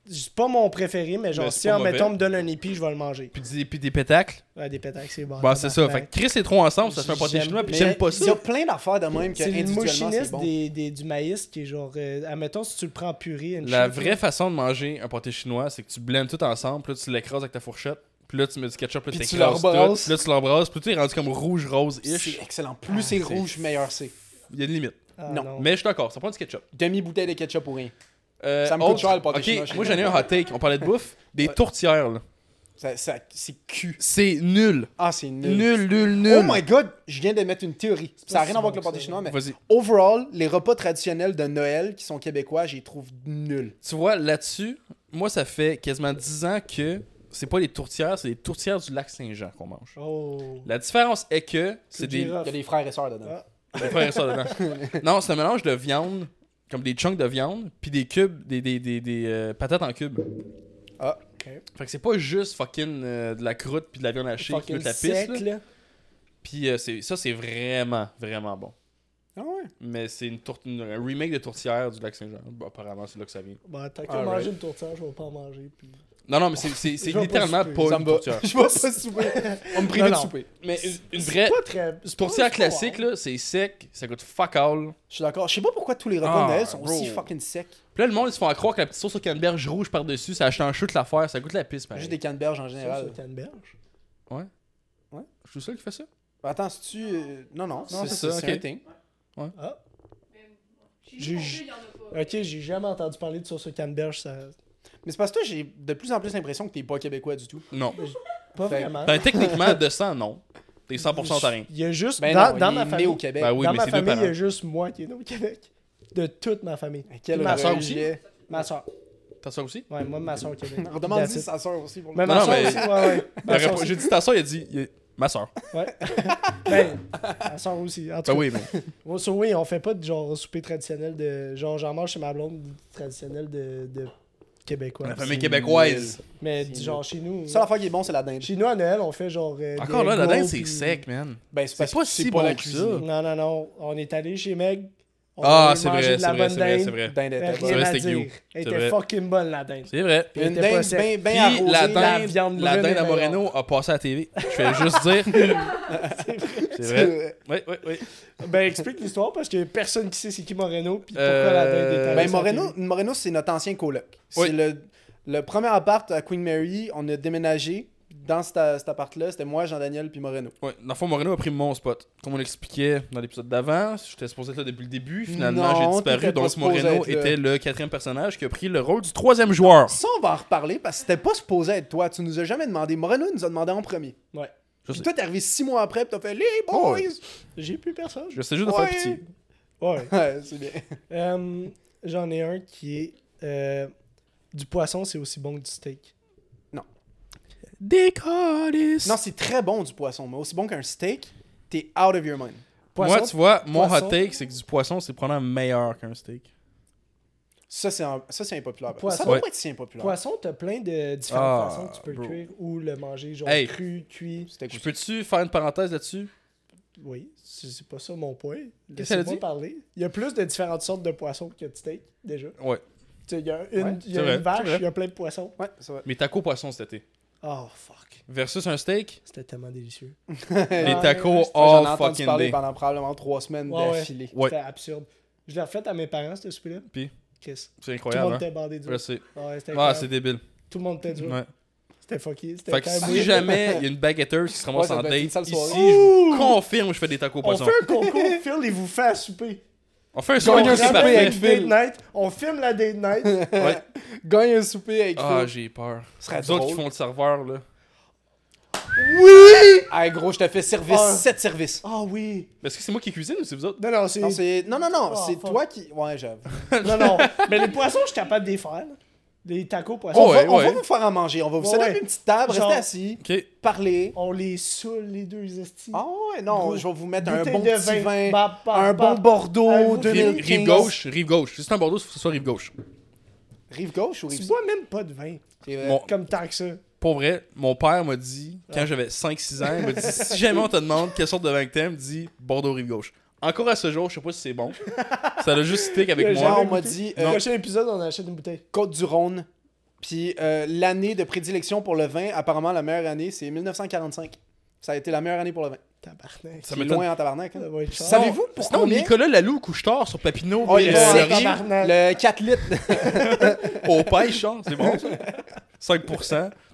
B: c'est pas mon préféré, mais genre,
A: Ben, c'est
B: si
A: pas
B: en
A: mauvais.
B: mettons, on me donne un épi, je vais le manger.
A: Puis des, puis des pétacles?
B: Ouais, des pétacles, c'est
C: Ah,
B: bon.
C: ben,
A: Bah, c'est ça.
B: tabarnak.
A: Fait que Chris et trois ensemble, ça fait un pâté
B: J'aime-
A: chinois, puis
B: mais-
A: j'aime pas
C: Il y a
A: ça.
C: plein d'affaires de même que
B: C'est le
C: individuellement, c'est
B: mouchiniste
C: bon.
B: des, des- du maïs qui est genre. euh, admettons, si tu le prends en purée. and
A: La
B: shit,
A: vraie façon de manger un pâté chinois, c'est que tu blends tout ensemble, puis là, tu l'écrases avec ta fourchette, puis là, tu mets du ketchup, puis là,
C: Puis tu
A: t'écrases tout,
C: l'embrasses.
A: puis là, tu l'embrasses, puis tu es rendu comme rouge-rose-ish.
C: C'est excellent. Plus c'est
A: Ah, c'est-
C: rouge, meilleur c'est.
A: Il y a une limite.
B: Ah,
C: non,
A: Mais je suis d'accord, ça prend du ketchup.
C: Demi-bouteille de ketchup ou rien.
A: Euh,
C: Ça me coûte
A: autre-
C: cher, le pâté
A: Ok,
C: chinois, chez
A: moi
C: nous.
A: j'en ai un hot take. On parlait de bouffe. Des
C: Ouais.
A: tourtières, là.
C: Ça, ça- c'est cul.
A: C'est nul.
C: Ah, c'est nul.
A: Nul, nul, nul.
C: Oh my god, je viens de mettre une théorie. Ça n'a
B: pas
C: rien
B: si
C: à voir avec
B: bon
C: le pâté
B: que ça,
C: chinois, mais
A: Vas-y.
C: overall, les repas traditionnels de Noël qui sont québécois, j'y trouve nuls.
A: Tu vois, là-dessus, moi ça fait quasiment 10 ans que c'est pas des tourtières, c'est des tourtières du lac Saint-Jean qu'on mange.
B: Oh.
A: La différence est que c'est des,
B: girafe.
C: Il y a des frères et sœurs dedans.
B: Ah.
A: des frères ça dedans. Non, c'est un mélange de viande, comme des chunks de viande, puis des cubes, des, des, des, des, euh, patates en cubes.
C: Ah.
A: Fait que c'est pas juste fucking euh, de la croûte puis de la viande hachée qui
B: Fucking
A: met de la pisse.
B: sec,
A: là.
B: là.
A: Puis euh, c'est- ça, c'est vraiment, vraiment bon.
C: Ah ouais.
A: Mais c'est une, tour- une- un remake de tourtière du lac Saint-Jean. Bah, apparemment, c'est là que ça vient.
B: Bah, tant qu'à
C: Alright.
B: manger une tourtière, je vais pas en manger. Puis...
A: Non, non, mais c'est- c'est c'est
B: Je vais pas
A: littéralement
B: souper.
A: pas,
C: Ça
A: une
C: me va.
A: tourtière.
C: Je vais pas souper. On me prive
B: Non,
C: de
B: non.
C: souper.
A: Mais une, une
B: C'est
A: vraie
B: Pas très. c'est pas-
A: tourtière
B: c'est pas
A: classique, là, c'est sec, ça coûte fuck all.
C: Je suis d'accord. Je sais pas pourquoi tous les repas
A: Ah,
C: de Noël sont
A: bro.
C: aussi fucking secs.
A: Puis là, le monde, ils se font à croire que la petite sauce au canneberge rouge par-dessus, ça achète en chute l'affaire, ça goûte la pisse, pareil.
C: Juste des canneberges en
B: Ça, C'est
C: général.
B: une canneberge.
A: Je suis le seul qui fait ça?
C: Attends, si tu. euh, Non, non,
A: Non,
C: non
A: c'est
C: c'est
A: ça,
C: c'est un
A: ok.
C: thing.
B: Ah.
D: Mais,
B: J'ai-
D: J'ai vu qu'on peut, il y en a pas.
B: Ok, j'ai jamais entendu parler de sauce au canneberge. Ça...
C: Mais c'est parce que toi, j'ai de plus en plus l'impression que t'es pas québécois du tout.
A: Non.
B: Pas
C: Fait-
B: vraiment.
A: Ben, techniquement, de sang, non. T'es 100% t'as rien.
B: Il y a juste.
C: Ben
B: dans
C: non,
B: dans
C: il
B: ma
C: est né
B: famille,
C: au Québec.
A: Ben oui,
B: dans
A: mais
B: ma
A: c'est deux
B: famille il y a
A: parents.
B: juste moi qui est né au Québec. De toute ma famille.
C: Quel
B: Ma
A: soeur
C: rejet.
B: Ma soeur.
A: T'as ça aussi?
B: Ouais, moi, ma soeur au Québec.
C: Redemande
B: That's
C: si
B: it.
C: sa soeur aussi. Pour le-
B: Mais
A: Ben Non,
B: ma soeur
A: mais-
B: aussi, ouais, ouais.
A: La
B: Ma soeur
A: réponse- J'ai dit ta soeur, il a dit il a- ma soeur.
B: Ouais. ben, ma soeur aussi. En
A: Ben
B: tout cas,
A: oui, mais.
B: Ouais, so, oui, on fait pas de genre souper traditionnel de. Genre, j'en mange chez ma blonde traditionnel de, de québécois.
A: La famille québécoise.
B: Mais
C: C'est
B: du genre chez nous.
C: La seule affaire qui est bon, c'est la dinde.
B: Chez nous à Noël, on fait genre. euh,
A: Encore
B: des
A: là, la dinde,
B: gros,
A: c'est
B: puis-
A: sec, man.
C: Ben, c'est parce
A: pas
C: que
A: si
C: c'est
A: bon
C: pas la
A: que ça.
C: cuisine.
B: Non, non, non. On est allé chez Meg. On
A: Ah,
B: a
A: c'est
B: mangé
A: vrai,
B: de
A: c'est
B: la
A: vrai,
B: bonne
A: c'est vrai, c'est
B: dinde.
A: vrai.
C: Dinde
B: Elle
C: était
B: avait
A: C'est
C: bonne.
B: rien
A: vrai,
B: à
A: c'était
B: dire.
A: cute.
B: Elle
A: C'est
B: était
A: vrai.
B: fucking bonne, la dinde.
A: C'est vrai.
B: Puis elle
C: Une
B: était pas
C: dinde
B: sec.
C: bien, bien
A: Puis
C: arrosée.
A: la
B: Ben La
A: dinde,
B: viande
A: la
B: brune
A: dinde
B: est
A: à Moreno a passé à la TV. Je vais juste dire. c'est vrai.
C: euh,
A: Oui, oui, oui.
B: Ben, explique l'histoire parce que personne qui sait c'est qui Moreno puis pourquoi
A: Euh,
B: la dinde est allée
C: Ben,
B: sur la
C: Moreno,
B: télé.
C: Moreno c'est notre ancien coloc. C'est
A: Oui.
C: le, le premier appart à Queen Mary. On a déménagé dans cet, a- cet appart-là. C'était moi, Jean-Daniel, puis Moreno.
A: Ouais, dans le fond, Moreno a pris mon spot. Comme on l'expliquait dans l'épisode d'avant, j'étais supposé être là depuis le début. Finalement,
C: Non,
A: j'ai
C: t'étais
A: disparu.
C: pas
A: Donc,
C: supposé
A: Moreno
C: être là.
A: était le quatrième personnage qui a pris le rôle du troisième joueur.
C: Ça, on va en reparler parce que c'était pas supposé être toi. Tu nous as jamais demandé. Moreno nous a demandé en premier.
B: Ouais.
A: Je
C: Puis
A: sais.
C: toi, t'es arrivé six mois après, puis t'as fait les boys.
B: J'ai plus personne.
A: Je sais juste de
C: Ouais.
A: faire pitié.
B: Ouais.
C: Ouais, c'est bien.
B: Euh, J'en ai un qui est. euh, du poisson, c'est aussi bon que du steak.
A: Décalisse.
C: Non, c'est très bon du poisson, mais aussi bon qu'un steak, t'es out of your mind.
B: Poisson,
A: Moi, tu vois, mon
B: poisson.
A: hot take, c'est que du poisson, c'est probablement meilleur qu'un steak.
C: Ça, c'est un- ça, c'est impopulaire.
B: Poisson.
C: Ça doit
A: Ouais.
C: pas être si impopulaire.
B: Poisson, t'as plein de différentes
A: Ah,
B: façons que tu peux
A: bro.
B: le cuire ou le manger, genre
A: Hey.
B: cru, cuit.
C: C'était
A: Je
C: cool.
A: peux-tu faire une parenthèse là-dessus?
B: Oui, c'est c'est pas ça mon point.
A: que ça veut
B: Laissez-moi
A: dire?
B: parler. Il y a plus de différentes sortes de poissons que de steak, déjà. Tu
A: Ouais.
B: sais, il y a une,
C: Ouais,
B: il y a
A: c'est vrai,
B: une vache,
A: c'est vrai.
B: il y a plein de poissons.
C: Ouais, ça va.
A: Mes tacos poissons cet été.
B: Oh, fuck.
A: Versus un steak,
B: C'était tellement délicieux.
A: les
B: ouais,
A: tacos
C: Moi,
A: all
C: J'en ai entendu
A: Oh, fucking
C: parler
A: day.
C: pendant probablement trois semaines
B: Ouais, ouais.
C: d'affilée.
A: Ouais.
B: C'était absurde. Je l'ai refait à mes parents, ce souper-là.
A: Puis?
B: Qu'est-ce?
A: C'est
B: Tout le monde
A: incroyable, hein?
B: était bandé du
A: Je sais.
B: Ouais,
A: Ah,
B: c'était incroyable.
A: c'est débile.
B: Tout le monde était dur.
A: Ouais.
B: C'était fucky. C'était
A: Fait que
B: quand
A: si
B: même-
A: jamais il y a une baguetteuse qui se ramasse
C: Ouais, ça
A: en
C: doit
A: date,
C: être une
A: ici,
C: sale
A: je
C: soirée.
A: vous confirme, je fais des tacos
B: On
A: poissons.
B: fait un concours, Phil, il vous fait à souper.
A: On fait un
C: Gagne un
A: soir, c'est
C: souper
B: Ramène
A: parfait.
C: avec
B: une
C: Phil.
B: Date night, on filme la date night.
A: Ouais.
C: Gagne un souper avec
A: Ah,
C: Phil.
A: j'ai peur.
C: Ce serait
A: Les autres qui
C: drôle.
A: font le serveur, là.
C: Ah, gros, je te fais service,
B: Ah.
C: 7 services.
B: Ah oui.
A: Mais Est-ce que c'est moi qui cuisine ou c'est vous autres?
B: Non, non, c'est.
C: Non, c'est... non, non, non,
B: Ah,
C: c'est
B: fuck.
C: toi qui. Ouais, j'avoue.
B: Non, non. Mais les poissons, je suis capable de les faire. là. Les tacos poissons.
A: Oh,
C: on,
A: ouais,
C: va, on va
A: ouais.
C: vous faire à manger. On va vous
B: Ouais,
C: setup
B: ouais.
C: une petite table,
B: Genre-
C: rester assis,
A: Ok.
C: parler.
B: On les saoule, les deux, ils estiment.
C: Ah, ouais, non,
B: Gros.
C: je vais vous mettre un
B: Bouteille
C: bon
B: de
C: petit
B: vin.
C: vin, Bah,
B: Bap, bap,
C: un bon
B: bap.
C: Bordeaux
B: Avez-vous
A: Rive,
C: 2015.
B: Rive-
A: rive gauche, rive gauche. Si c'est un Bordeaux, faut que ce soit rive gauche.
C: Rive gauche ou
B: Tu
C: rive
B: bois même pas de vin,
C: C'est vrai.
A: Mon-
B: comme tant que ça.
A: Pour vrai, mon père m'a dit, quand j'avais 5-6 ans, il m'a dit si jamais on te demande quelle sorte de vin que t'aimes, dis Bordeaux rive gauche. Encore à ce jour, je sais pas si c'est bon. Ça l'a juste stick avec
B: Le
A: moi.
C: Genre,
B: jamais
C: on m'a
B: goûté.
C: dit
B: Le
C: euh,
B: prochain épisode, on achète une bouteille.
C: Côte-du-Rhône. Puis euh, l'année de prédilection pour le vin, apparemment la meilleure année, c'est 1945. Ça a été la meilleure année pour le vin.
B: Tabarnak.
A: Ça
C: C'est
A: m'étonne.
C: loin en tabarnak. hein.
B: Ça va être cher.
C: Savez-vous pourquoi
A: Sinon, Nicolas Laloux couche tard sur Papineau.
C: Oh,
A: puis,
C: il
A: euh,
C: sait,
A: Laurier,
B: tabarnak.
C: le 4 litres
A: au pêche, genre, c'est bon ça. 5%.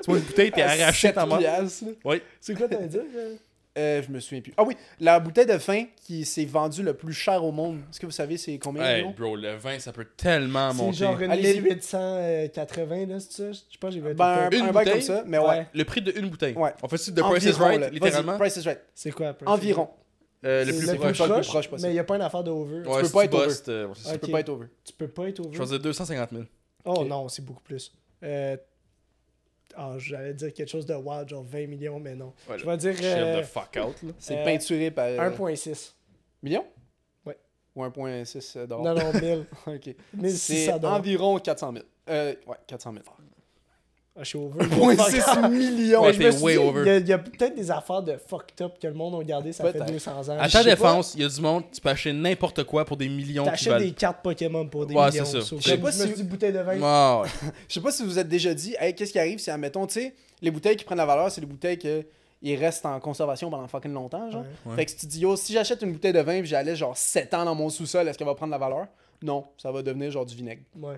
A: Tu vois, une bouteille, t'es arraché ta main.
C: piastres, là.
B: C'est quoi t'as dit? euh?
C: Euh, je me souviens plus. Ah oui, la bouteille de vin qui s'est vendue le plus cher au monde. Est-ce que vous savez c'est combien environ?
A: bro, le vin, ça peut tellement
B: C'est genre une
C: Allez.
B: 1880, là, c'est ça? Je pense que j'ai vu
C: Ben, un,
A: Une
C: un bail
A: bouteille?
C: comme ça, mais ouais.
B: Ouais.
A: Le prix de une bouteille.
C: Ouais.
A: On fait ça de Price is
C: Environ, là.
A: Right,
C: Vas-y,
A: littéralement.
C: Price is right.
B: C'est quoi après?
C: Environ.
A: Euh,
B: C'est
A: le plus
C: le
A: proche.
C: plus proche. possible.
B: Mais il n'y a pas une affaire de over.
A: Ouais,
C: peux
A: si
C: pas être
A: bosses, euh, ouais, c'est
B: Ouais.
A: ça.
C: Tu peux
B: Ok.
C: pas être over.
B: Tu peux pas être
A: Je
B: over.
A: faisais 250 000.
B: Oh
C: Ok.
B: non, c'est beaucoup plus. Euh, Ah, j'allais dire quelque chose de wild, genre 20 millions, mais non.
A: Ouais,
B: Je
A: là,
B: vais dire
A: Chiffre
B: euh,
A: de fuck out, là.
C: C'est
B: Euh,
C: peinturé par. euh,
B: 1.6.
C: Million
B: Ouais.
C: Ou 1,6 euh, dollars.
B: Non, non, 1000.
C: ok. C'est
B: 1600 dollars.
C: environ 400 000. Euh, ouais, 400 000.
B: Ah, je suis over.
C: millions.
A: Ouais,
B: je
A: t'es
B: me suis
A: way
B: dit,
A: over.
B: Il y a- il y a, peut-être des affaires de fucked up que le monde a gardé, ça fait
C: Peut-être.
B: 200 ans.
A: À
B: Je
A: ta
B: sais pas.
A: défense, il y a du monde, tu peux acheter n'importe quoi pour des millions qui
B: T'achètes
A: valent.
B: des cartes Pokémon pour des
A: Ouais,
B: millions.
A: c'est ça.
B: sauf
A: Je
B: que
A: sais
C: pas
B: je me
C: si-
B: suis dit bouteille de vin.
A: Ah, ouais.
C: Je sais pas si vous vous êtes déjà dit, hey, qu'est-ce qui arrive si, admettons, tu sais, les bouteilles qui prennent la valeur, c'est les bouteilles qui restent en conservation pendant fucking longtemps, genre.
B: Ouais.
A: Ouais.
C: Fait que si tu te dis, yo, si j'achète une bouteille de vin et j'allais genre 7 ans dans mon sous-sol, est-ce qu'elle va prendre la valeur Non, ça va devenir genre du vinaigre.
B: Ouais.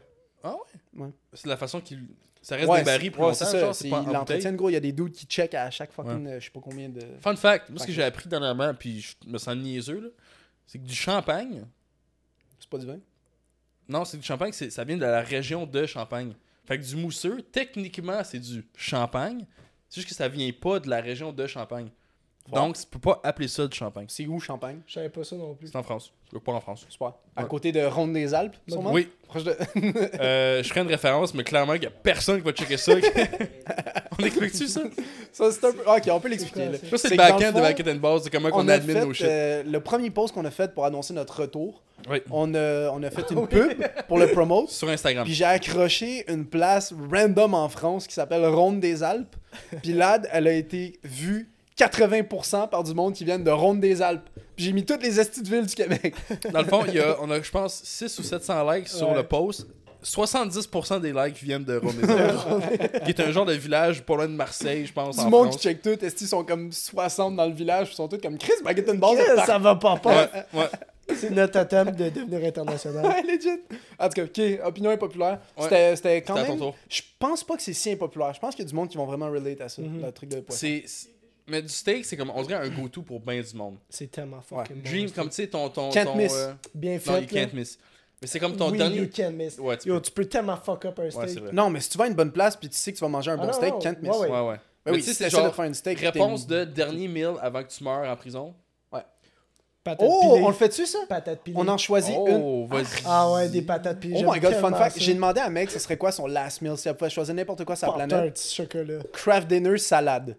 A: C'est la façon qu'il. Ça reste des barils pour
C: ouais,
A: longtemps,
C: c'est ça,
A: genre,
C: c'est-
A: c'est pas en
C: ils
A: bouteille.
C: l'entretiennent, gros. Il y a des dudes qui checkent à chaque fucking, euh, je sais pas combien de.
A: Fun fact, moi ce
C: Fuck.
A: que j'ai appris dernièrement, puis je me sens niaiseux, là, c'est que du champagne,
C: C'est pas du vin
A: non, c'est du champagne, c'est- ça vient de la région de Champagne. Fait que du mousseux, techniquement, c'est du champagne, c'est juste que ça vient pas de la région de Champagne.
C: Fort.
A: Donc, tu peux pas appeler ça du champagne.
C: C'est où, Champagne
B: Je savais pas ça non plus.
A: C'est en France. Je veux pas en France.
C: Super. À
A: Ouais. Bah,
C: côté de Ronde des Alpes, sûrement
A: Oui,
C: Proche de.
A: euh, je ferai une référence, mais clairement, il y a personne qui va checker ça. On explique-tu ça?
C: ça, c'est un peu. Ok, on peut l'expliquer, là.
A: Ça, c'est
C: C'est
A: le
C: que dans le
A: back-end de
C: fond,
A: back and Base, c'est comment
C: on
A: qu'on
C: a
A: admine
C: fait,
A: nos shit.
C: euh, le premier post qu'on a fait pour annoncer notre retour,
A: Oui.
C: on a, on a fait
A: Ah
C: une pub pour le promote.
A: Sur Instagram.
C: Puis j'ai accroché une place random en France qui s'appelle Ronde des Alpes. Puis là, elle a été vue 80% par du monde qui viennent de Ronde des Alpes. Puis j'ai mis toutes les estis de ville du Québec.
A: Dans le fond, il y a, on a, je pense, 6 ou 700 likes sur
B: Ouais.
A: le post. 70% des likes viennent de Romézard, qui est un genre de village pas loin de Marseille, je pense,
C: Du
A: en
C: monde
A: France.
C: qui check tout, estis sont comme 60 dans le village, puis ils sont tous comme Chris Baguette une base.
B: Chris, Ça va pas pas.
A: Ouais, ben, ouais.
B: C'est notre attempt de devenir international.
C: Ouais, legit. En tout cas, ok, opinion impopulaire.
A: Ouais.
C: C'était- C'était quand
A: C'était à ton
C: même.
A: tour.
C: Je pense pas que c'est si impopulaire. Je pense qu'il y a du monde qui vont vraiment relate à ça,
B: Mhm.
C: le truc de poisson.
A: C'est, c'est- mais du steak, c'est comme, on dirait un go-to pour ben du monde.
B: Ben, C'est tellement fucking bon.
A: Dream, comme tu sais, ton. ton
C: Can't
A: ton, euh,
C: miss.
B: Bien
A: non,
B: fait.
A: you can't
B: là.
A: miss. Mais c'est comme ton
B: Oui,
A: dernier.
B: you can miss.
A: Ouais, tu
B: Yo,
A: peux.
B: tu peux tellement fuck up un
A: Ouais,
B: steak.
A: c'est vrai.
C: Non, mais si tu vas à une bonne place puis tu sais que tu vas manger un
B: Ah
C: bon
B: non,
C: steak,
B: non.
C: can't miss.
B: Ouais, ouais.
A: Ouais, ouais. Mais
C: Mais oui,
A: tu sais,
C: si
A: c'est
C: t'essaies de
A: genre
C: te faire une steak, puis
A: Réponse
C: t'es-
A: de dernier meal avant que tu meurs en prison.
B: Patate
C: Oh,
B: pilée.
C: on le fait-tu, ça?
B: Patates pilées.
C: On en choisit une.
A: Oh, vas-y.
B: Ah ouais, des patates pilées.
C: Oh my
B: j'aime
C: god, fun
B: tellement
C: fact,
B: ça.
C: j'ai demandé à mec ce serait quoi son last meal si elle pouvait choisir n'importe quoi sur la planète.
B: Pop-Tarts, chocolat.
C: Craft dinner, salade.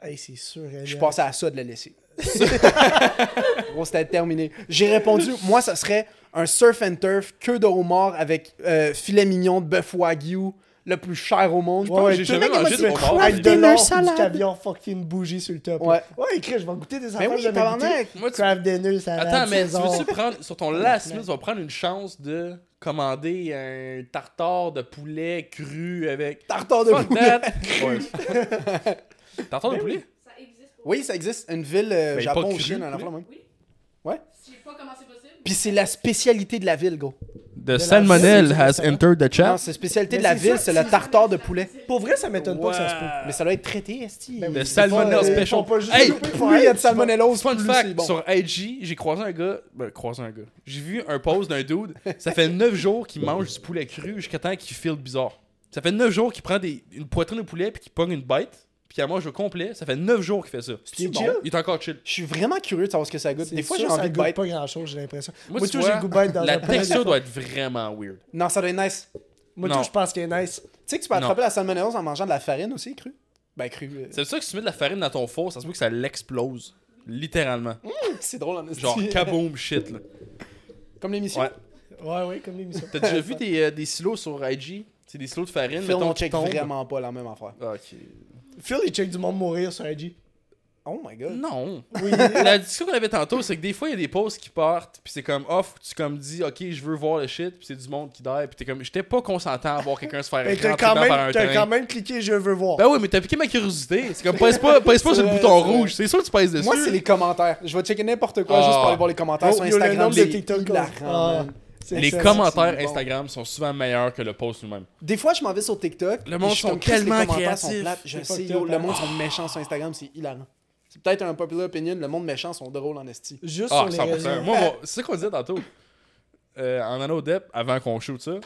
B: Hey, c'est sûr. elle
C: Je
B: est-
C: pensais à ça de le laisser. Gros, c'était terminé. J'ai répondu, moi, ça serait un surf and turf, queue de homard avec euh, filet mignon de bœuf wagyu, le plus cher au monde.
B: Ouais, ouais,
A: j'ai
C: tout-
A: jamais
C: mec, il m'a
A: mangé
C: dit,
A: de homard.
C: craft
B: Avec de
C: dinner,
B: l'or, du
C: salade.
B: caviar, fucking bougie sur le top.
C: Ouais.
B: Ouais, écrit, je vais goûter des
C: Mais
B: affaires.
C: Ben oui,
B: j'ai jamais goûté.
C: tabarnak.
A: Moi, tu
B: Craft dinner, salade,
A: Attends, mais tu
B: César.
A: veux-tu prendre, sur ton last meal, tu vas prendre une chance de commander un tartare de poulet cru avec.
C: Tartare de
A: Fuck
C: poulet. Ben
A: that! Ouais. tartare de poulet?
D: Ça existe pour
C: Oui, ça existe. Une ville, euh,
A: Mais pas
C: Japon ou
A: cru,
C: Chine, un
A: mais-
C: enfant même.
D: Oui.
C: Ouais.
D: Je sais pas comment c'est possible.
C: Puis c'est la spécialité de la ville, gros.
A: The
B: salmonelle has entered
A: the
C: Non, c'est la spécialité de
B: Mais
C: la
B: c'est
C: ville,
B: ça,
C: c'est le tartare de poulet.
B: Pour vrai, ça m'étonne pas que ça se peut.
C: Mais ça doit être traité, esti.
B: Ben oui.
A: Le
B: Ils
A: salmonelle
B: font pas- ils
A: special.
B: font pas juste
A: Hey,
B: couper, ils font
C: Plus il y a de
B: arrêter,
C: salmonellose,
A: Fun
C: plus c'est
A: fact,
C: bon.
A: sur IG, j'ai croisé un gars. Ben, croisé un gars. J'ai vu un post d'un dude. Ça fait 9 jours qu'il mange du poulet cru jusqu'à temps qu'il feel bizarre. Ça fait 9 jours qu'il prend des, une poitrine de poulet puis qu'il pogne une bête puis qu'il la mange au complet. Ça fait 9 9 jours qu'il fait ça.
C: C'est bon.
A: Il est encore chill.
C: Je suis vraiment curieux de savoir ce que ça goûte.
B: C'est
C: Des fois,
B: sûr,
C: j'ai
B: ça
C: envie de
B: goûte
C: bite.
B: pas grand chose, j'ai l'impression. Moi,
A: tu
B: tout,
A: vois,
B: j'ai le goût bête dans
A: La
B: un palais.
A: texture doit être vraiment weird.
C: Non, ça doit être nice. Tu
B: Moi,
A: Non.
B: tout, je pense qu'elle est nice.
C: sais que tu peux
A: Non.
C: attraper la salmonellose en mangeant de la farine aussi, crue? Ben, crue. euh,
A: C'est sûr que si tu mets de la farine dans ton four, ça se peut que ça l'explose. Littéralement.
C: C'est drôle, en esti.
A: Genre kaboom shit là.
C: Comme l'émission.
A: Ouais.
B: Ouais, ouais, comme l'émission.
A: T'as déjà vu des, euh, des silos sur IG C'est des silos de farine.
C: Phil,
A: mettons,
C: on
A: qui
C: check
A: tombent.
C: vraiment pas la même affaire.
A: Ah, Ok.
B: Phil, il check du monde mourir sur IG.
C: Oh my god.
A: Non.
B: Oui.
A: La discussion qu'on avait tantôt, c'est que des fois, il y a des pauses qui partent, puis c'est comme off, tu comme dis, ok, je veux voir le shit, puis c'est du monde qui dort, puis t'es comme, j'étais pas consentant à voir quelqu'un se faire
B: Mais t'as
A: rentrer
B: quand,
A: dedans par un
B: même- t'as
A: train.
B: quand même cliqué je veux voir.
A: Ben oui, mais t'as piqué ma curiosité. C'est comme, pèse pas, pèse pas
C: C'est
A: sur le
C: vrai,
A: bouton
C: c'est vrai.
A: rouge, c'est sûr que tu pèses dessus.
C: Moi, c'est les commentaires. Je vais checker n'importe quoi
A: Ah.
C: juste pour aller voir les commentaires
B: Oh,
C: sur
B: yo, le
C: Instagram.
B: nombre de
C: c'est
B: TikTok qu'on-
C: hilarant,
B: Ah,
C: man.
B: c'est
A: Les
B: excellent.
A: commentaires
C: c'est bon.
A: Instagram sont souvent meilleurs que le post lui-même.
C: Des fois, je m'en vais sur TikTok.
A: Le
C: et
A: monde
C: je suis
A: sont
C: comme, Chris, les
A: tellement
C: commentaires
A: créatifs.
C: plates. Je
B: C'est
C: sais,
B: fucked
C: yo,
B: up,
C: le
B: hein.
C: monde sont méchants sur Instagram, c'est hilarant. C'est peut-être un popular opinion, le monde méchant sont drôles en esti.
B: Juste
A: Ah,
B: sur les
A: 100%.
B: réseaux.
A: Moi, mon- c'est ça qu'on disait tantôt. Euh, en allant au DEP, avant qu'on shoot ça,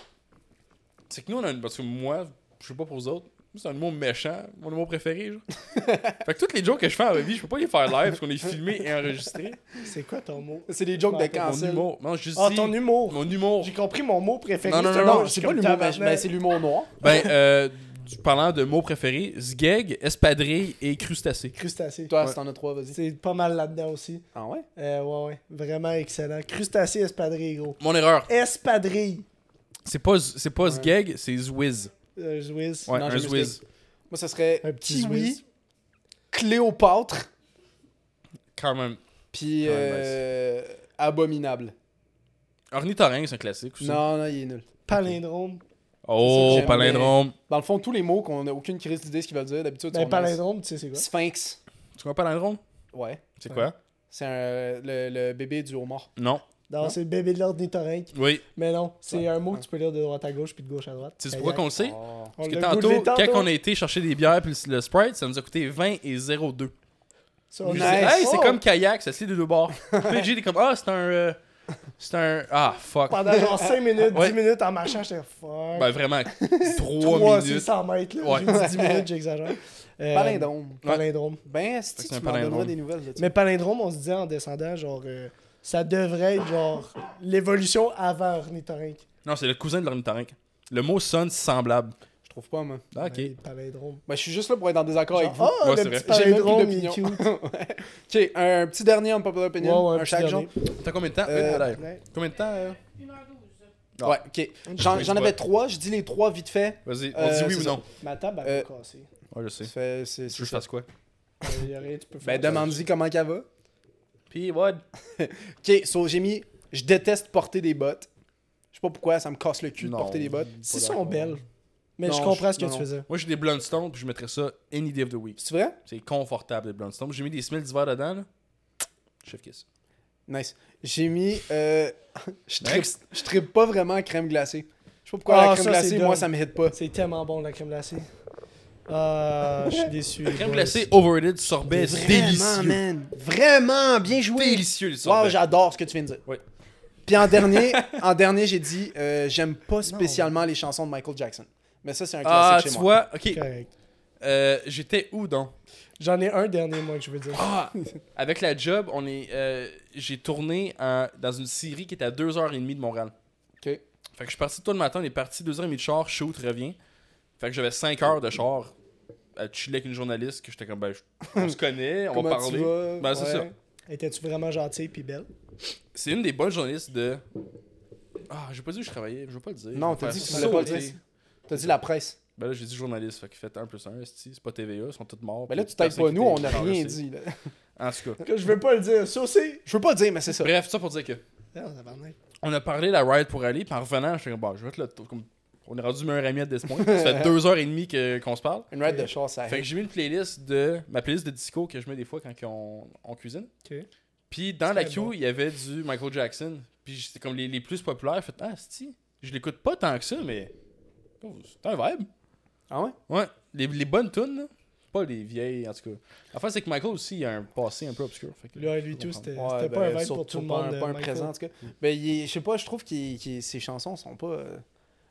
A: c'est que nous, on a une. Parce que moi, je sais pas pour vous autres, moi, c'est un mot méchant, mon mot préféré. Genre. fait que toutes les jokes que je fais en vie, je peux pas les faire live parce qu'on est filmé et enregistré.
B: C'est quoi ton mot?
C: C'est des jokes de
B: Ouais,
A: Mon
C: cancel.
A: humour. Non, je dis.
B: Ah, ton humour.
A: Mon humour.
B: J'ai compris mon mot préféré.
A: Non, non,
B: c'est
A: non,
B: bon,
A: non,
B: je
C: ben, c'est
B: suis
C: pas
B: comme
C: l'humour, mais
B: tabarnak.
C: c'est l'humour noir.
A: Ben, euh, du- parlant de mots préférés, sgeg, espadrille et crustacé.
B: Crustacé.
C: Toi,
A: Ouais.
C: si t'en as trois, vas-y.
B: C'est pas mal là-dedans aussi.
C: Ah ouais?
B: Euh, ouais, ouais. Vraiment excellent. Crustacé, espadrille, gros.
A: Mon erreur,
B: Espadrille.
A: c'est pas, z- c'est pas
C: Ouais.
A: sgeg, c'est zwiz.
B: Un Zwiz.
A: Ouais,
C: Non,
A: un
C: j'aime
A: zwiz.
C: Moi, ça serait
B: Un petit
C: Kiwi,
B: Zwiz.
C: Cléopâtre,
A: Quand même.
C: puis
A: Ah, nice.
C: euh, Abominable.
A: Ornithorynque, c'est un classique aussi.
C: Non, non, il est nul.
B: Palindrome.
A: Oh,
C: C'est ça que j'aime,
A: palindrome.
C: Dans le fond, tous les mots qu'on n'a aucune crise d'idée ce qu'ils veulent dire, d'habitude,
B: Ben,
C: sont nice.
B: palindrome, tu sais, c'est quoi?
C: Sphinx.
A: Tu vois palindrome?
C: Ouais.
A: C'est
B: Ouais.
A: quoi?
C: C'est un- le, le bébé du homard.
A: Non.
B: Non,
C: Hein?
B: c'est le bébé de l'ornithorynque.
A: Oui.
B: Mais non, c'est
C: Ouais.
B: un mot que tu peux lire de droite à gauche puis de gauche à droite.
A: Tu sais pourquoi qu'on le sait?
C: Oh.
B: On
A: Parce que
B: l'a goûté
A: tantôt, quand
B: tantôt.
A: on a été chercher des bières puis le Sprite, ça nous a coûté 20 et 0,2.
B: Ça, on
A: Puis
C: Nice.
A: je disais, Hey, c'est
B: Oh!
A: comme kayak, ça se lit des deux bords. PG il est comme, ah, c'est un. euh, c'est un. Ah, fuck.
B: Pendant genre 5 minutes, 10
A: Ouais.
B: minutes en marchant, j'étais fuck.
A: Ben vraiment, 3
B: 3
A: minutes.
B: 600 mètres, là.
A: Ouais.
B: J'ai dit 10 minutes, j'exagère. Euh,
C: Palindrome.
B: Palindrome.
C: Ben, si
A: c'est
C: tu
A: un
C: m'en donneras
A: palindrome.
C: des nouvelles de ça.
B: Mais palindrome, on se disait en descendant, genre, euh, ça devrait être genre l'évolution avant ornithorynque.
A: Non, c'est le cousin de l'ornithorynque. Le mot sonne semblable.
C: Je trouve pas, moi.
A: Ah, ok.
B: Ben, palindrome.
C: Ben, je suis juste là pour être en désaccord avec vous.
B: Genre, Ah,
A: Ouais, c'est
B: le petit
A: vrai.
C: J'ai même plus
B: palindrome, il est
C: d'opinion.
B: cute.
C: Ok, un, un petit dernier en popular opinion.
B: Ouais, ouais,
C: un
B: petit
C: chaque genre.
B: dernier.
A: T'as combien de temps?
C: Euh,
A: Une valeur.
B: Ouais.
A: Combien de temps? euh?
D: 1h12.
A: Ah.
C: Ouais, ok. J'en
A: Oui,
C: j'en
A: ouais.
C: avais trois. Je dis les trois vite fait.
A: Vas-y, on
C: Euh,
A: dit oui
C: c'est
A: ou
C: ça.
A: non?
B: Ma table, elle
C: Euh,
B: va casser.
A: Ouais, je sais.
C: Ça fait- C'est
A: Tu veux que
C: c'est
A: je
C: ça.
A: fasse quoi?
B: Euh, y a rien, tu peux faire
C: Ben,
B: ça.
C: demande-y comment qu'elle va.
A: Puis, what?
C: Ok, so j'ai mis je déteste porter des bottes. Je sais pas pourquoi, ça me casse le cul
A: Non.
C: de porter des bottes.
B: Si sont belles. Mais je
C: Non,
B: comprends
C: je-
B: ce que
C: non,
B: tu
C: non.
B: faisais.
A: Moi, j'ai des Blundstones, puis je mettrais ça any day of the week.
C: C'est vrai?
A: C'est confortable, les Blundstones. J'ai mis des semelles d'hiver dedans, là. Chef kiss.
C: Nice. J'ai mis euh, je trippe
A: Next.
C: je trippe pas vraiment crème glacée. Je sais pas pourquoi
B: Ah,
C: la crème
B: ça,
C: glacée,
B: c'est
C: moi
B: dumb.
C: ça me hit pas.
B: C'est tellement bon, la crème glacée. Ah, je suis déçu. les
A: Crème
B: boys.
A: glacée, overrated, sorbet, Ben, c'est
C: Vraiment,
A: délicieux.
C: man. Vraiment, bien joué.
A: Délicieux, le
C: Wow,
A: sorbet.
C: j'adore ce que tu viens de dire.
A: Oui.
C: Puis en dernier, en dernier j'ai dit euh, j'aime pas spécialement les chansons de Michael Jackson. Mais ça, c'est un
A: ah,
C: classique
A: tu
C: chez moi.
A: vois, ok.
B: Correct.
A: Euh, J'étais où donc
B: J'en ai un dernier, moi, que je veux dire.
A: Ah! Avec la job, on est, euh, j'ai tourné en- dans une série qui était à 2h30 de Montréal.
C: Ok.
A: Fait que je suis parti tôt le matin, on est parti 2h30 de char, shoot, reviens. Fait que j'avais 5 heures de char à chiller avec une journaliste que j'étais comme, ben, je- on se connaît, on va
C: Comment tu
A: parler.
C: vas?
A: Ben, c'est
C: Ouais.
A: ça.
B: Étais-tu vraiment gentille puis belle?
A: C'est une des bonnes journalistes de. Ah, j'ai pas dit où je travaillais, je veux pas le dire.
C: Non,
A: Je vais
C: t'as
A: faire
C: dit que tu
A: sauter.
C: voulais pas le dire. T'as dit la presse.
A: Ben là, j'ai dit journaliste, fait qu'il fait 1 plus 1, c'est pas TVA, ils sont tous morts.
C: Mais Ben là,
A: puis
C: tu t'aides
A: personne
C: pas
A: Ben, qui
C: nous, on
A: t'écoute,
C: n'a
A: genre,
C: rien
A: je sais.
C: dit. là.
A: En tout cas.
B: Que je veux pas le dire. Ça aussi.
C: Je veux pas le dire, mais c'est ça.
A: Bref, ça pour dire que.
B: Ah, tabarnak.
A: on a parlé de la ride pour aller, puis en revenant, je suis comme, bon, je vais être là. tôt, comme- on est rendu meilleur ami à ce point. Ça fait deux heures et demie que- qu'on se parle.
C: Une ride de char, ça
A: Fait que
C: arrive.
A: j'ai mis une playlist de. Ma playlist de disco que je mets des fois quand on, on cuisine.
B: Ok.
A: Puis dans la
B: Très
A: queue,
B: bon.
A: il y avait du Michael Jackson. Puis c'était comme les, les plus populaires. Fait, ah, si, je l'écoute pas tant que ça, mais. oh, c'est un vibe.
C: Ah ouais?
A: Ouais, les, les bonnes tunes, là. Pas les vieilles, en tout cas. L'affaire, c'est que Michael aussi, il a un passé un peu obscur. Fait que-
B: Lui, lui tout, c'était
C: Ouais,
B: c'était
C: ben,
B: pas un vibe
C: surtout
B: pour tout le
C: pas un-
B: monde.
C: Pas un
B: Michael. Mm.
C: présent, en tout cas. Ben, il est- je sais pas, je trouve que ses chansons sont pas. euh,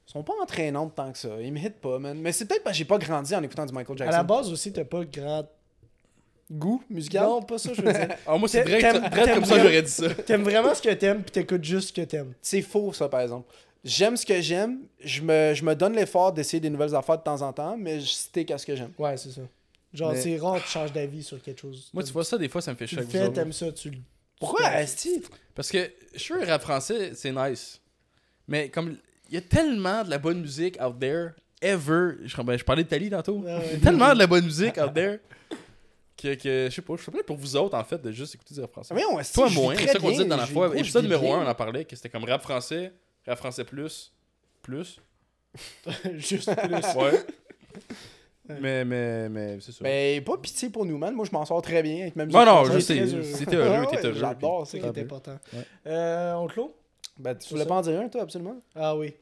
C: sont pas entraînantes tant que ça. Ils me hit pas, man. Mais c'est peut-être parce que j'ai pas grandi en écoutant du Michael
B: À
C: Jackson.
B: la base aussi, t'as pas grand.
C: goût musical.
B: Non, pas ça, je veux dire.
A: Ah, moi, c'est
B: T'aimes-
A: direct, direct comme ça,
B: t'aimes-
A: j'aurais dit ça.
B: T'aimes vraiment ce que t'aimes, puis t'écoutes juste ce que t'aimes.
C: C'est faux, ça, par exemple. J'aime ce que j'aime. Je me, je me donne l'effort d'essayer des nouvelles affaires de temps en temps, mais je stick à ce que j'aime.
B: Ouais, c'est ça. Genre,
C: Mais-
B: c'est rare que tu changes d'avis sur quelque chose.
A: Moi, tu vois ça, des fois, ça me fait
B: tu le
A: chier.
B: fais, t'aimes ça, tu le.
C: Pourquoi, Asti?
A: Parce que je suis sûr, le rap français, c'est nice. Mais comme il y a tellement de la bonne musique out there, ever. Je, ben, je parlais d'Italie tantôt.
B: Ah ouais.
A: Il y a tellement de la bonne musique out there que, que je sais pas. Je suis prêt pour vous autres, en fait, de juste écouter du rap français.
C: Voyons, Asti,
A: Toi,
C: je vis
A: moins, c'est
C: très
A: ça qu'on
C: bien,
A: disait dans la
C: je-
A: fois.
C: gros, je
A: Épisode
C: vis
A: numéro
C: bien.
A: 1, on en parlait, que c'était comme rap français, rap français plus, plus.
B: juste plus.
A: Ouais. mais, mais, mais, c'est ça.
C: Mais pas pitié pour nous, man. Moi, je m'en sors très bien avec ma musique.
A: non, non,
B: on
A: je
B: est
A: sais.
B: très heureux.
A: Si t'es heureux,
C: Ah ouais,
A: t'es heureux.
C: J'adore
B: C'est
C: ça.
B: ça
A: Ah,
B: qui est important.
A: ouais.
B: Euh, on clôt
C: Ben, tu voulais pas en dire un, toi, absolument?
B: Ah oui.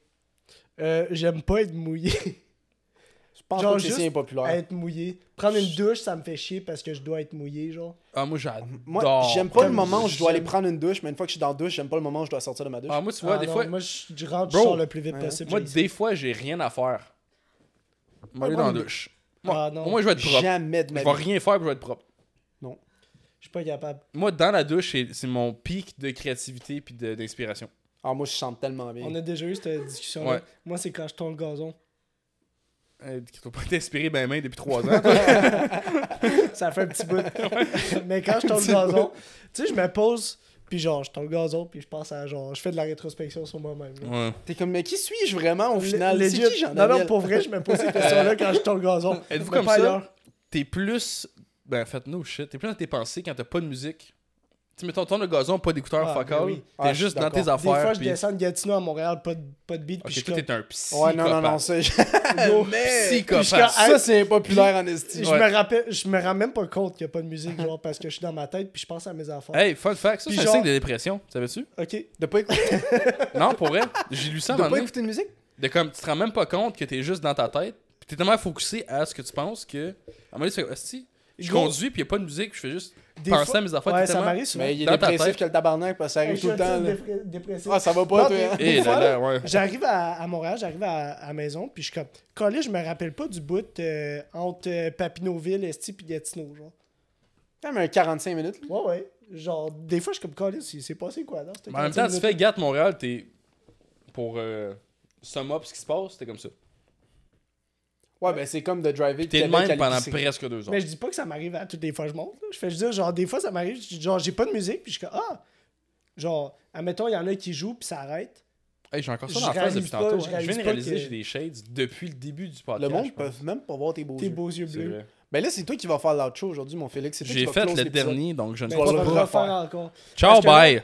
B: Euh, J'aime pas être mouillé.
C: Je pense
B: Genre
C: pas que c'est
B: juste
C: si impopulaire.
B: être mouillé. Prendre une douche, ça me fait chier parce que je dois être mouillé, genre.
A: puis- Ah, moi, j'adore.
C: Moi, j'aime pas le
B: Comme
C: moment où je dois aller
B: j'aime.
C: prendre une douche, mais une fois que je suis dans la douche, j'aime pas le moment où je dois sortir de ma douche.
A: Ah, moi, tu vois,
B: Ah
A: des
B: non,
A: fois.
B: Moi, je, je rentre,
A: Bro.
B: je sors le plus vite
C: Ouais.
B: possible.
A: Moi,
B: j'ai-
A: des fois, j'ai rien à faire. Moi, aller
C: moi,
A: dans la
C: mais-
A: douche. Moi,
B: Ah, non.
A: moi, je vais être propre.
C: Jamais de
A: Je
C: ma
A: vais
C: vie.
A: rien faire pour je vais être propre.
B: Je suis pas capable.
A: Moi, dans la douche, c'est- c'est mon pic de créativité puis de- d'inspiration.
C: Ah, moi, je chante tellement bien.
B: On a déjà eu cette discussion-là.
A: Ouais.
B: Moi, c'est quand je tourne le gazon.
A: Euh, qui t'ont pas été inspiré ben main depuis trois ans.
B: Ça fait un petit bout. Mais quand je tombe le gazon, tu sais, je me pose, puis genre, je tombe le gazon, puis je pense à genre, je fais de la rétrospection sur moi-même. là.
A: ouais.
C: T'es comme, mais qui suis-je vraiment au final?
B: Le-
C: C'est
B: legit.
C: qui jean
B: Non, non, pour vrai, je me pose ces questions-là quand je tombe le gazon.
A: Êtes-vous
B: Mais
A: comme
B: pas
A: ça?
B: ailleurs.
A: T'es plus. Ben, faites no shit. T'es plus dans tes pensées quand t'as pas de musique. Tu mettons, tourne le gazon, pas d'écouteurs,
B: Ah,
A: fuck
B: ben
A: all.
B: oui.
A: T'es
C: Ah, je suis
A: juste dans tes
C: d'accord.
B: Des
A: affaires.
B: fois, je
A: puis-
B: descends de Gatineau à Montréal, pas de, pas de beat, puis je
A: Ok,
B: suis
A: toi,
B: comme-
A: t'es un psychopathe.
C: Ouais, non, non, non, ça,
A: Yo,
C: mais-
A: psychopathe.
B: Puis je suis
C: ça c'est impopulaire en
B: Je
C: estime.
A: Ouais.
B: me rappelle, je me rends même pas compte qu'il y a pas de musique, genre, parce que je suis dans ma tête, puis je pense à mes affaires.
A: Hey, fun fact, ça,
B: Puis
A: c'est un
B: genre-
A: signe de dépression, savais-tu?
B: Ok.
C: De pas écouter,
A: Non, pour vrai, j'ai lu ça à un
C: de,
A: moment
C: pas
A: donné.
C: écouter de musique?
A: De comme, tu te rends même pas compte que t'es juste dans ta tête. Pis t'es tellement focusé à ce que tu penses que. À un moment donné, tu fais, Asti, je
B: Gros.
A: conduis, puis y a pas de musique, je fais juste
B: Des
A: penser
B: fois-
A: à mes affaires.
B: Ouais,
A: tout
B: ça
A: tellement-
B: m'arrive souvent.
C: Mais il est
A: Dans ta
C: dépressif
A: tête.
C: que le tabarnak, parce que ça
B: Hey,
C: arrive
B: je suis
C: tout le temps.
B: un
C: là.
B: type dépré- dépressif.
C: Ah, ça va
B: Non,
C: pas, toi.
B: des-
C: hein?
B: des
A: Eh
B: fois,
A: là
B: là,
A: là, ouais.
B: J'arrive à, à Montréal, j'arrive à, à maison, puis je suis comme, collé, je me rappelle pas du bout euh, entre euh, Papineauville, Esti, puis Gatineau, genre.
C: Ouais, mais un 45 minutes. là.
B: Ouais, ouais. Genre, des fois, je suis comme, collé, c'est c'est passé quoi, là?
A: Mais en même temps, tu fais Gat Montréal, t'es. Pour euh, sum up ce qui se passe, t'es comme ça.
C: Ouais, ben c'est comme de driver.
A: T'es le
C: Québec à
A: même pendant
C: l'épicerie.
A: presque deux ans.
B: Mais je dis pas que ça m'arrive à toutes les fois que je monte. là. Je fais juste dire, genre, des fois, ça m'arrive, je dis, genre, j'ai pas de musique, puis je suis comme, ah! Genre, admettons, il y en a qui jouent, puis ça arrête.
A: Hey, j'ai encore ça
B: Je
A: dans la face
B: réalise
A: depuis
B: pas,
A: tantôt. hein.
B: je
A: Je
B: réalise
A: viens de
B: pas
A: réaliser
B: que-
A: que j'ai des shades depuis le début du
C: Le
A: podcast. je
C: monde
A: pense.
C: peut même pas voir tes beaux
B: Tes
C: yeux.
B: beaux yeux
A: C'est
B: bleus.
A: vrai.
C: Ben là, c'est toi qui vas faire l'outro aujourd'hui, mon Félix. C'est toi qui
A: J'ai
C: vas
A: fait
C: close
A: le
C: l'épisode.
A: dernier, donc je ne
B: Mais
A: sais
B: tu vas
A: pas.
B: le
C: refaire.
B: refaire encore.
A: Ciao,
B: Parce que là-
A: bye!